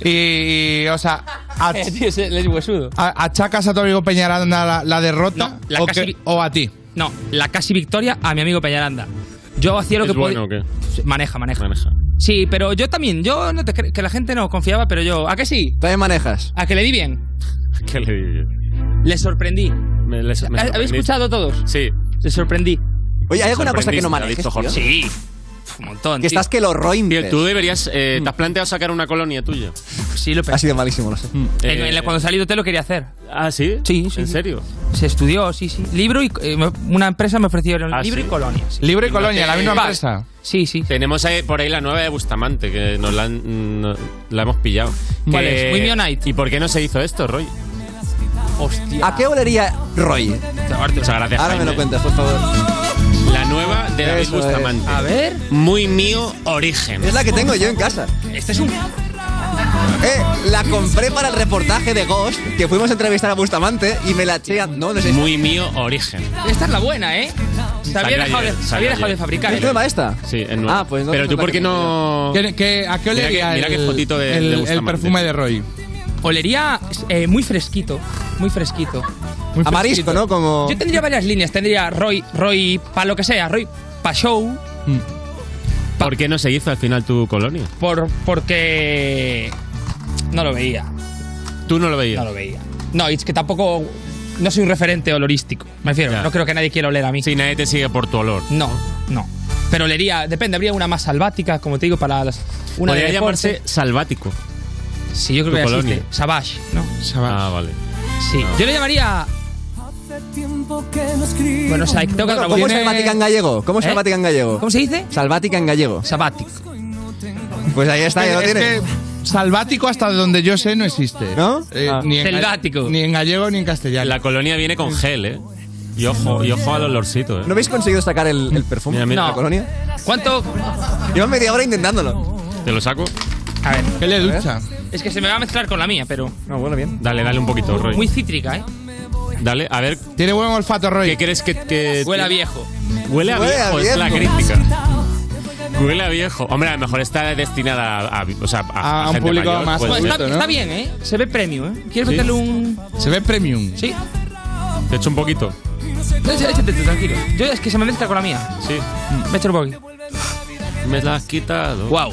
Speaker 3: Y, y, o sea,
Speaker 22: Eh,
Speaker 3: ach-
Speaker 22: tío, ese- le es huesudo.
Speaker 3: a- ¿achacas a tu amigo Peñaranda la, la derrota
Speaker 22: No, la
Speaker 3: o,
Speaker 22: casi
Speaker 3: que-
Speaker 22: vi-
Speaker 3: o a ti?
Speaker 22: No, la casi victoria a mi amigo Peñaranda. Yo hacía lo
Speaker 4: ¿Es
Speaker 22: que podía...
Speaker 4: bueno o qué?
Speaker 22: Maneja, maneja.
Speaker 4: Maneja.
Speaker 22: Sí, pero yo también. Yo no te cre- que la gente no confiaba, pero yo. ¿A que sí?
Speaker 15: También manejas.
Speaker 22: ¿A que le di bien?
Speaker 4: ¿Qué le digo yo?
Speaker 22: Le sorprendí.
Speaker 4: Me- les- me
Speaker 22: ¿Ha- ¿Habéis
Speaker 4: sorprendí.
Speaker 22: escuchado todos?
Speaker 4: Sí.
Speaker 22: Le sorprendí.
Speaker 15: Oye, ¿hay alguna cosa que
Speaker 4: Sorprendiste,
Speaker 15: no
Speaker 4: lo ha
Speaker 15: manejes,
Speaker 4: dicho Jorge.
Speaker 15: tío?
Speaker 22: Sí. Uf, un montón.
Speaker 15: Que
Speaker 22: tío.
Speaker 15: estás que lo
Speaker 4: Tío,
Speaker 15: roimbles.
Speaker 4: tú deberías. eh, ¿Te has planteado sacar una colonia tuya?
Speaker 22: Mm. Sí, lo
Speaker 15: Ha
Speaker 22: pensé.
Speaker 15: sido malísimo, lo sé.
Speaker 22: En-
Speaker 4: Eh,
Speaker 22: en la- cuando salí de hotel lo quería hacer.
Speaker 4: ¿Ah, sí?
Speaker 22: Sí, sí,
Speaker 4: ¿En
Speaker 22: sí.
Speaker 4: serio?
Speaker 22: Se estudió, sí, sí. Libro y. eh, me- una empresa me ofreció
Speaker 4: Ah,
Speaker 22: libro
Speaker 4: ¿sí?
Speaker 22: y colonia. sí.
Speaker 3: Libre y
Speaker 4: Y
Speaker 3: Colonia,
Speaker 4: no
Speaker 3: la
Speaker 4: te-
Speaker 3: misma
Speaker 4: Vale.
Speaker 3: empresa.
Speaker 22: Sí, sí.
Speaker 4: Tenemos ahí- por ahí la nueva de Bustamante, que nos la, han- no- la hemos pillado.
Speaker 22: ¿Cuál
Speaker 4: Que-
Speaker 22: es? Women Unite.
Speaker 4: ¿Y por qué no se hizo esto, Roy?
Speaker 22: Hostia.
Speaker 15: ¿A qué olería Roy?
Speaker 4: Muchas gracias,
Speaker 15: Ahora me
Speaker 4: Jaime.
Speaker 15: lo cuentas, por favor.
Speaker 4: La nueva de David
Speaker 15: Eso es.
Speaker 4: Bustamante.
Speaker 22: A ver.
Speaker 4: Muy mío origen.
Speaker 15: Es la que tengo yo en casa.
Speaker 22: Este es un.
Speaker 15: Eh, la compré para el reportaje de Ghost, que fuimos a entrevistar a Bustamante y me la chean. No, no sé.
Speaker 4: Muy mío origen.
Speaker 22: Esta es la buena, ¿eh? Se había
Speaker 4: Salió
Speaker 22: dejado,
Speaker 4: ayer,
Speaker 22: de, se
Speaker 4: salió
Speaker 22: había dejado de
Speaker 4: ayer.
Speaker 22: fabricar. ¿eh?
Speaker 15: ¿Es nueva esta?
Speaker 4: Sí, es nueva.
Speaker 15: Ah, pues no
Speaker 4: Pero
Speaker 15: es
Speaker 4: tú,
Speaker 15: la
Speaker 4: ¿por
Speaker 15: que
Speaker 4: qué no...?
Speaker 3: ¿Qué- qué- ¿A qué
Speaker 4: Mira
Speaker 3: olería
Speaker 4: que- mira
Speaker 3: el,
Speaker 4: qué fotito de-
Speaker 3: el-
Speaker 4: de
Speaker 3: el
Speaker 4: Bustamante.
Speaker 3: perfume de Roy?
Speaker 22: Olería eh, muy fresquito. Muy fresquito.
Speaker 3: Muy
Speaker 15: A marisco, ¿no? Como.
Speaker 22: Yo tendría varias líneas. Tendría Roy, Roy, para lo que sea, Roy, pa' show,
Speaker 4: ¿Por qué no se hizo al final tu colonia?
Speaker 22: por, porque. No lo veía.
Speaker 4: Tú no lo veías.
Speaker 22: No lo veía. No, y es que tampoco. no soy un referente olorístico. Me refiero,
Speaker 4: Ya.
Speaker 22: no creo que nadie quiera oler a mí.
Speaker 4: Si nadie te sigue por tu olor.
Speaker 22: No, no. Pero olería, depende, habría una más salvática, como te digo, para las. Una de
Speaker 4: Podría
Speaker 22: deporte.
Speaker 4: llamarse salvático.
Speaker 22: Sí, yo creo
Speaker 4: Tu
Speaker 22: que ya
Speaker 4: colonia.
Speaker 22: existe. Savage, ¿no?
Speaker 4: Ah, vale.
Speaker 22: Sí.
Speaker 4: Ah.
Speaker 22: Yo le llamaría. Bueno, o sea, tengo que
Speaker 15: Bueno,
Speaker 22: otra
Speaker 15: ¿Cómo es
Speaker 22: voz.
Speaker 15: Salvática en gallego? ¿Cómo es
Speaker 22: ¿Eh?
Speaker 15: Salvática en gallego?
Speaker 22: ¿Cómo se dice?
Speaker 15: Salvática en gallego.
Speaker 22: Sabático.
Speaker 15: Pues ahí está, ya lo
Speaker 1: Es
Speaker 15: tienes.
Speaker 1: que salvático hasta donde yo sé no existe.
Speaker 15: ¿No?
Speaker 1: Eh, ni en ga-
Speaker 4: Ni en gallego ni en castellano. Ah. La colonia viene con gel, ¿eh? Y ojo, y ojo al olorcito, ¿eh?
Speaker 15: ¿No habéis conseguido sacar el, el perfume
Speaker 4: Mira,
Speaker 15: de
Speaker 4: mira.
Speaker 15: la
Speaker 4: No.
Speaker 15: colonia?
Speaker 22: ¿Cuánto?
Speaker 15: Llevo media hora intentándolo.
Speaker 4: ¿Te lo saco?
Speaker 22: A ver.
Speaker 4: ¿Qué le
Speaker 15: ducha?
Speaker 22: Es que se me va a mezclar con la mía, pero.
Speaker 15: No, bueno, bien.
Speaker 4: Dale, dale un poquito, Roy.
Speaker 22: Muy cítrica, ¿eh?
Speaker 4: Dale, a ver. Tiene buen olfato, Roy. ¿Qué crees que.? que
Speaker 22: Huele a viejo.
Speaker 4: Eh, Huele a
Speaker 22: Huele a
Speaker 4: viejo, es la
Speaker 22: viejo.
Speaker 4: crítica. Huele a viejo. Hombre, a lo mejor está destinada a, a- o sea, a,
Speaker 1: A un
Speaker 4: gente
Speaker 1: público
Speaker 4: mayor,
Speaker 1: más
Speaker 4: puede
Speaker 1: adulto,
Speaker 4: ser.
Speaker 1: ¿no?
Speaker 22: Está bien, ¿eh? Se ve premio, ¿eh? ¿Quieres
Speaker 4: Sí.
Speaker 22: meterle un.?
Speaker 1: Se ve premium.
Speaker 22: Sí.
Speaker 4: Te echo un poquito.
Speaker 22: No, Échate, échate, tranquilo. Yo es que se me mezcla con la mía. Mm,
Speaker 4: Sí.
Speaker 22: Me echo un poquito.
Speaker 4: Me la has quitado.
Speaker 22: Wow.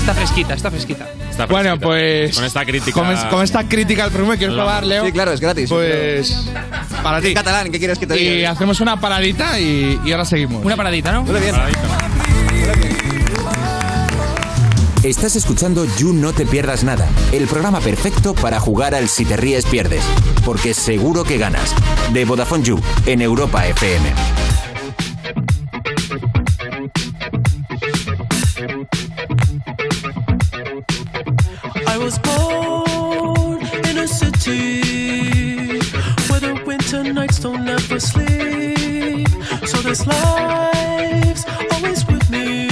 Speaker 22: Está fresquita, está fresquita.
Speaker 1: Bueno, pues.
Speaker 4: Con esta crítica.
Speaker 1: Con, es- con esta crítica al perfume, ¿quieres
Speaker 4: Hola.
Speaker 1: probar, Leo?
Speaker 4: Sí, claro, es gratis.
Speaker 1: Pues. Para
Speaker 15: Es
Speaker 1: ti.
Speaker 15: catalán, ¿qué quieres que te
Speaker 1: Y
Speaker 15: diga?
Speaker 1: hacemos una paradita y, y ahora seguimos.
Speaker 22: Una paradita, ¿no?
Speaker 15: Huele bien.
Speaker 37: Estás escuchando You No Te Pierdas Nada, el programa perfecto para jugar al Si Te Ríes Pierdes, porque seguro que ganas. De Vodafone You, en Europa FM.
Speaker 16: I was born in a city where the winter nights don't ever sleep. So this life's always with me.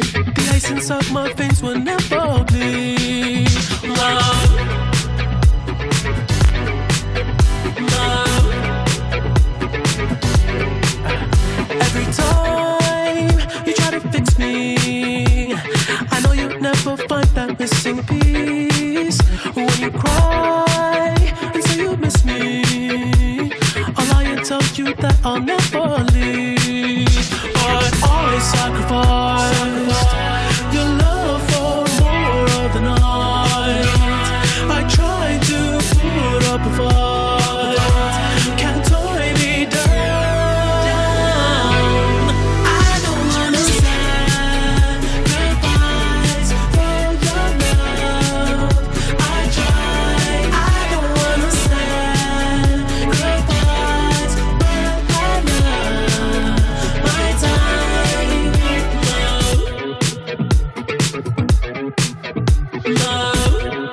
Speaker 16: The ice inside my veins will never bleed. Love. Love. Every time you try to fix me, I know you'll never find that missing piece. When you cry and say you miss me, I'll lie and tell you that I'll never leave. But I sacrificed your love for more of the night. I tried to put up a fight. Can't tie me down. I don't wanna sacrifice for your love. I tried. I don't wanna sacrifice for your love. My time, love, love.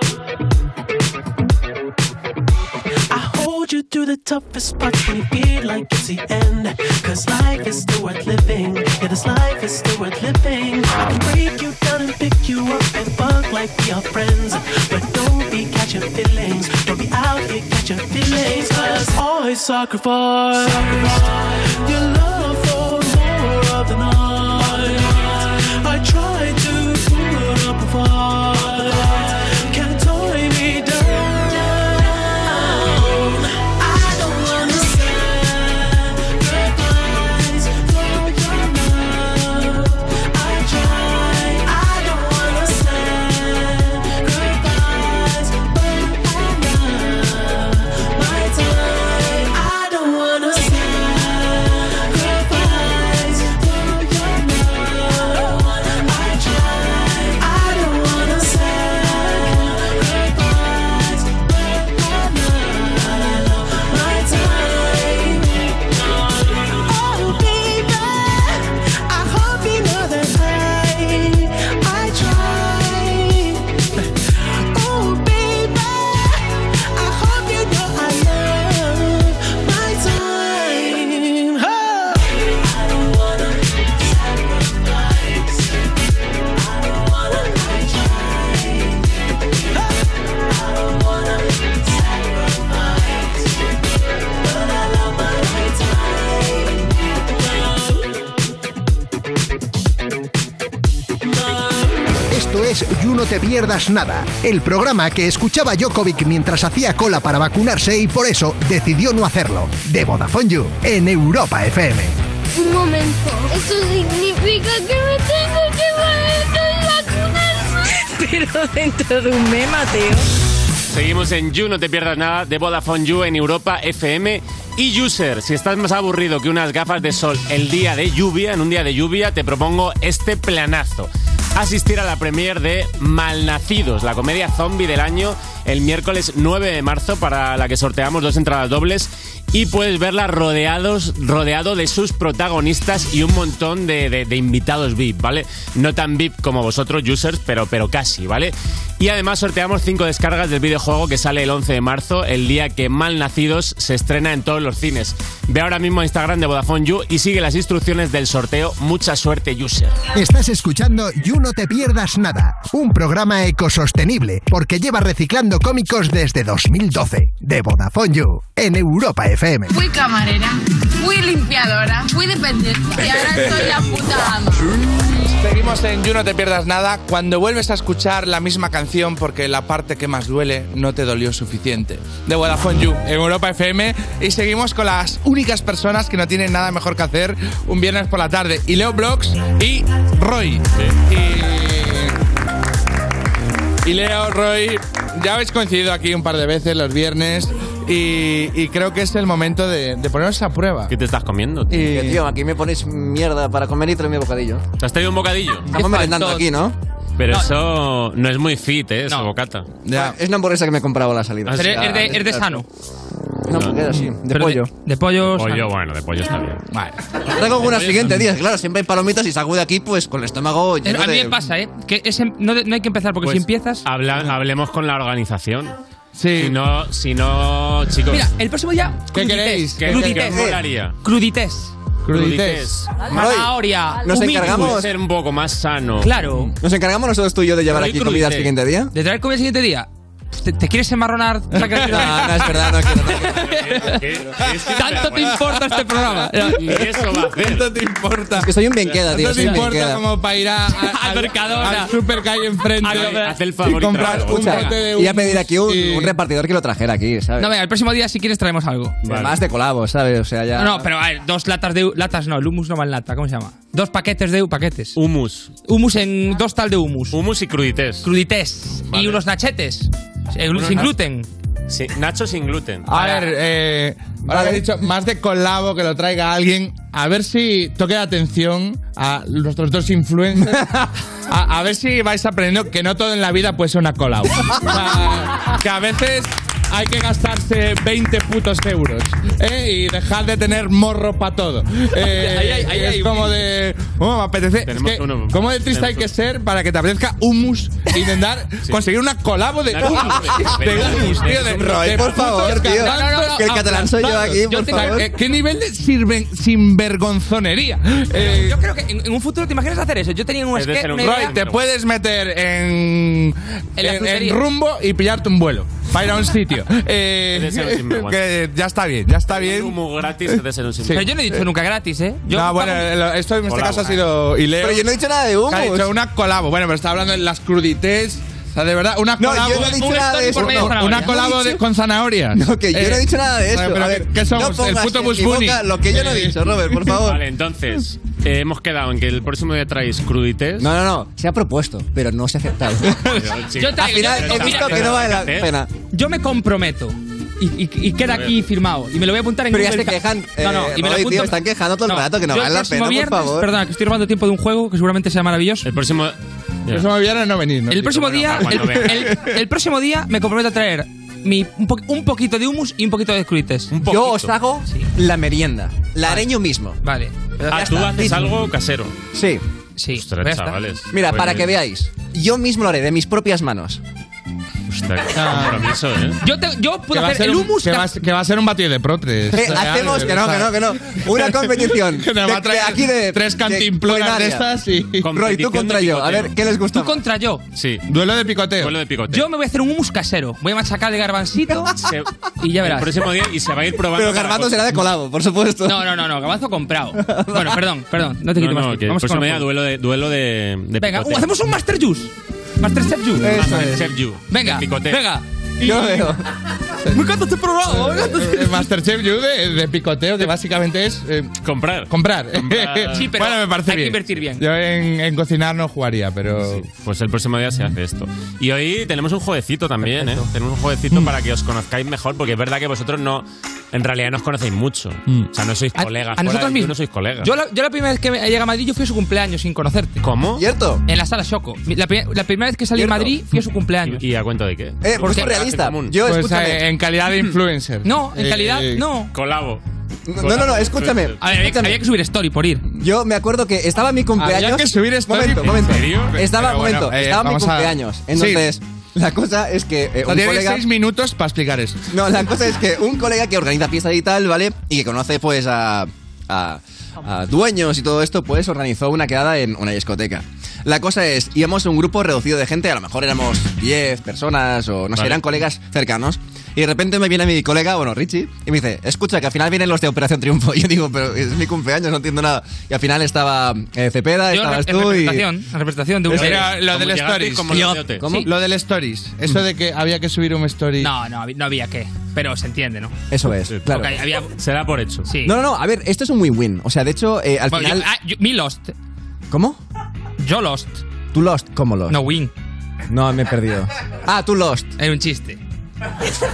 Speaker 16: I hold you through the toughest parts when you feel like it's the end. Cause life is still worth living. Yeah, this life is still worth living. I can break you down and pick you up and fuck like we are friends. But don't be catching feelings. Don't be out here catching feelings. Cause I sacrifice your love for more of the night. I try to put up a fight. Can't tie me down. I don't wanna sacrifice for your love. I try. I don't wanna sacrifice for your love. My time. I don't wanna sacrifice for your love. I try. I don't wanna sacrifice my time. Oh, baby, I hope you know that I, I try. Oh, baby, I hope you know I love my time. I don't wanna sacrifice. I don't wanna try. I don't wanna sacrifice. But I love my
Speaker 5: Esto es You No Te Pierdas Nada, el programa que escuchaba Jokovic mientras hacía cola para vacunarse y por eso decidió no hacerlo. De Vodafone You, en Europa FM.
Speaker 6: Un momento. Eso significa que me tengo que poner la vacuna.
Speaker 9: Pero dentro de un mes, Mateo.
Speaker 4: Seguimos en You, no te pierdas nada, de Vodafone You en Europa FM. Y User, si estás más aburrido que unas gafas de sol el día de lluvia, en un día de lluvia, te propongo este planazo. Asistir a la premier de Malnacidos, la comedia zombie del año, el miércoles 9 de marzo, para la que sorteamos dos entradas dobles. Y puedes verla rodeados, rodeado de sus protagonistas y un montón de, de- de invitados VIP, ¿vale? No tan VIP como vosotros, users, pero, pero casi, ¿vale? Y además sorteamos cinco descargas del videojuego que sale el 11 de marzo, el día que Malnacidos se estrena en todos los cines. Ve ahora mismo a Instagram de Vodafone You y sigue las instrucciones del sorteo. Mucha suerte, user.
Speaker 5: Estás escuchando You No Te Pierdas Nada, un programa ecosostenible porque lleva reciclando cómicos desde 2012 de Vodafone You en Europa FM.
Speaker 18: Fui camarera, fui limpiadora, fui dependiente y ahora soy la puta ama.
Speaker 3: Seguimos en You No Te Pierdas Nada cuando vuelves a escuchar la misma canción porque la parte que más duele no te dolió suficiente. De Vodafone You en Europa FM y seguimos con las únicas personas que no tienen nada mejor que hacer un viernes por la tarde. Y Leo Blogs y Roy. Y, y Leo, Roy, ya habéis coincidido aquí un par de veces los viernes y, y creo que es el momento de, de ponernos a prueba.
Speaker 4: ¿Qué te estás comiendo? Tío?
Speaker 15: Que, tío, aquí me ponéis mierda para comer y traerme bocadillo.
Speaker 4: ¿Te has traído un bocadillo?
Speaker 15: Estamos merendando aquí, ¿no?
Speaker 4: Pero eso no es muy fit, ¿eh? Esa bocata.
Speaker 15: Es una hamburguesa que me he comprado a la salida.
Speaker 4: Pero es- es
Speaker 22: de- es de sano.
Speaker 15: Una hamburguesa, sí. De
Speaker 22: Mm, Pero
Speaker 15: pollo.
Speaker 22: De pollo.
Speaker 4: Pollo, bueno, de pollo está bien.
Speaker 15: Traigo una siguiente, día. Claro, siempre hay palomitas y salgo de aquí, pues, con el estómago
Speaker 22: Pero
Speaker 15: lleno
Speaker 22: a mí
Speaker 15: de...
Speaker 22: me pasa, ¿eh? Que ese- no, de- no hay que empezar porque
Speaker 4: Pues,
Speaker 22: si empiezas.
Speaker 4: habla- hablemos con la organización. Sí. Si no, si no chicos.
Speaker 22: Mira, el próximo día.
Speaker 4: ¿Qué
Speaker 22: crudités.
Speaker 4: queréis? ¿Qué- qué
Speaker 22: Crudités.
Speaker 4: os molaría?
Speaker 22: Crudités.
Speaker 4: Crudités.
Speaker 22: Zanahoria.
Speaker 15: Nos
Speaker 22: humildes.
Speaker 15: encargamos.
Speaker 4: Ser un poco más sano.
Speaker 22: Claro.
Speaker 15: Nos encargamos nosotros tú y yo de llevar
Speaker 22: Roy
Speaker 15: aquí comida el
Speaker 22: Crudité.
Speaker 15: siguiente día.
Speaker 22: De traer comida el siguiente día. ¿Te, te quieres enmarronar? no, no, es
Speaker 15: verdad, no
Speaker 22: Tanto te importa este programa.
Speaker 4: Y eso va a hacer.
Speaker 3: ¿Cuánto Ah, te importa?
Speaker 15: Es que soy un bien queda, tío.
Speaker 3: ¿Cuánto
Speaker 15: soy
Speaker 3: te
Speaker 15: un bien
Speaker 3: importa
Speaker 15: queda.
Speaker 3: como para ir a, a- al mercadona? Al super que hay enfrente.
Speaker 4: Haz el
Speaker 3: favor y comprar
Speaker 15: Escucha,
Speaker 3: un bote de
Speaker 15: Y a
Speaker 3: hummus
Speaker 15: pedir aquí un, un repartidor que lo trajera aquí, ¿sabes?
Speaker 22: No, venga, el próximo día si quieres traemos algo.
Speaker 15: Más de colabo, ¿sabes? O sea, ya...
Speaker 22: No, no, pero a ver, dos latas de... Latas no, el hummus no va en lata, ¿cómo se llama? Dos paquetes de paquetes.
Speaker 4: Humus.
Speaker 22: Humus en dos tal de humus.
Speaker 4: Humus y crudités.
Speaker 22: Crudités. Y unos nachetes. Eh,
Speaker 4: Unos
Speaker 22: sin
Speaker 4: nach-
Speaker 22: gluten.
Speaker 4: Sí, Nacho sin gluten.
Speaker 3: A ver, eh, ahora que he dicho más de colabo que lo traiga alguien. A ver si toque atención a nuestros dos influencers. A, a ver si vais aprendiendo que no todo en la vida puede ser una colabo. O sea, que a veces hay que gastarse 20 putos euros ¿eh? y dejar de tener morro para todo. Eh,
Speaker 22: Ahí hay- ahí
Speaker 3: es
Speaker 22: hay un-
Speaker 3: como de. ¿Cómo me apetece? Es
Speaker 4: Tenemos
Speaker 3: que,
Speaker 4: uno.
Speaker 3: ¿Cómo de triste hay que ser para que te apetezca humus? e Intentar conseguir una colabo de
Speaker 4: Una
Speaker 3: humus.
Speaker 4: colabo de-
Speaker 3: De humus, tío. De,
Speaker 15: Roy,
Speaker 3: de
Speaker 15: por
Speaker 3: putos
Speaker 15: favor, tío.
Speaker 3: garbanzos
Speaker 15: No, no, no, Que el catalán soy yo
Speaker 3: aplastados.
Speaker 15: aquí, por
Speaker 3: te-
Speaker 15: favor.
Speaker 3: eh, ¿Qué nivel de sirven, sinvergonzonería? Eh,
Speaker 22: Yo creo que en, en un futuro te imaginas hacer eso. Yo tenía un esquema.
Speaker 3: Roy, te puedes meter en,
Speaker 22: En la
Speaker 3: en, en
Speaker 22: frutería.
Speaker 3: rumbo y pillarte un vuelo para ir a un sitio. Eh,
Speaker 4: Eres un sinvergüenza.
Speaker 3: que ya está bien, ya está bien.
Speaker 4: Humo gratis es de ser un
Speaker 3: Sí.
Speaker 22: Pero yo no he dicho nunca gratis, ¿eh? Yo
Speaker 3: no, bueno, lo- esto en este
Speaker 4: Colabo.
Speaker 3: caso ha sido hileo.
Speaker 15: Pero yo no he dicho nada de humus.
Speaker 3: Ha dicho una colabo. Bueno, pero está hablando de las crudités. O sea, de verdad, una
Speaker 15: No, yo
Speaker 3: colabo.
Speaker 15: no he dicho Un nada de story por eso, medio de no. zanahoria.
Speaker 3: Una colabo
Speaker 15: No he dicho-
Speaker 3: de- con zanahorias.
Speaker 15: No, que yo no he dicho nada de eso.
Speaker 3: pero
Speaker 15: A
Speaker 3: ¿qué-
Speaker 15: ver,
Speaker 3: ¿Qué somos?
Speaker 15: no
Speaker 3: el
Speaker 15: pongas
Speaker 3: puto
Speaker 15: en mi
Speaker 3: Bush Bunny.
Speaker 15: boca lo que yo no he dicho, Robert, por favor.
Speaker 4: Vale, entonces, eh, hemos quedado en que el próximo día traéis crudités.
Speaker 15: No, no, no. Se ha propuesto, pero no se ha aceptado.
Speaker 22: Yo te-
Speaker 15: Al final
Speaker 22: yo te-
Speaker 15: he visto
Speaker 22: mira,
Speaker 15: que no vale la
Speaker 4: ¿Qué?
Speaker 15: pena.
Speaker 22: Yo me comprometo. Y, y- y queda
Speaker 15: A ver.
Speaker 22: aquí firmado. Y me lo voy a apuntar en
Speaker 15: Pero ya
Speaker 22: Google
Speaker 15: se
Speaker 22: Doc.
Speaker 15: quejan,
Speaker 22: No, no,
Speaker 15: eh,
Speaker 22: y me lo
Speaker 15: Roy, tío,
Speaker 22: apunto-
Speaker 15: están quejando todo el rato que no
Speaker 22: yo el
Speaker 15: vale la
Speaker 22: próximo
Speaker 15: pena, por
Speaker 22: viernes-
Speaker 15: favor.
Speaker 22: Perdona, que estoy robando tiempo de un juego que seguramente sea maravilloso.
Speaker 4: El próximo.
Speaker 3: El próximo viernes no venís, ¿no?
Speaker 22: El próximo día, el,
Speaker 4: cuando venga.
Speaker 22: el- el próximo día me comprometo a traer mi, un, po- un poquito de humus y un poquito de crudites.
Speaker 15: Yo os hago la merienda. La areño mismo.
Speaker 22: Vale.
Speaker 4: Ah, tú haces algo casero.
Speaker 15: Sí.
Speaker 22: Sí.
Speaker 4: Ostras,
Speaker 22: ya está.
Speaker 4: chavales.
Speaker 15: Mira,
Speaker 4: Pues-
Speaker 15: para que veáis. Yo mismo lo haré de mis propias manos.
Speaker 4: Ostras, qué
Speaker 15: Ah.
Speaker 4: compromiso, ¿eh?
Speaker 22: Yo, te- yo
Speaker 3: Que
Speaker 22: puedo
Speaker 3: va, a
Speaker 22: hacer
Speaker 3: ser
Speaker 22: el
Speaker 3: un,
Speaker 22: humus.
Speaker 3: que, va, a ser- que va a ser un batido de protres.
Speaker 15: Eh, hacemos que no, que no, que no. Una competición.
Speaker 3: Que me va
Speaker 15: De-
Speaker 3: a traer
Speaker 15: de aquí de-
Speaker 3: tres
Speaker 15: de
Speaker 3: cantimploras de
Speaker 15: culinaria.
Speaker 3: estas y.
Speaker 15: Roy, tú contra yo. A ver, ¿qué les gusta?
Speaker 22: Tú contra yo.
Speaker 4: Sí.
Speaker 3: Duelo de picoteo.
Speaker 4: Duelo de picoteo.
Speaker 22: Yo me voy a hacer un humus casero. Voy a machacar el garbancito
Speaker 4: Se-
Speaker 22: y ya
Speaker 4: el
Speaker 22: verás.
Speaker 4: próximo día y se va a ir probando.
Speaker 15: Pero
Speaker 4: cada
Speaker 15: Garbanzo
Speaker 4: cosa.
Speaker 15: será de colabo, por supuesto.
Speaker 22: No, no, no, no, garbanzo comprado. Bueno, perdón, perdón, no te
Speaker 4: No,
Speaker 22: quito más
Speaker 4: no,
Speaker 22: tiempo.
Speaker 4: que el
Speaker 22: Vamos con
Speaker 4: próximo
Speaker 22: el
Speaker 4: día
Speaker 22: juego.
Speaker 4: duelo de, duelo de, de
Speaker 22: Venga,
Speaker 4: picoteo.
Speaker 22: uh, hacemos un Master Juice. Master Chef Juice.
Speaker 4: Masterchef You, de
Speaker 22: Venga,
Speaker 4: picoteo.
Speaker 22: venga.
Speaker 15: Yo veo.
Speaker 3: Me encanta este programa. Masterchef You de, de picoteo, que básicamente es. eh,
Speaker 4: comprar.
Speaker 3: Comprar.
Speaker 4: Comprar. Sí, pero
Speaker 3: bueno, me parece
Speaker 4: hay que
Speaker 3: bien.
Speaker 4: invertir bien.
Speaker 3: Yo en, en cocinar no jugaría, pero.
Speaker 4: Pues el próximo día se hace esto. Y hoy tenemos un jueguecito también, ¿eh? Tenemos un jueguecito
Speaker 3: Mm.
Speaker 4: para que os conozcáis mejor, porque es verdad que vosotros no. En realidad no os conocéis mucho.
Speaker 3: Mm.
Speaker 4: O sea, no sois colegas.
Speaker 22: a
Speaker 4: Fuera
Speaker 22: nosotros
Speaker 4: de YouTube
Speaker 22: mismos.
Speaker 4: No sois colegas.
Speaker 22: Yo la, yo la primera vez que me- llegué a Madrid, yo fui a su cumpleaños sin conocerte.
Speaker 4: ¿Cómo?
Speaker 15: ¿Cierto?
Speaker 22: En la sala Choco. Mi- La, pri- la primera vez que salí de
Speaker 4: ¿Cierto?
Speaker 22: Madrid, fui a su cumpleaños.
Speaker 4: ¿Y a cuenta de qué?
Speaker 22: Eh, pues soy realista. Yo,
Speaker 3: pues,
Speaker 22: escúchame.
Speaker 3: eh, en calidad de Eh, influencer.
Speaker 22: No, en calidad, no.
Speaker 4: Colabo.
Speaker 15: No, no, no, escúchame.
Speaker 22: A ver, había- había que subir story por ir.
Speaker 15: Yo me acuerdo que estaba mi cumpleaños.
Speaker 22: Había que subir story.
Speaker 15: Momento,
Speaker 22: ¿En
Speaker 15: momento.
Speaker 22: serio?
Speaker 15: Estaba,
Speaker 22: Pero bueno,
Speaker 15: momento,
Speaker 22: eh,
Speaker 15: estaba mi
Speaker 22: vamos a-
Speaker 15: cumpleaños.
Speaker 22: Sí.
Speaker 15: Entonces, la cosa es que. eh,
Speaker 1: O sea,
Speaker 15: un
Speaker 1: tienes
Speaker 15: colega-
Speaker 1: seis minutos para explicar eso.
Speaker 15: No, la cosa es que un colega que organiza fiestas y tal, ¿vale? Y que conoce, pues, a, a- a dueños y todo esto, pues, organizó una quedada en una discoteca. La cosa es, íbamos un grupo reducido de gente, a lo mejor éramos 10 personas o, no sé,
Speaker 4: Vale.
Speaker 15: eran colegas cercanos. Y de repente me viene mi colega, bueno, Richie, y me dice, escucha, que al final vienen los de Operación Triunfo. Y yo digo, pero es mi cumpleaños, no entiendo nada. Y al final estaba eh, Cepeda,
Speaker 22: Yo,
Speaker 15: estabas
Speaker 22: en
Speaker 15: tú y...
Speaker 22: representación, en representación de un
Speaker 3: Era lo del stories. Yo- ¿Cómo?
Speaker 22: Sí.
Speaker 3: Lo del stories. Eso de que había que subir un story.
Speaker 22: No, no, hab- no había qué. Pero se entiende, ¿no?
Speaker 15: Eso es, claro.
Speaker 22: Porque había-
Speaker 4: Se da por hecho.
Speaker 22: Sí.
Speaker 15: No, no, no, a ver, esto es un win-win. O sea, de hecho, eh, al
Speaker 22: Bueno,
Speaker 15: final...
Speaker 22: yo- ah, yo- mi Lost.
Speaker 15: ¿Cómo?
Speaker 22: Yo Lost.
Speaker 15: ¿Tú lost? ¿Cómo lost?
Speaker 22: No win.
Speaker 15: No, me he perdido. Ah, tú lost.
Speaker 22: Era un chiste.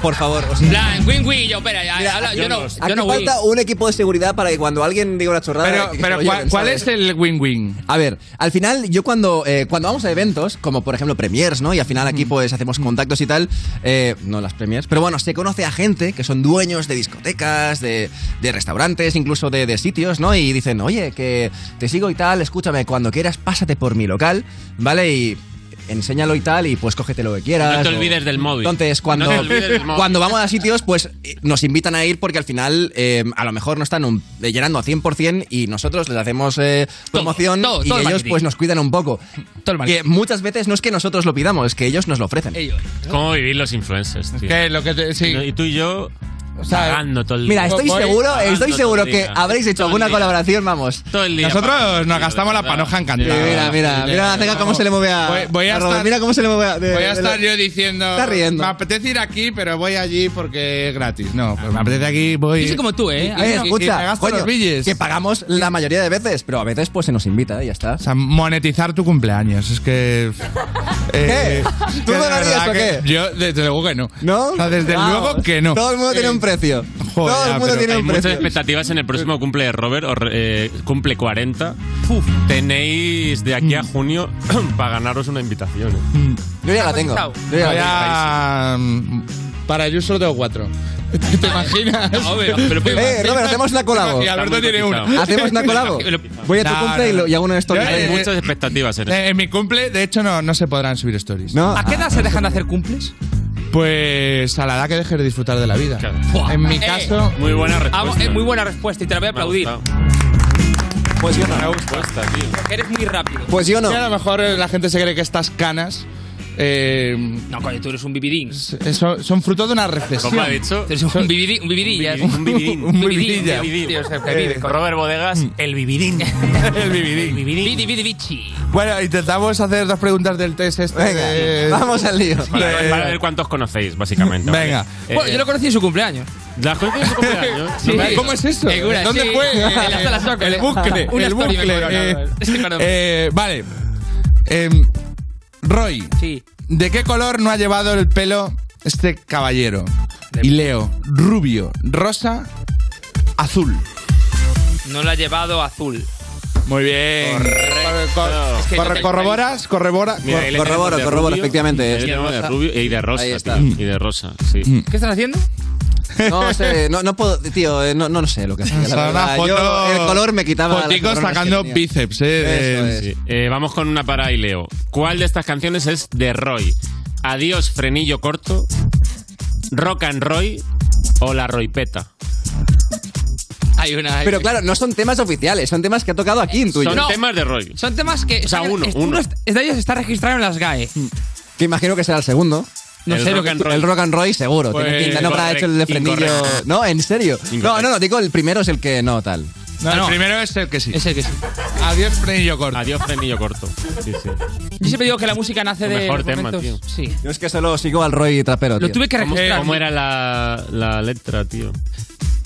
Speaker 15: Por favor, o sea-
Speaker 22: Plan, win win, yo, espera, ya, habla- yo, no, yo
Speaker 15: Aquí
Speaker 22: no win.
Speaker 15: falta un equipo de seguridad para que cuando alguien diga una chorrada.
Speaker 3: Pero-
Speaker 15: que
Speaker 3: pero
Speaker 15: se lo lleven,
Speaker 3: ¿cuál- cuál
Speaker 15: ¿sabes?
Speaker 3: es el win-win?
Speaker 15: A ver, al final, yo cuando, eh, cuando vamos a eventos, como por ejemplo premiers, ¿no? Y al final aquí
Speaker 3: Mm.
Speaker 15: pues hacemos contactos y tal, eh, no las premiers, pero bueno, se conoce a gente que son dueños de discotecas, de, de restaurantes, incluso de, de sitios, ¿no? Y dicen, oye, que te sigo y tal, escúchame, cuando quieras pásate por mi local, ¿vale? Y enséñalo y tal, y pues cógete lo que quieras.
Speaker 4: No te
Speaker 15: o-
Speaker 4: olvides del móvil.
Speaker 15: Entonces, cuando,
Speaker 4: No te olvides del móvil.
Speaker 15: cuando vamos a sitios, pues eh, nos invitan a ir porque al final eh, a lo mejor no están un- eh, llenando a 100% y nosotros les hacemos eh, promoción
Speaker 22: todo,
Speaker 15: y
Speaker 22: todo el
Speaker 15: ellos
Speaker 22: marketing.
Speaker 15: pues nos cuidan un poco. que muchas veces no es que nosotros lo pidamos, es que ellos nos lo ofrecen.
Speaker 4: ¿Cómo vivir los influencers, tío?
Speaker 3: Que lo que te- sí.
Speaker 4: Y tú y yo. pagando todo el
Speaker 15: Mira,
Speaker 4: día.
Speaker 15: estoy
Speaker 4: Voy
Speaker 15: seguro,
Speaker 4: pagando
Speaker 15: estoy
Speaker 4: todo
Speaker 15: seguro
Speaker 4: el
Speaker 15: que
Speaker 4: día.
Speaker 15: habréis hecho alguna colaboración, vamos.
Speaker 4: Todo el día.
Speaker 15: Nosotros
Speaker 3: nos gastamos
Speaker 4: Ah,
Speaker 3: la panoja encantada.
Speaker 15: Mira, mira, mira la ceja cómo se le mueve a,
Speaker 3: Voy, voy a,
Speaker 15: a Robert,
Speaker 3: estar,
Speaker 15: mira cómo se le mueve a... de-
Speaker 3: voy a
Speaker 15: de-
Speaker 3: estar yo diciendo.
Speaker 15: Está riendo.
Speaker 3: Me apetece ir aquí, pero voy allí porque es gratis. No, pues me apetece aquí, voy.
Speaker 15: Eh, escucha,
Speaker 3: y me gasto
Speaker 15: coño,
Speaker 3: los billes.
Speaker 15: que pagamos la mayoría de veces, pero a veces pues se nos invita, eh, ya está.
Speaker 3: O sea, monetizar tu cumpleaños. Es que. eh,
Speaker 15: ¿Qué? ¿Tú
Speaker 3: que de
Speaker 15: no lo harías
Speaker 3: verdad
Speaker 15: o qué?
Speaker 3: que Yo, desde luego que no.
Speaker 15: ¿No?
Speaker 3: O sea, desde
Speaker 15: Vamos.
Speaker 3: luego que no.
Speaker 15: Todo el mundo tiene un precio.
Speaker 3: Joder,
Speaker 15: Todo el mundo
Speaker 3: pero-
Speaker 15: tiene
Speaker 4: ah, Hay
Speaker 15: un
Speaker 4: muchas
Speaker 15: precio.
Speaker 4: expectativas en el próximo cumple de Robert, o, eh, cumple 40. Tenéis de
Speaker 15: Mm.
Speaker 4: aquí a junio para ganaros una invitación. ¿eh?
Speaker 15: Yo ya la tengo. Yo ya la tengo.
Speaker 3: Vaya, mm, Para yo solo tengo cuatro. ¿Te imaginas?
Speaker 4: pero- pero-
Speaker 3: ¿Te
Speaker 15: Eh, Robert, hacemos una colabo.
Speaker 3: Y Alberto tiene una.
Speaker 15: Hacemos una colabo. Voy a tu
Speaker 3: No,
Speaker 15: cumple
Speaker 3: no,
Speaker 15: y, lo-
Speaker 3: no.
Speaker 15: y hago una story.
Speaker 3: Yo, eh,
Speaker 15: Hay
Speaker 4: Muchas expectativas en
Speaker 3: Eh, En mi cumple, de hecho, no, no se podrán subir stories.
Speaker 15: ¿No?
Speaker 22: ¿A qué edad se dejan de hacer cumples?
Speaker 3: Pues a la edad que dejes de disfrutar de la vida.
Speaker 22: Buah.
Speaker 3: En mi
Speaker 22: Eh,
Speaker 3: caso.
Speaker 4: Muy buena
Speaker 22: Hago-
Speaker 4: respuesta.
Speaker 22: eh, muy buena respuesta y te la voy a aplaudir.
Speaker 15: Pues yo
Speaker 4: Buena respuesta, tío.
Speaker 22: Porque eres muy rápido.
Speaker 15: Pues yo no.
Speaker 3: Sí, a lo mejor eh, la gente se cree que estas canas. eh,
Speaker 22: No, coño, tú eres un vividín.
Speaker 3: eh, son, son fruto de una recesión.
Speaker 4: ¿Cómo ha dicho?
Speaker 22: Tú eres un vividín. Un vividilla.
Speaker 4: Un vividín.
Speaker 3: Un vividilla.
Speaker 22: tío, o sea, que vive con- Mm.
Speaker 4: Robert Bodegas, el vividín.
Speaker 3: El vividín.
Speaker 22: Vidi, vidi, vici.
Speaker 3: Bueno, intentamos hacer dos preguntas del test este. de-
Speaker 15: eh, Vamos al lío. Eh,
Speaker 4: Para, para
Speaker 3: Eh,
Speaker 4: ver cuántos conocéis, básicamente. ¿vale?
Speaker 3: Venga.
Speaker 4: Eh,
Speaker 22: Bueno, yo lo conocí en su cumpleaños.
Speaker 4: ¿Las conocéis en su cumpleaños?
Speaker 22: Sí.
Speaker 3: ¿Cómo es eso?
Speaker 22: En una,
Speaker 3: ¿Dónde
Speaker 22: sí,
Speaker 3: fue?
Speaker 22: en la
Speaker 3: Eh,
Speaker 22: sala Soco.
Speaker 3: el bucle.
Speaker 22: Una
Speaker 3: el
Speaker 22: story me
Speaker 3: bucle.
Speaker 22: acuerdo,
Speaker 3: eh,
Speaker 22: no, sí, perdón.
Speaker 3: eh, vale. Eh, Roy,
Speaker 22: Sí.
Speaker 3: ¿de qué color no ha llevado el pelo este caballero? Y leo, rubio, rosa, azul.
Speaker 22: No lo ha llevado azul.
Speaker 3: Muy bien.
Speaker 22: Es que no
Speaker 3: Corre-
Speaker 22: tengo-
Speaker 3: corroboras, corrobora.
Speaker 4: Mira, ahí le tenemos
Speaker 15: Corroboro,
Speaker 4: de
Speaker 15: corroboro,
Speaker 4: rubio,
Speaker 15: efectivamente,
Speaker 4: ahí
Speaker 15: es.
Speaker 4: le tenemos de rubio y de rosa.
Speaker 15: Ahí
Speaker 4: tío,
Speaker 15: está. Mm.
Speaker 4: Y de rosa, sí.
Speaker 22: ¿Qué estás haciendo?
Speaker 15: No sé, no, no puedo, tío, eh, no, no lo sé lo que hacía. la
Speaker 3: Sale una
Speaker 15: verdad. Yo,
Speaker 3: foto-
Speaker 15: el color me quitaba. las
Speaker 3: foticos
Speaker 15: coronas que
Speaker 3: sacando
Speaker 15: tenía.
Speaker 3: bíceps, eh, de-
Speaker 15: Eso es.
Speaker 4: Sí. Eh, vamos con una para y leo. ¿Cuál de estas canciones es de Roy? Adiós, frenillo corto, Rock and Roy o La Roipeta.
Speaker 22: Hay una. hay-
Speaker 15: Pero claro, no son temas oficiales, son temas que ha tocado aquí en tuyo.
Speaker 4: Son
Speaker 22: No.
Speaker 4: temas de Roy.
Speaker 22: Son temas que.
Speaker 4: O sea,
Speaker 22: están-
Speaker 4: uno,
Speaker 22: est-
Speaker 4: uno.
Speaker 22: est- de ellos Este está registrado en las GAE.
Speaker 15: Que imagino que será el segundo.
Speaker 22: No
Speaker 4: El
Speaker 22: sé lo
Speaker 4: rock
Speaker 22: que.
Speaker 4: and roll.
Speaker 15: El rock and roll seguro.
Speaker 3: Pues,
Speaker 15: tiene pinta, no habrá hecho el de frenillo.
Speaker 4: incorrecto.
Speaker 15: No, en serio. No,
Speaker 4: Incorrecto.
Speaker 15: no, no, digo el primero es el que no tal.
Speaker 3: No,
Speaker 22: Ah,
Speaker 3: el
Speaker 22: no.
Speaker 3: primero es el que sí.
Speaker 22: Es el que sí.
Speaker 3: Adiós, frenillo corto.
Speaker 4: Adiós, frenillo corto. Sí, sí.
Speaker 22: Yo siempre digo que la música nace
Speaker 4: Lo
Speaker 22: de.
Speaker 4: mejor tema,
Speaker 22: momentos-
Speaker 4: tío.
Speaker 22: Sí.
Speaker 15: Yo es que solo sigo al Roy Trapero.
Speaker 22: Lo
Speaker 15: tío.
Speaker 22: tuve que
Speaker 4: ¿Cómo,
Speaker 22: registrar.
Speaker 4: cómo era la, la letra, tío?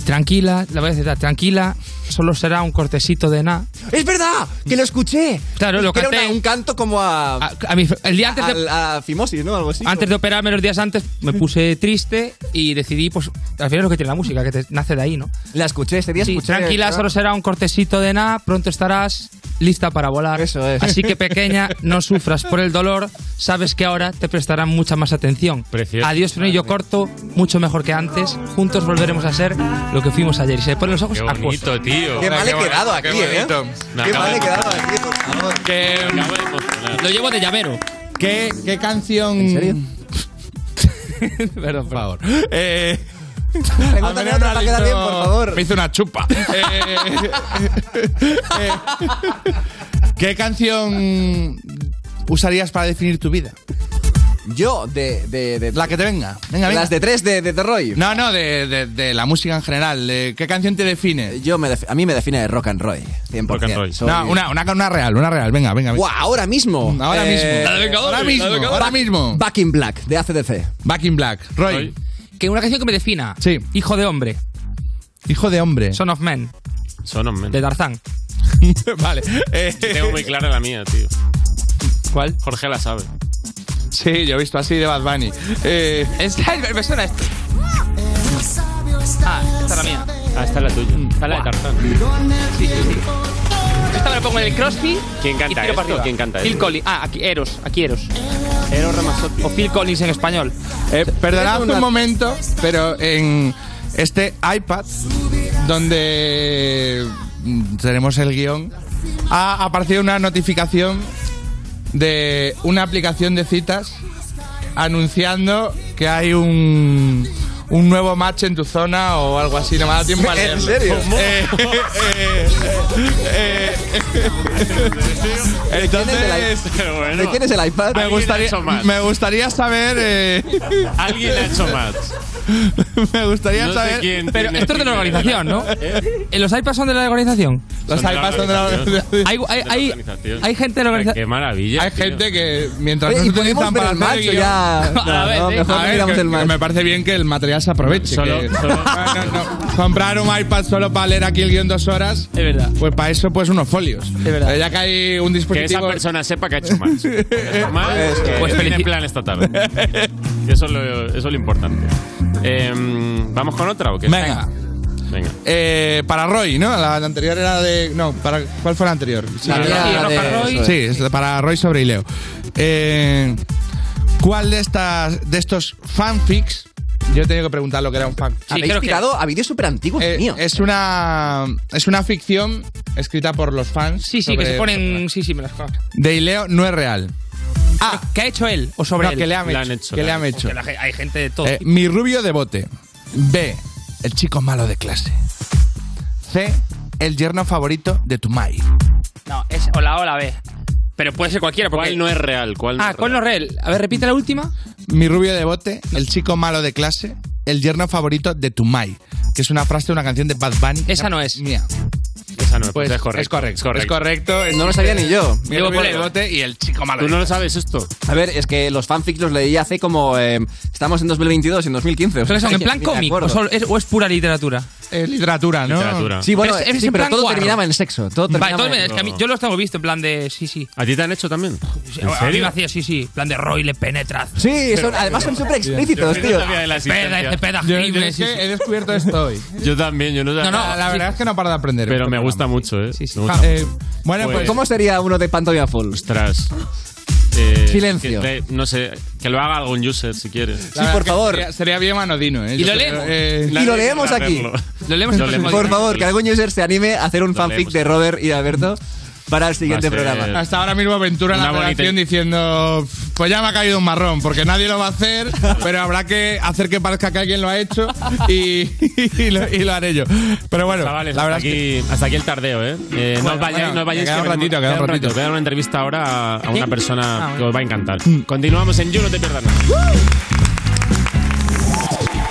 Speaker 22: Tranquila, la voy a citar, tranquila, solo será un cortecito de nada.
Speaker 15: ¡Es verdad! ¡Que lo escuché!
Speaker 22: Claro, lo
Speaker 15: que
Speaker 22: canté.
Speaker 15: Era una- un canto como a.
Speaker 22: A, a mi- el día antes de,
Speaker 15: a, a Fimosis, ¿no? Algo así.
Speaker 22: antes de operarme, los días antes, me puse triste y decidí, pues, al final es lo que tiene la música, que te nace de ahí, ¿no?
Speaker 15: La escuché, ese día
Speaker 22: Sí,
Speaker 15: escuché.
Speaker 22: Tranquila,
Speaker 15: ¿verdad?
Speaker 22: solo será un cortecito de nada, pronto estarás lista para volar. Eso es. Así que pequeña, no sufras por el dolor, sabes que ahora te prestarán mucha más atención.
Speaker 4: Precioso.
Speaker 22: Adiós, frenillo corto, mucho mejor que antes, juntos volveremos a ser lo que fuimos ayer. Y se le ponen los ojos
Speaker 4: Qué
Speaker 22: acuosos.
Speaker 4: bonito, tío.
Speaker 15: Qué mal he
Speaker 4: bonito,
Speaker 15: quedado
Speaker 4: qué
Speaker 15: aquí, ¿eh?
Speaker 4: bonito. Me
Speaker 15: Qué
Speaker 4: acabo
Speaker 15: mal he
Speaker 4: de-
Speaker 15: quedado aquí.
Speaker 4: Que lo
Speaker 22: llevo de llavero.
Speaker 3: ¿Qué, qué canción? ¿En serio? por favor. Eh,
Speaker 15: Pregúntale
Speaker 3: Almendra
Speaker 15: otra para quedar bien, por favor.
Speaker 3: Me hizo una chupa. Eh, eh, ¿Qué canción usarías para definir tu vida?
Speaker 15: Yo, de. de, de
Speaker 3: la que te venga. Venga, venga.
Speaker 15: Las de tres de, de, de Roy.
Speaker 3: No, no, de, de- de la música en general. Eh, ¿Qué canción te define?
Speaker 15: Yo me def- a mí me define de rock and roll. 100%.
Speaker 3: Rock and roll.
Speaker 15: Soy-
Speaker 3: No, una, una, una real, una real. Venga, venga. venga.
Speaker 15: Guau, ahora mismo.
Speaker 3: Ahora mismo.
Speaker 15: Eh,
Speaker 3: La de Vengadores,
Speaker 15: ahora mismo.
Speaker 3: la de Vengadores.
Speaker 15: Back- Back in Black, de ACDC.
Speaker 3: Back in Black. Roy.
Speaker 22: Que una canción que me defina. Sí. Hijo de hombre.
Speaker 3: Hijo de hombre.
Speaker 22: Son of Men.
Speaker 4: Son of Men.
Speaker 22: De Tarzán.
Speaker 3: vale.
Speaker 4: Tengo muy clara la mía, tío.
Speaker 22: ¿Cuál?
Speaker 4: Jorge la sabe.
Speaker 3: Sí, yo he visto así de Bad Bunny. Eh,
Speaker 22: Es, me suena esto. Ah, esta es la mía.
Speaker 4: Ah, esta es la tuya. Esta es la de Tarzán.
Speaker 22: Sí, sí, sí. Esta me la pongo en el crossfit.
Speaker 4: ¿Quién
Speaker 22: y
Speaker 4: canta
Speaker 22: tiro
Speaker 4: esto?
Speaker 22: para arriba.
Speaker 4: ¿Quién canta
Speaker 22: Phil
Speaker 4: esto?
Speaker 22: Collins. Ah, aquí, Eros. Aquí Eros. Eros Ramazotti. O Phil Collins en español.
Speaker 3: Eh, Perdonad un momento, pero en este iPad, donde mm, tenemos el guión, ha aparecido una notificación de una aplicación de citas anunciando que hay un, un nuevo match en tu zona o algo así. No me ha dado tiempo a
Speaker 15: ¿En
Speaker 3: leerlo.
Speaker 15: serio?
Speaker 3: Eh, eh, eh, eh, Entonces,
Speaker 15: ¿De quién es el iPad?
Speaker 3: me gustaría, me gustaría saber. eh,
Speaker 4: Alguien ha hecho más.
Speaker 3: me gustaría
Speaker 4: No sé
Speaker 3: saber.
Speaker 4: quién
Speaker 22: Pero
Speaker 4: tiene
Speaker 22: esto es de la
Speaker 4: Tinder,
Speaker 22: organización, ¿no?
Speaker 4: ¿Eh?
Speaker 22: ¿Eh, ¿Los iPads son de la organización?
Speaker 3: Los
Speaker 4: Son de la
Speaker 3: iPads son de la
Speaker 4: organización.
Speaker 22: Hay, hay, hay,
Speaker 4: organización.
Speaker 22: hay gente de la organización.
Speaker 4: Qué maravilla.
Speaker 3: Hay
Speaker 4: tío.
Speaker 3: gente que mientras no
Speaker 15: Oye,
Speaker 3: se
Speaker 15: y podemos
Speaker 3: utilizan
Speaker 15: ver
Speaker 3: para
Speaker 15: el
Speaker 3: hacer
Speaker 15: macho
Speaker 3: guión-
Speaker 15: ya.
Speaker 3: A
Speaker 15: No,
Speaker 3: ver,
Speaker 15: no,
Speaker 3: eh,
Speaker 15: mejor
Speaker 3: a ver,
Speaker 15: miramos
Speaker 3: que-
Speaker 15: el
Speaker 3: que
Speaker 15: match.
Speaker 3: Me parece bien que el material se aproveche.
Speaker 4: Solo-
Speaker 3: que- Ah,
Speaker 4: solo-
Speaker 3: No, no, Comprar un iPad solo para leer aquí el guión dos horas.
Speaker 22: Es verdad.
Speaker 3: Pues para eso, pues unos folios. Es
Speaker 22: verdad.
Speaker 3: Ya que hay un
Speaker 4: Que esa
Speaker 3: dispositivo.
Speaker 4: persona sepa que ha hecho más. Que ha hecho más,
Speaker 3: Eso.
Speaker 4: que
Speaker 22: Pues
Speaker 4: tiene
Speaker 22: felici-
Speaker 4: plan esta tarde. Eso es lo, eso es lo importante. Eh, ¿Vamos con otra o qué?
Speaker 3: Venga.
Speaker 4: Venga.
Speaker 3: Eh, para Roy, ¿no? La anterior era de. No, para, ¿cuál fue la anterior? Sí,
Speaker 15: La
Speaker 3: era-
Speaker 15: mía de-
Speaker 3: Sí,
Speaker 15: eso es.
Speaker 3: es la- para Roy sobre Ileo. Eh, ¿Cuál de estas de estos fanfics? Yo he tenido que preguntar lo que era un fanfic.
Speaker 15: Habéis
Speaker 22: creo que-
Speaker 15: picado a vídeos súper antiguos
Speaker 3: Eh,
Speaker 15: míos.
Speaker 3: es una es una ficción escrita por los fans.
Speaker 22: Sí, sí, que
Speaker 3: sobre-
Speaker 22: se ponen. Sí, sí, me las cojo.
Speaker 3: De Ileo no es real.
Speaker 22: Ah, ¿qué ha hecho él? ¿O sobre
Speaker 3: No,
Speaker 22: él?
Speaker 3: que le han
Speaker 4: Le
Speaker 3: hecho.
Speaker 4: han hecho,
Speaker 3: que
Speaker 4: le
Speaker 3: le
Speaker 4: han
Speaker 3: han hecho.
Speaker 22: Que la ge- hay gente de todo.
Speaker 3: Eh,
Speaker 22: tipo.
Speaker 3: mi rubio de bote. B. El chico malo de clase. C. El yerno favorito de tu mai.
Speaker 22: No, es o la O o la B. Pero puede ser cualquiera. Porque...
Speaker 4: ¿Cuál no es real? ¿Cuál no
Speaker 22: Ah,
Speaker 4: es
Speaker 22: ¿cuál no es real? A ver, repite la última.
Speaker 3: Mi rubio de bote, el chico malo de clase, el yerno favorito de tu mai. Que es una frase de una canción de Bad Bunny.
Speaker 22: Esa no es.
Speaker 3: Mía.
Speaker 4: Esa no,
Speaker 3: Pues
Speaker 4: es correcto.
Speaker 3: es correcto.
Speaker 4: Es correcto.
Speaker 3: Es correcto.
Speaker 15: No lo sabía ni yo.
Speaker 3: Mi
Speaker 22: Debo
Speaker 3: rubio de
Speaker 22: poner.
Speaker 3: bote y el chico malo
Speaker 4: ¿Tú
Speaker 3: de
Speaker 4: no lo sabes esto?
Speaker 15: A ver, es que los fanfics los leí hace como. eh, estamos en 2022 y en 2015. o sea,
Speaker 22: ¿Pero son en
Speaker 15: ni
Speaker 22: plan
Speaker 15: me
Speaker 22: cómic
Speaker 15: acuerdo.
Speaker 22: o, solo- es, o es pura literatura?
Speaker 3: Eh, literatura, ¿no?
Speaker 4: Literatura.
Speaker 15: Sí, bueno,
Speaker 22: Pero es- es
Speaker 15: sí,
Speaker 22: en
Speaker 15: pero
Speaker 22: plan
Speaker 15: todo
Speaker 22: guarro.
Speaker 15: terminaba en sexo. Todo
Speaker 22: Vale,
Speaker 15: terminaba
Speaker 22: todo-
Speaker 15: en-
Speaker 22: es que a mí- yo los tengo visto en plan de. Sí, sí.
Speaker 4: ¿A ti te han hecho también? ¿En
Speaker 22: A mí
Speaker 4: serio?
Speaker 22: me hacía sí, sí. Plan de Roy le penetras.
Speaker 15: Sí, son- además son súper explícitos,
Speaker 4: Yo
Speaker 15: tío.
Speaker 4: no sabía de la
Speaker 22: Peda,
Speaker 4: existencia.
Speaker 22: este peda
Speaker 3: Yo, yo
Speaker 22: horrible,
Speaker 3: es
Speaker 22: sí,
Speaker 3: que
Speaker 22: sí.
Speaker 3: he descubierto esto hoy.
Speaker 4: Yo también, yo no sabía.
Speaker 22: No, no,
Speaker 3: La, la verdad es que no paro de aprender.
Speaker 4: Pero me
Speaker 3: Este
Speaker 4: gusta
Speaker 3: programa.
Speaker 4: mucho, ¿eh?
Speaker 22: sí.
Speaker 4: Me gusta
Speaker 3: Eh, bueno, pues,
Speaker 4: Pues-
Speaker 15: ¿Cómo sería uno de Pantomima Full?
Speaker 4: Ostras. Eh,
Speaker 15: Silencio.
Speaker 4: que te- no sé, que lo haga algún user si quieres.
Speaker 15: Sí, por favor.
Speaker 3: Sería, sería bien manodino, ¿eh?
Speaker 22: Y
Speaker 3: Yo
Speaker 22: lo
Speaker 3: creo,
Speaker 22: leemos.
Speaker 3: eh,
Speaker 15: Y lo leemos aquí.
Speaker 22: Lo leemos en el próximo
Speaker 15: Por
Speaker 22: día.
Speaker 15: favor, que algún user se anime a hacer un fanfic
Speaker 4: leemos.
Speaker 15: de Robert y Alberto para el siguiente
Speaker 4: Va a ser-
Speaker 15: programa.
Speaker 3: hasta ahora mismo Ventura en la
Speaker 4: Una bonita-
Speaker 3: redacción diciendo pues ya me ha caído un marrón porque nadie lo va a hacer pero habrá que hacer que parezca que alguien lo ha hecho y, y lo, y lo haré yo pero bueno
Speaker 4: Chavales,
Speaker 3: la
Speaker 4: hasta
Speaker 3: verdad es que
Speaker 4: aquí, hasta aquí el tardeo, ¿eh? Eh, no os vayáis,
Speaker 3: bueno,
Speaker 4: no os vayáis.
Speaker 3: queda un
Speaker 4: que venimos-
Speaker 3: ratito, queda un ratito.
Speaker 4: Voy a dar una entrevista ahora a, a una persona
Speaker 22: Ah,
Speaker 4: que os va a encantar. Continuamos en You, no te pierdas nada.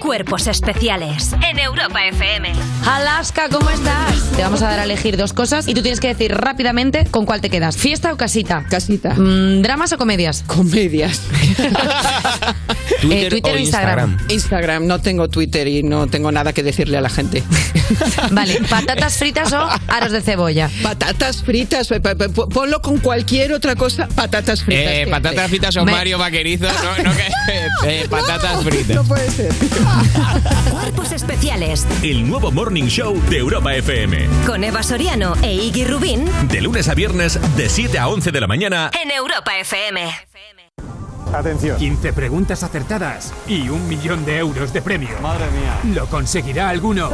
Speaker 2: Cuerpos especiales en Europa FM.
Speaker 11: Alaska, ¿cómo estás? Te vamos a dar a elegir dos cosas y tú tienes que decir rápidamente con cuál te quedas. ¿Fiesta o casita? Casita. ¿Dramas o comedias? Comedias.
Speaker 12: Twitter,
Speaker 11: Eh, Twitter o Instagram.
Speaker 12: Instagram. no tengo Twitter y no tengo nada que decirle a la gente.
Speaker 11: Vale, ¿patatas fritas o aros de cebolla?
Speaker 12: Patatas fritas, eh, pa- pa- pa- ponlo con cualquier otra cosa, patatas fritas.
Speaker 7: Eh,
Speaker 12: siempre.
Speaker 7: patatas fritas o
Speaker 12: Me-
Speaker 7: Mario Vaquerizo. No, no, que- eh, patatas fritas.
Speaker 12: No puede ser.
Speaker 2: Cuerpos especiales
Speaker 38: El nuevo Morning Show de Europa FM.
Speaker 2: con Eva Soriano e Iggy Rubín
Speaker 38: De lunes a viernes, de 7 a 11 de la mañana.
Speaker 2: en Europa FM.
Speaker 1: Atención. 15 preguntas acertadas y un millón de euros de premio. Madre mía. ¿Lo conseguirá alguno?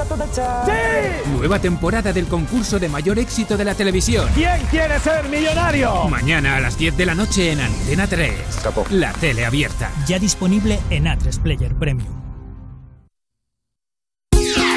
Speaker 1: Nueva temporada del concurso de mayor éxito de la televisión.
Speaker 22: ¿Quién quiere ser millonario?
Speaker 1: Mañana a las 10 de la noche en Antena 3. La tele abierta.
Speaker 13: Ya disponible en A3 Player Premium.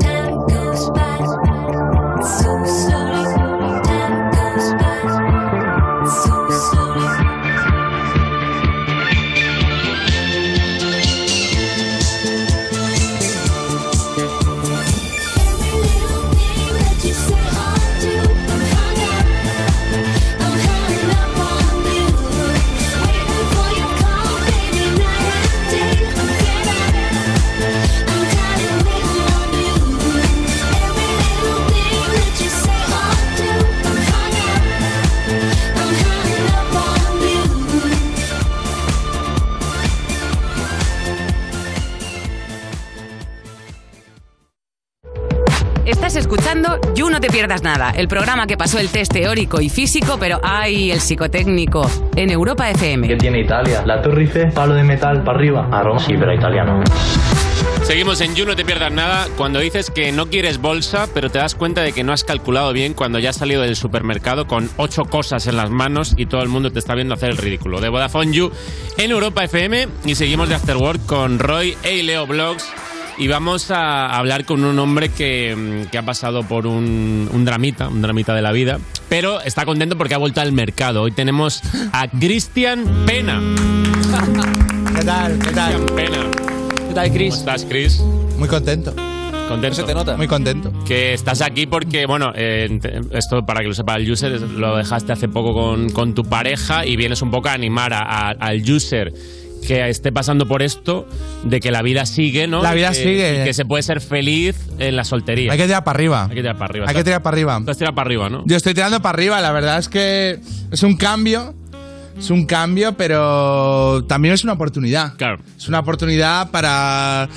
Speaker 16: Time goes by so slowly.
Speaker 8: Estás escuchando You No Te Pierdas Nada, el programa que pasó el test teórico y físico, pero ¡ay! el psicotécnico, en Europa FM.
Speaker 19: ¿Qué tiene Italia? La torrice, palo de metal para arriba. Aroma, sí, pero italiano.
Speaker 4: Seguimos en You, no te pierdas nada. Cuando dices que no quieres bolsa, pero te das cuenta de que no has calculado bien cuando ya has salido del supermercado con ocho cosas en las manos y todo el mundo te está viendo hacer el ridículo. De Vodafone You en Europa FM y seguimos de Afterwork con Roy e Leo Blogs. Y vamos a hablar con un hombre que, mm, que ha pasado por un, un dramita, un dramita de la vida, pero está contento porque ha vuelto al mercado. Hoy tenemos a Cristian Pena.
Speaker 3: ¿Qué tal? ¿Qué tal?
Speaker 4: Pena.
Speaker 3: ¿Qué tal, Chris?
Speaker 4: ¿Cómo estás, Chris?
Speaker 3: Muy contento.
Speaker 4: ¿Contento?
Speaker 3: se te nota. Muy contento.
Speaker 4: Que estás aquí porque, bueno, eh, ent- esto para que lo sepa el user, es- lo dejaste hace poco con, con tu pareja y vienes un poco a animar a- a- al user que esté pasando por esto, de que la vida sigue, ¿no?
Speaker 3: La vida
Speaker 4: Y que-
Speaker 3: sigue.
Speaker 4: y que se puede ser feliz en la soltería.
Speaker 3: Hay que tirar para arriba.
Speaker 4: Hay que tirar para arriba.
Speaker 3: Hay que tirar para arriba.
Speaker 4: Tú has tirado para arriba, ¿no?
Speaker 3: Yo estoy tirando para arriba, la verdad es que es un cambio. Es un cambio, pero también es una oportunidad.
Speaker 4: Claro.
Speaker 3: Es una oportunidad para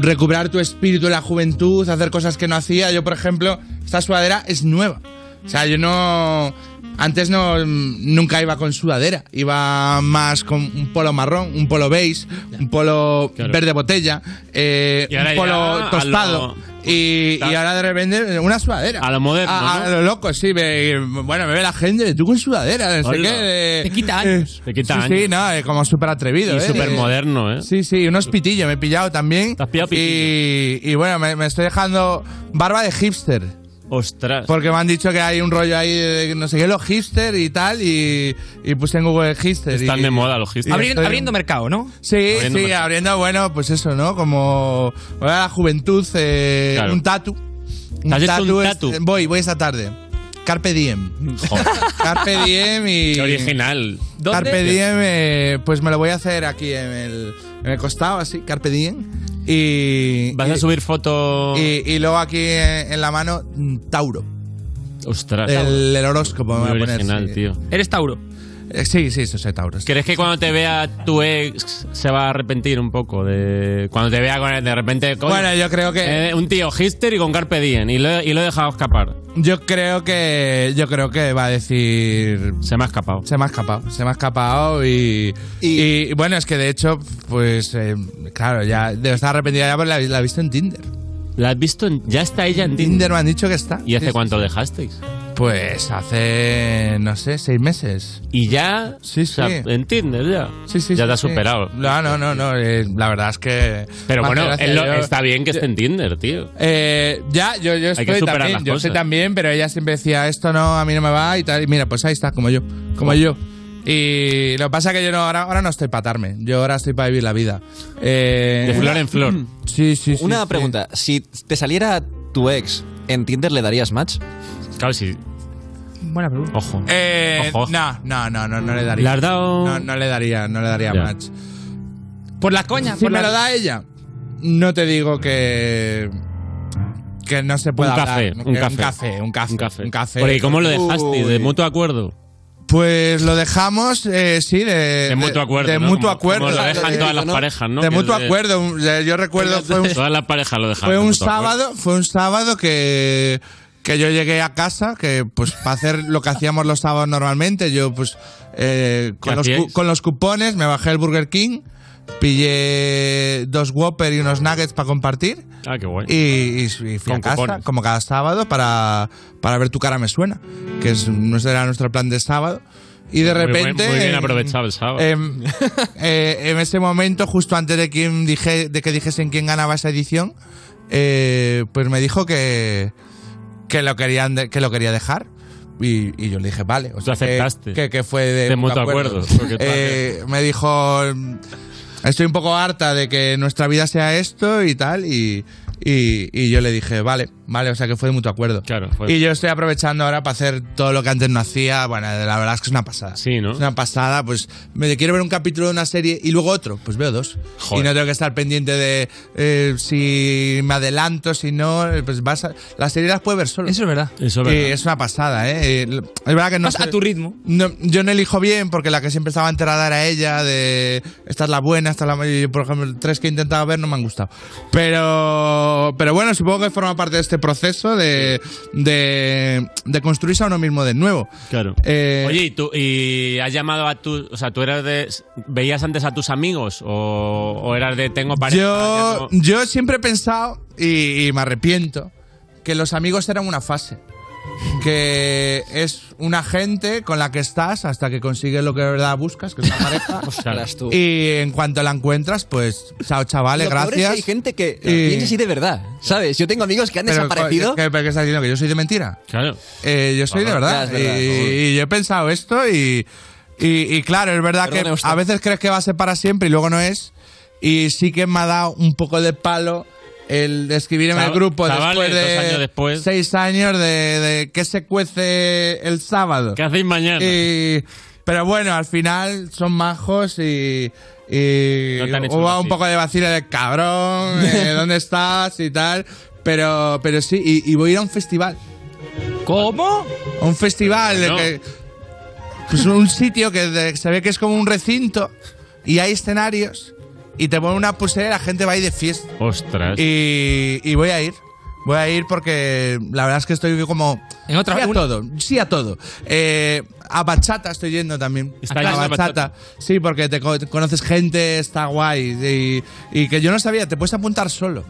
Speaker 3: recuperar tu espíritu de la juventud, hacer cosas que no hacía. Yo, por ejemplo, esta sudadera es nueva. O sea, yo no. Antes no, nunca iba con sudadera. Iba más con un polo marrón, un polo beige, un polo verde botella, eh,
Speaker 4: Y ahora
Speaker 3: un polo
Speaker 4: ya a
Speaker 3: tostado. Y,
Speaker 4: Pues,
Speaker 3: y ahora de repente una sudadera. A lo
Speaker 4: moderno,
Speaker 3: A,
Speaker 4: ¿no?
Speaker 3: lo loco, sí. me- bueno, me ve la gente, tú con sudadera, no sé
Speaker 4: Hola.
Speaker 3: qué. Te quita años.
Speaker 4: Te quita
Speaker 3: Sí,
Speaker 4: años.
Speaker 3: no, eh, como súper atrevido.
Speaker 4: Y
Speaker 3: eh,
Speaker 4: súper
Speaker 3: de-
Speaker 4: moderno, ¿eh?
Speaker 3: Sí, sí, unos pitillos me he pillado también. y, y bueno, me, me estoy dejando barba de hipster.
Speaker 4: Ostras.
Speaker 3: Porque me han dicho que hay un rollo ahí de de no sé qué, los hipster y tal. Y, y puse en Google hipster.
Speaker 4: Están
Speaker 3: y-
Speaker 4: de moda los hipsters.
Speaker 3: y
Speaker 4: Abriendo-
Speaker 3: estoy-
Speaker 4: abriendo
Speaker 3: mercado, ¿no? Sí,
Speaker 4: Abriendo
Speaker 3: sí,
Speaker 4: mercado.
Speaker 3: abriendo, bueno, pues eso, ¿no? Como bueno, la juventud, eh,
Speaker 4: Claro.
Speaker 3: un tatu.
Speaker 4: ¿Te has hecho un
Speaker 3: es-
Speaker 4: tatu?
Speaker 3: voy, voy esta tarde. Carpe diem. Carpe diem y...
Speaker 4: Qué original.
Speaker 3: Carpe diem, eh, pues me lo voy a hacer aquí en el, en el costado, así, carpe diem. Y...
Speaker 4: Vas a subir foto...
Speaker 3: Y, y luego aquí eh, en, en la mano, mm, Tauro.
Speaker 4: Ostras.
Speaker 3: El, el horóscopo me
Speaker 4: Muy
Speaker 3: voy a poner.
Speaker 4: original,
Speaker 3: sí.
Speaker 4: tío.
Speaker 39: Eres Tauro.
Speaker 3: Eh, sí, sí, soy Tauro.
Speaker 4: ¿Crees que cuando te vea tu ex se va a arrepentir un poco? de Cuando te vea con él, de repente. coño,
Speaker 3: Bueno, yo creo que-
Speaker 4: eh, un tío hister y con Carpe Diem y lo, y lo he dejado escapar.
Speaker 3: Yo creo que yo creo que va a decir
Speaker 4: se me ha escapado.
Speaker 3: Se me ha escapado, se me ha escapado y y, bueno, es que de hecho pues eh, claro, ya debe estar arrepentida ya porque la, la he visto en Tinder.
Speaker 4: ¿La has visto en, ya está ella en
Speaker 3: Tinder? me han dicho que está.
Speaker 4: ¿Y hace
Speaker 3: Sí, sí,
Speaker 4: cuánto lo
Speaker 3: sí.
Speaker 4: dejasteis?
Speaker 3: Pues hace no sé, seis meses.
Speaker 4: Y ya
Speaker 3: sí, sí.
Speaker 4: sea, en Tinder ya. Ya te has superado.
Speaker 3: No, no, no, no, eh, la verdad es que
Speaker 4: Pero
Speaker 3: me hace
Speaker 4: bueno,
Speaker 3: gracia,
Speaker 4: él lo-
Speaker 3: yo-
Speaker 4: está bien que esté en Tinder, tío.
Speaker 3: Eh, ya, yo, yo
Speaker 4: Hay que
Speaker 3: estoy
Speaker 4: superar
Speaker 3: también,
Speaker 4: las
Speaker 3: yo
Speaker 4: cosas.
Speaker 3: estoy también, pero ella siempre decía, esto no, a mí no me va y tal. Y mira, pues ahí está, como yo, como yo. Y lo que pasa es que yo no, ahora, ahora no estoy para atarme, yo ahora estoy para vivir la vida. Eh,
Speaker 15: De flor en flor.
Speaker 3: Sí, sí, sí.
Speaker 15: Una
Speaker 3: sí.
Speaker 15: pregunta, si te saliera tu ex en Tinder, ¿le darías match?
Speaker 4: Claro, sí.
Speaker 22: Buena pregunta.
Speaker 4: Ojo.
Speaker 3: Eh,
Speaker 15: Ojo.
Speaker 3: No, no, no, no, no le daría.
Speaker 15: ¿Le has dado?
Speaker 3: No, no le daría, no le daría
Speaker 15: Ya.
Speaker 3: match.
Speaker 22: Por las coñas.
Speaker 3: Si
Speaker 22: por
Speaker 3: me
Speaker 22: la-
Speaker 3: lo da ella, no te digo que. Que no se pueda
Speaker 4: Un café,
Speaker 3: hablar.
Speaker 4: un
Speaker 3: que
Speaker 4: café.
Speaker 3: un café, un café, un café.
Speaker 4: Porque ¿cómo lo dejaste? ¿De
Speaker 3: Uy.
Speaker 4: mutuo acuerdo?
Speaker 3: Pues lo dejamos, eh, sí, de,
Speaker 4: De mutuo acuerdo,
Speaker 3: De
Speaker 4: ¿no?
Speaker 3: mutuo
Speaker 4: Como-
Speaker 3: acuerdo.
Speaker 4: como lo dejan
Speaker 3: Eh,
Speaker 4: todas las
Speaker 3: ¿no?
Speaker 4: parejas, ¿no?
Speaker 3: De
Speaker 4: Que
Speaker 3: mutuo
Speaker 4: de-
Speaker 3: acuerdo. un- eh, yo recuerdo, fue un,
Speaker 4: Todas las parejas lo dejaron.
Speaker 3: fue
Speaker 4: de
Speaker 3: un
Speaker 4: mutuo acuerdo.
Speaker 3: sábado, fue un sábado que, que yo llegué a casa, que pues para hacer lo que hacíamos los sábados normalmente, yo pues eh,
Speaker 4: ¿Qué
Speaker 3: con, los, cu-
Speaker 4: hacíais?
Speaker 3: con los cupones me bajé el Burger King, pillé dos Whopper y unos nuggets para compartir.
Speaker 4: Ah, qué guay.
Speaker 3: Y, y- y fui
Speaker 4: Con
Speaker 3: a casa,
Speaker 4: cupones.
Speaker 3: como cada sábado, para, para ver tu cara me suena, que es, no era nuestro plan de sábado. Y de
Speaker 4: Muy buen-
Speaker 3: repente.
Speaker 4: Muy, bien
Speaker 3: eh,
Speaker 4: aprovechado el sábado.
Speaker 3: em, eh, en ese momento, justo antes de, quien dije, de que dijesen quién ganaba esa edición, eh, pues me dijo que, que, lo querían de- que lo quería dejar. Y, y yo le dije, vale. O sea, que-
Speaker 4: aceptaste.
Speaker 3: Que, que fue de,
Speaker 4: De mutuo acuerdo, porque tú
Speaker 3: Eh, me dijo, estoy un poco harta de que nuestra vida sea esto y tal. Y, y, y yo le dije, vale, vale, o sea que fue de mutuo acuerdo.
Speaker 4: Claro, fue-
Speaker 3: Y yo estoy aprovechando ahora para hacer todo lo que antes no hacía. Bueno, la verdad es que es una pasada. Sí, ¿no? Es una pasada. Pues me quiero ver un capítulo de una serie y luego otro. Pues veo dos.
Speaker 4: Joder.
Speaker 3: Y no tengo que estar pendiente de eh, si me adelanto, si no. eh, Pues vas a- las series las puedes ver solo.
Speaker 22: Eso es verdad.
Speaker 4: Eso es
Speaker 3: Y
Speaker 4: verdad.
Speaker 3: es una pasada, ¿eh? Eh, l- Es verdad que no.
Speaker 22: Vas a tu ritmo.
Speaker 3: No, yo no elijo bien porque la que siempre estaba enterada era ella, de esta es la buena, esta es la mala. y, Por ejemplo, tres que he intentado ver no me han gustado. Pero, pero bueno, supongo que forma parte de este proceso de, de, de construirse a uno mismo de nuevo.
Speaker 4: Claro.
Speaker 3: Eh,
Speaker 4: Oye, ¿y tú y has llamado a tu, o sea, tú eras de veías antes a tus amigos o, o eras de tengo pareja? ah, ya
Speaker 3: yo,
Speaker 4: no-
Speaker 3: yo siempre he pensado, y, y me arrepiento, que los amigos eran una fase. Que es una gente con la que estás hasta que consigues lo que de verdad buscas, que es una pareja.
Speaker 15: Ostras, tú.
Speaker 3: Y en cuanto la encuentras, pues, chao chavales,
Speaker 15: Lo peor es que
Speaker 3: gracias.
Speaker 15: hay gente que
Speaker 3: Y-
Speaker 15: piensa así de verdad, ¿eh? ¿sabes? Yo tengo amigos que han
Speaker 3: Pero,
Speaker 15: desaparecido.
Speaker 3: ¿qué, qué- qué estás diciendo? ¿Que yo soy de mentira? Eh,
Speaker 4: Claro.
Speaker 3: yo soy de
Speaker 15: Claro, ya
Speaker 3: verdad.
Speaker 15: es verdad.
Speaker 3: y, y yo he pensado esto y, y- y claro, es verdad
Speaker 15: Perdone
Speaker 3: que a veces crees que va a ser para siempre y luego no es. Y sí que me ha dado un poco de palo el de escribir en
Speaker 4: Chava-
Speaker 3: el grupo
Speaker 4: chavales,
Speaker 3: después de
Speaker 4: dos años después.
Speaker 3: Pues seis años de, de que se cuece el sábado.
Speaker 4: ¿Qué hacéis mañana?
Speaker 3: Y- pero bueno, al final son majos y... y
Speaker 4: No te han hecho
Speaker 3: hubo
Speaker 4: vacío.
Speaker 3: un poco de vacío de cabrón, eh, ¿dónde estás? y tal. Pero, pero sí, y, y voy a ir a un festival.
Speaker 22: ¿Cómo?
Speaker 3: A un festival, de
Speaker 22: No.
Speaker 3: que- pues un sitio que de- se ve que es como un recinto y hay escenarios y te ponen una pulsera y la gente va ahí de fiesta.
Speaker 4: Ostras.
Speaker 3: Y, y voy a ir. Voy a ir porque la verdad es que estoy como.
Speaker 22: En otra-
Speaker 3: sí a
Speaker 22: un-
Speaker 3: todo. Sí a todo. Eh, a bachata estoy yendo también.
Speaker 4: Está
Speaker 3: a
Speaker 4: yendo a bachata.
Speaker 3: Sí, porque te co- conoces gente, está guay. Y, y que yo no sabía, te puedes apuntar solo.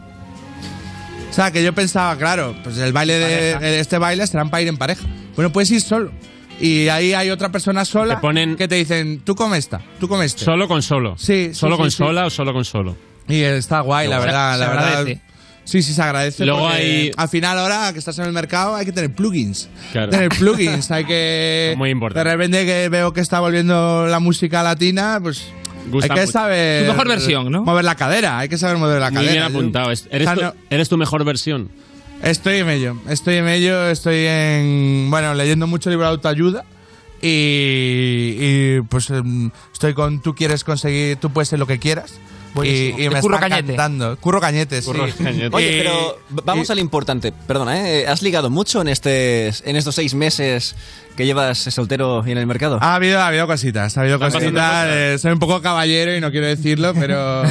Speaker 3: O sea, que yo pensaba, claro, pues el baile de
Speaker 4: Pareja.
Speaker 3: este baile serán para ir en pareja. Bueno, puedes ir solo. Y ahí hay otra persona sola que te dicen, tú come esta, tú come este.
Speaker 4: Solo con solo.
Speaker 3: Sí, sí,
Speaker 4: Solo
Speaker 3: sí,
Speaker 4: con
Speaker 3: sí.
Speaker 4: sola o solo con solo.
Speaker 3: Y está guay, la
Speaker 4: Se-
Speaker 3: verdad,
Speaker 4: se
Speaker 3: la verdad.
Speaker 4: agradece.
Speaker 3: Sí, sí, se agradece.
Speaker 4: Luego
Speaker 3: porque
Speaker 4: hay-
Speaker 3: Al final, ahora que estás en el mercado, hay que tener plugins.
Speaker 4: Claro.
Speaker 3: Tener plugins, hay que.
Speaker 4: Muy importante.
Speaker 3: De repente que veo que está volviendo la música latina, pues.
Speaker 4: Gusta
Speaker 3: hay que
Speaker 4: mucho.
Speaker 3: saber.
Speaker 4: Tu mejor versión, ¿no?
Speaker 3: Mover la cadera, hay que saber mover la
Speaker 4: Muy
Speaker 3: cadera.
Speaker 4: bien apuntado. Es- Eres,
Speaker 3: O sea,
Speaker 4: tu,
Speaker 3: no-
Speaker 4: eres tu mejor versión.
Speaker 3: Estoy en ello, estoy en ello, estoy en. Bueno, leyendo mucho libro de autoayuda. Y, y, pues em, estoy con Tú quieres conseguir, tú puedes ser lo que quieras. Y, y
Speaker 15: De
Speaker 3: me
Speaker 15: Curro
Speaker 3: está
Speaker 15: Cañete.
Speaker 3: cantando. Curro Cañete, sí.
Speaker 15: Oye,
Speaker 3: Y-
Speaker 15: pero v- vamos al importante. Perdona, ¿eh? ¿Has ligado mucho en, este, en estos seis meses que llevas soltero y en el mercado?
Speaker 3: Ha habido, ha habido cositas, ha habido
Speaker 15: Están pasando
Speaker 3: cositas. eh, soy un poco caballero y no quiero decirlo, pero,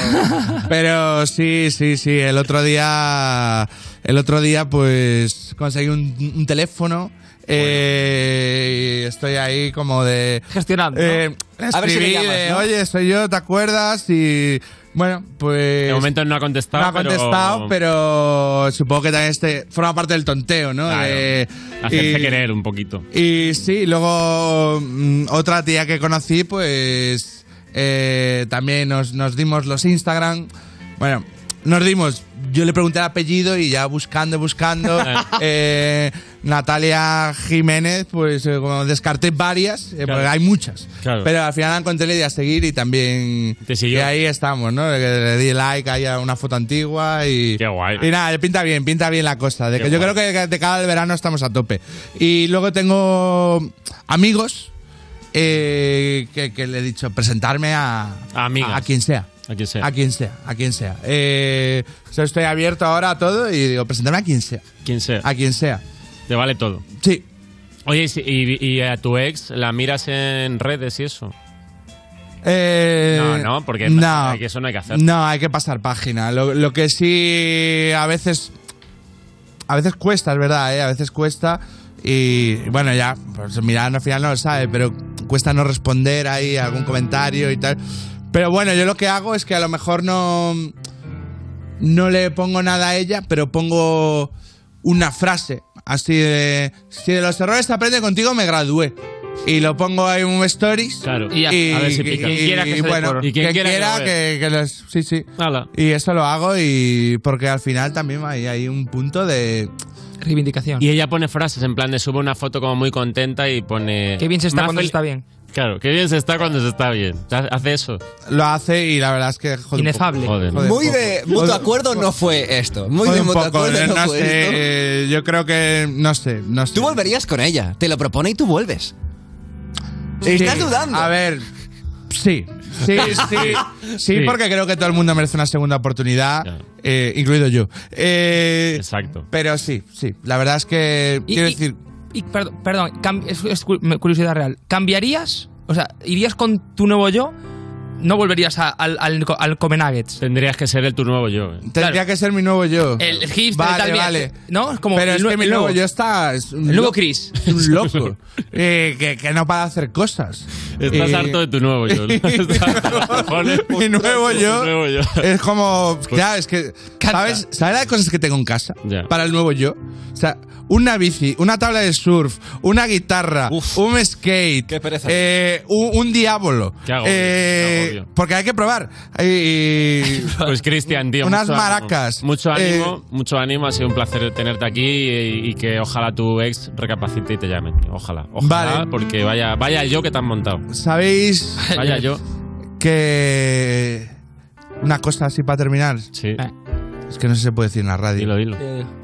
Speaker 3: pero sí, sí, sí. El otro día, el otro día, pues conseguí un, un teléfono. eh, y estoy ahí como de gestionando.
Speaker 4: A ver si le llamas, ¿no?
Speaker 3: Eh, Oye, soy yo, ¿te acuerdas? Y bueno, pues
Speaker 4: De momento no ha contestado.
Speaker 3: no ha contestado, pero... supongo que también este forma parte del tonteo, ¿no?
Speaker 4: Claro.
Speaker 3: Eh,
Speaker 4: Hacerse
Speaker 3: y-
Speaker 4: querer un poquito.
Speaker 3: y sí, luego mm, otra tía que conocí, pues eh, también nos, nos dimos los Instagram. Bueno, nos dimos. Yo le pregunté el apellido y ya buscando, buscando. eh, Natalia Jiménez, pues eh, como descarté varias, eh, porque hay muchas.
Speaker 4: Claro.
Speaker 3: Pero al final la encontré, le di a seguir y también. Y ahí estamos, ¿no? Le, le di like ahí a una foto antigua y. Y nada, pinta bien, pinta bien la cosa. De
Speaker 4: Qué
Speaker 3: que yo
Speaker 4: guay.
Speaker 3: creo que de cada verano estamos a tope. Y luego tengo amigos eh, que, que le he dicho presentarme a,
Speaker 4: Amigas.
Speaker 3: a, a quien sea.
Speaker 4: A quien sea.
Speaker 3: A quien sea, a quien sea. Eh, o sea, estoy abierto ahora a todo y digo, presentarme a quien sea.
Speaker 4: Quien sea.
Speaker 3: A quien sea.
Speaker 4: Te vale todo.
Speaker 3: Sí.
Speaker 4: Oye, ¿y, y- y a tu ex la miras en redes y eso?
Speaker 3: Eh,
Speaker 4: No, no, porque
Speaker 3: no,
Speaker 4: que eso no hay que hacer.
Speaker 3: No, hay que pasar página. Lo, lo que sí a veces a veces cuesta, es verdad, ¿eh? a veces cuesta y bueno, ya pues mira, al final no lo sabe, pero cuesta no responder ahí a algún comentario y tal. Pero bueno, yo lo que hago es que a lo mejor no no le pongo nada a ella, pero pongo una frase así de si de los errores se aprende contigo me gradué. Y lo pongo ahí en un stories.
Speaker 4: Y ya, a ver si pica.
Speaker 3: y-
Speaker 4: Quien quiera que se
Speaker 3: y
Speaker 4: dé
Speaker 3: bueno,
Speaker 4: por-
Speaker 3: y quien quiera,
Speaker 4: lo
Speaker 3: que,
Speaker 4: vea.
Speaker 3: que los- sí, sí. Y eso lo hago y porque al final también hay, hay un punto de
Speaker 22: reivindicación.
Speaker 4: Y ella pone frases en plan de sube una foto como muy contenta y pone.
Speaker 22: Qué bien se está
Speaker 4: "Más
Speaker 22: cuando se
Speaker 4: fel-
Speaker 22: está bien.
Speaker 4: Claro, qué bien se está cuando se está bien. Hace eso.
Speaker 3: Lo hace y la verdad es que jode un
Speaker 4: Inefable.
Speaker 3: poco. Jode un
Speaker 15: Muy
Speaker 3: poco.
Speaker 15: de mutuo
Speaker 3: Jode-
Speaker 15: acuerdo no fue esto. Muy
Speaker 3: jode
Speaker 15: de
Speaker 3: Pues- un
Speaker 15: mutuo
Speaker 3: poco,
Speaker 15: acuerdo no,
Speaker 3: no
Speaker 15: fue esto.
Speaker 3: sé, Yo creo que no sé, no sé.
Speaker 15: Tú volverías con ella. Te lo propone y tú vuelves. Estás dudando.
Speaker 3: A ver, sí. Sí, sí, sí,
Speaker 15: Sí.
Speaker 3: porque creo que todo el mundo merece una segunda oportunidad, eh, incluido yo. Eh,
Speaker 4: Exacto.
Speaker 3: Pero sí, sí. La verdad es que
Speaker 22: Y-
Speaker 3: quiero
Speaker 22: y-
Speaker 3: decir,
Speaker 22: Y perdón, perdón, cam- es, es cu- curiosidad real. ¿Cambiarías? O sea, ¿irías con tu nuevo yo? No volverías a- al, al, al Copenhaguets.
Speaker 4: Tendrías que ser el tu nuevo yo. eh.
Speaker 3: tendría que ser mi nuevo yo.
Speaker 22: El, el hipster
Speaker 3: Vale,
Speaker 22: tal vez.
Speaker 3: vale.
Speaker 22: ¿No? Es como
Speaker 3: Pero
Speaker 22: el,
Speaker 3: es
Speaker 22: nue-
Speaker 3: que mi
Speaker 22: el
Speaker 3: nuevo yo está. es un
Speaker 22: El nuevo
Speaker 3: loco,
Speaker 22: Chris.
Speaker 3: es un loco. Eh, que, que no para de hacer cosas.
Speaker 4: Estás
Speaker 3: Eh,
Speaker 4: harto de tu nuevo yo.
Speaker 3: mi nuevo yo,
Speaker 4: Tu nuevo yo.
Speaker 3: es como.
Speaker 4: Pues,
Speaker 3: Claro, es que. ¿Sabes, ¿Sabes las cosas que tengo en casa? Para el nuevo yo. O sea, una bici, una tabla de surf, una guitarra, un skate, eh, un, un diablo.
Speaker 4: agobio,
Speaker 3: eh,
Speaker 4: qué agobio.
Speaker 3: porque hay que probar. Eh,
Speaker 4: Pues Cristian, tío.
Speaker 3: Unas
Speaker 4: mucho ánimo.
Speaker 3: maracas.
Speaker 4: mucho
Speaker 3: Eh,
Speaker 4: ánimo, mucho ánimo. Ha sido un placer tenerte aquí y, y que ojalá tu ex recapacite y te llame. Ojalá. Ojalá.
Speaker 3: Vale.
Speaker 4: Porque vaya, vaya yo que te han montado.
Speaker 3: ¿Sabéis?
Speaker 4: Vaya yo.
Speaker 3: Que. Una cosa así para terminar.
Speaker 4: Sí.
Speaker 3: Es que no sé si se puede decir en la radio. Dilo,
Speaker 4: dilo.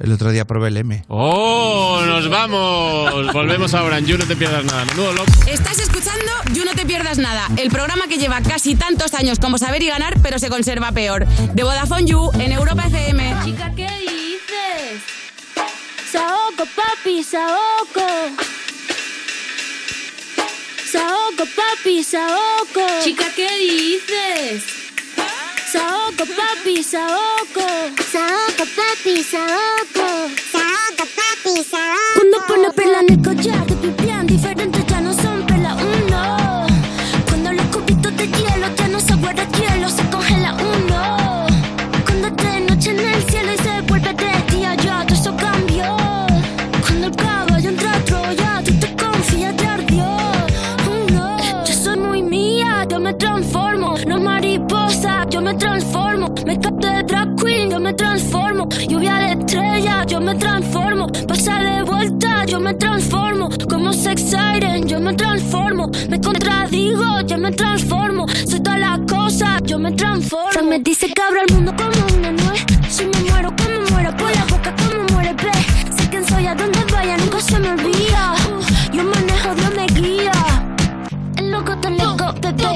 Speaker 3: El otro día probé el M.
Speaker 4: ¡Oh! ¡Nos vamos! Volvemos ahora en You, no te pierdas nada. Menudo loco.
Speaker 8: Estás escuchando You No Te Pierdas Nada, el programa que lleva casi tantos años como saber y ganar, pero se conserva peor. De Vodafone You en Europa FM.
Speaker 28: Chica, ¿qué dices? Saoco, papi, saoco. Saoco, papi, saoco. Chica, ¿qué dices? Saoco, papi, saoco. Saoco, papi, saoco. Saoco, papi, saoco. Cuando pone perla en el collar, te pipián diferente, ya no son perla uno. Cuando los cubitos de hielo ya no se guarda hielo, se congela uno. Cuando te noche en el cielo y se vuelve de día, ya todo eso cambió. Cuando el caballo entra a Troya, tú te confías, te ardió. Oh, no. Yo soy muy mía, yo me transformo. No mariposa, yo me transformo. Me capto de drag queen, yo me transformo. Lluvia de estrella, yo me transformo. Pasa de vuelta, yo me transformo. Como sex siren, yo me transformo. Me contradigo, yo me transformo. Soy todas las cosas, yo me transformo. Se me dice que abro el mundo como una nuez. Si me muero, como muero, por la boca, como muere, ve. Sé quién soy, a donde vaya, nunca se me olvida. Yo manejo, Dios me guía. El loco tan loco, bebé.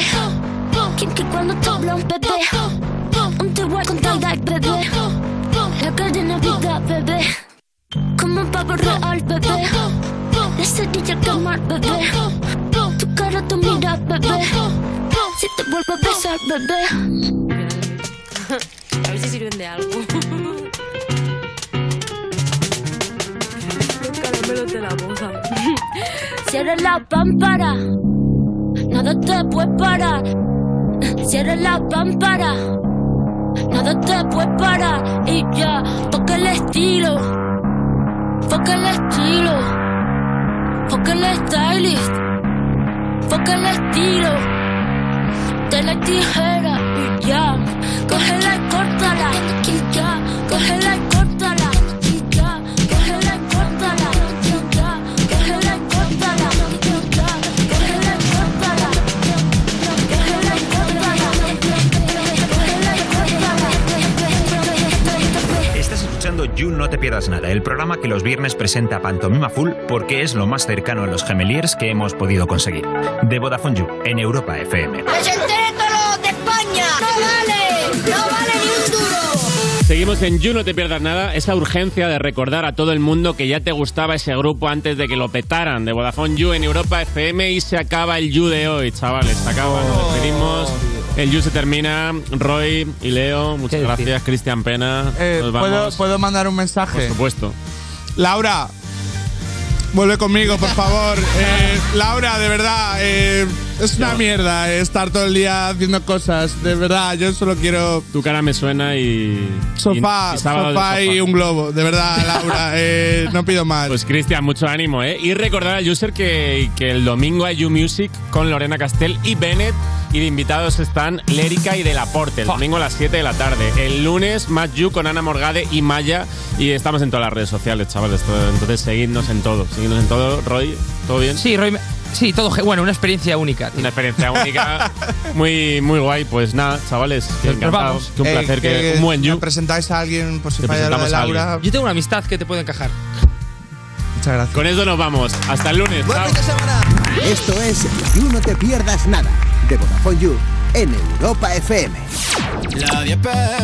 Speaker 28: Kim que cuando te habla un bebé. va, bebé. Como pavo real, bebé. De cerilla al mar, bebé. Tu cara, tu mira, bebé. Si te vuelvo a besar, bebé.
Speaker 16: A ver si sirven de algo.
Speaker 28: Caramelo de la boca. Cierra la pámpara. Nada te puede parar. Cierra la pámpara. Nada te puede parar. Y ya, toca el estilo. Foca el estilo. Foca el stylist. Foca el estilo. De la tijera. Y ya, cógela y córtala. Y ya, cógela y córtala. Y ya, cógela y córtala. Y ya, cógela y córtala. Y ya, cógela y córtala. Cógela y
Speaker 37: Estás escuchando You No Te Pierdas Nada, el programa que los viernes presenta Pantomima Full porque es lo más cercano a los gemeliers que hemos podido conseguir. De Vodafone You, en Europa FM.
Speaker 16: ¡Que se enteren todos los de España! ¡No vale! ¡No vale ni un duro!
Speaker 4: Seguimos en You, no te pierdas nada. Esa urgencia de recordar a todo el mundo que ya te gustaba ese grupo antes de que lo petaran. De Vodafone You en Europa FM y se acaba el You de hoy, chavales. Se acaba, nos despedimos. El You se termina. Roy y Leo, muchas gracias. Cristian Pena.
Speaker 3: Eh,
Speaker 4: nos vamos.
Speaker 3: ¿puedo, ¿Puedo mandar un
Speaker 4: Por
Speaker 3: mensaje?
Speaker 4: supuesto.
Speaker 3: Laura, vuelve conmigo, por favor. Eh, Laura, de verdad, eh, es una mierda eh, estar todo el día haciendo cosas. De verdad, yo solo quiero
Speaker 4: Tu cara me suena y.
Speaker 3: sofá,
Speaker 4: y- y sábado de
Speaker 3: sofá y
Speaker 4: sofá.
Speaker 3: un globo. De verdad, Laura, eh, no pido más.
Speaker 4: Pues Cristian, mucho ánimo, ¿eh? Y recordar al user que, que el domingo hay You Music con Lorena Castell y Bennett. Y de invitados están Lérica y Delaporte, el domingo a las 7 de la tarde. El lunes, más You con Ana Morgade y Maya. Y estamos en todas las redes sociales, chavales. Todo- Entonces, seguidnos en todo. Seguidnos en todo. Roy, ¿todo bien?
Speaker 22: Sí, Roy. me- Sí, todo. ge- Bueno, una experiencia única. tío.
Speaker 4: Una experiencia única. Muy, muy guay. Pues nada, chavales. que
Speaker 22: Nos
Speaker 4: encantados.
Speaker 22: vamos.
Speaker 4: Que un
Speaker 22: Eh,
Speaker 4: placer. Que,
Speaker 22: que-
Speaker 4: un buen You.
Speaker 3: ¿Presentáis a alguien por si
Speaker 4: Te
Speaker 3: falla lo de
Speaker 4: presentamos a alguien.
Speaker 3: Laura?
Speaker 22: Yo tengo una amistad que te puede encajar.
Speaker 3: Muchas gracias.
Speaker 4: Con eso nos vamos. Hasta el lunes. Chao.
Speaker 5: Esto es You No Te Pierdas Nada de Vodafone You en Europa FM.
Speaker 40: La 10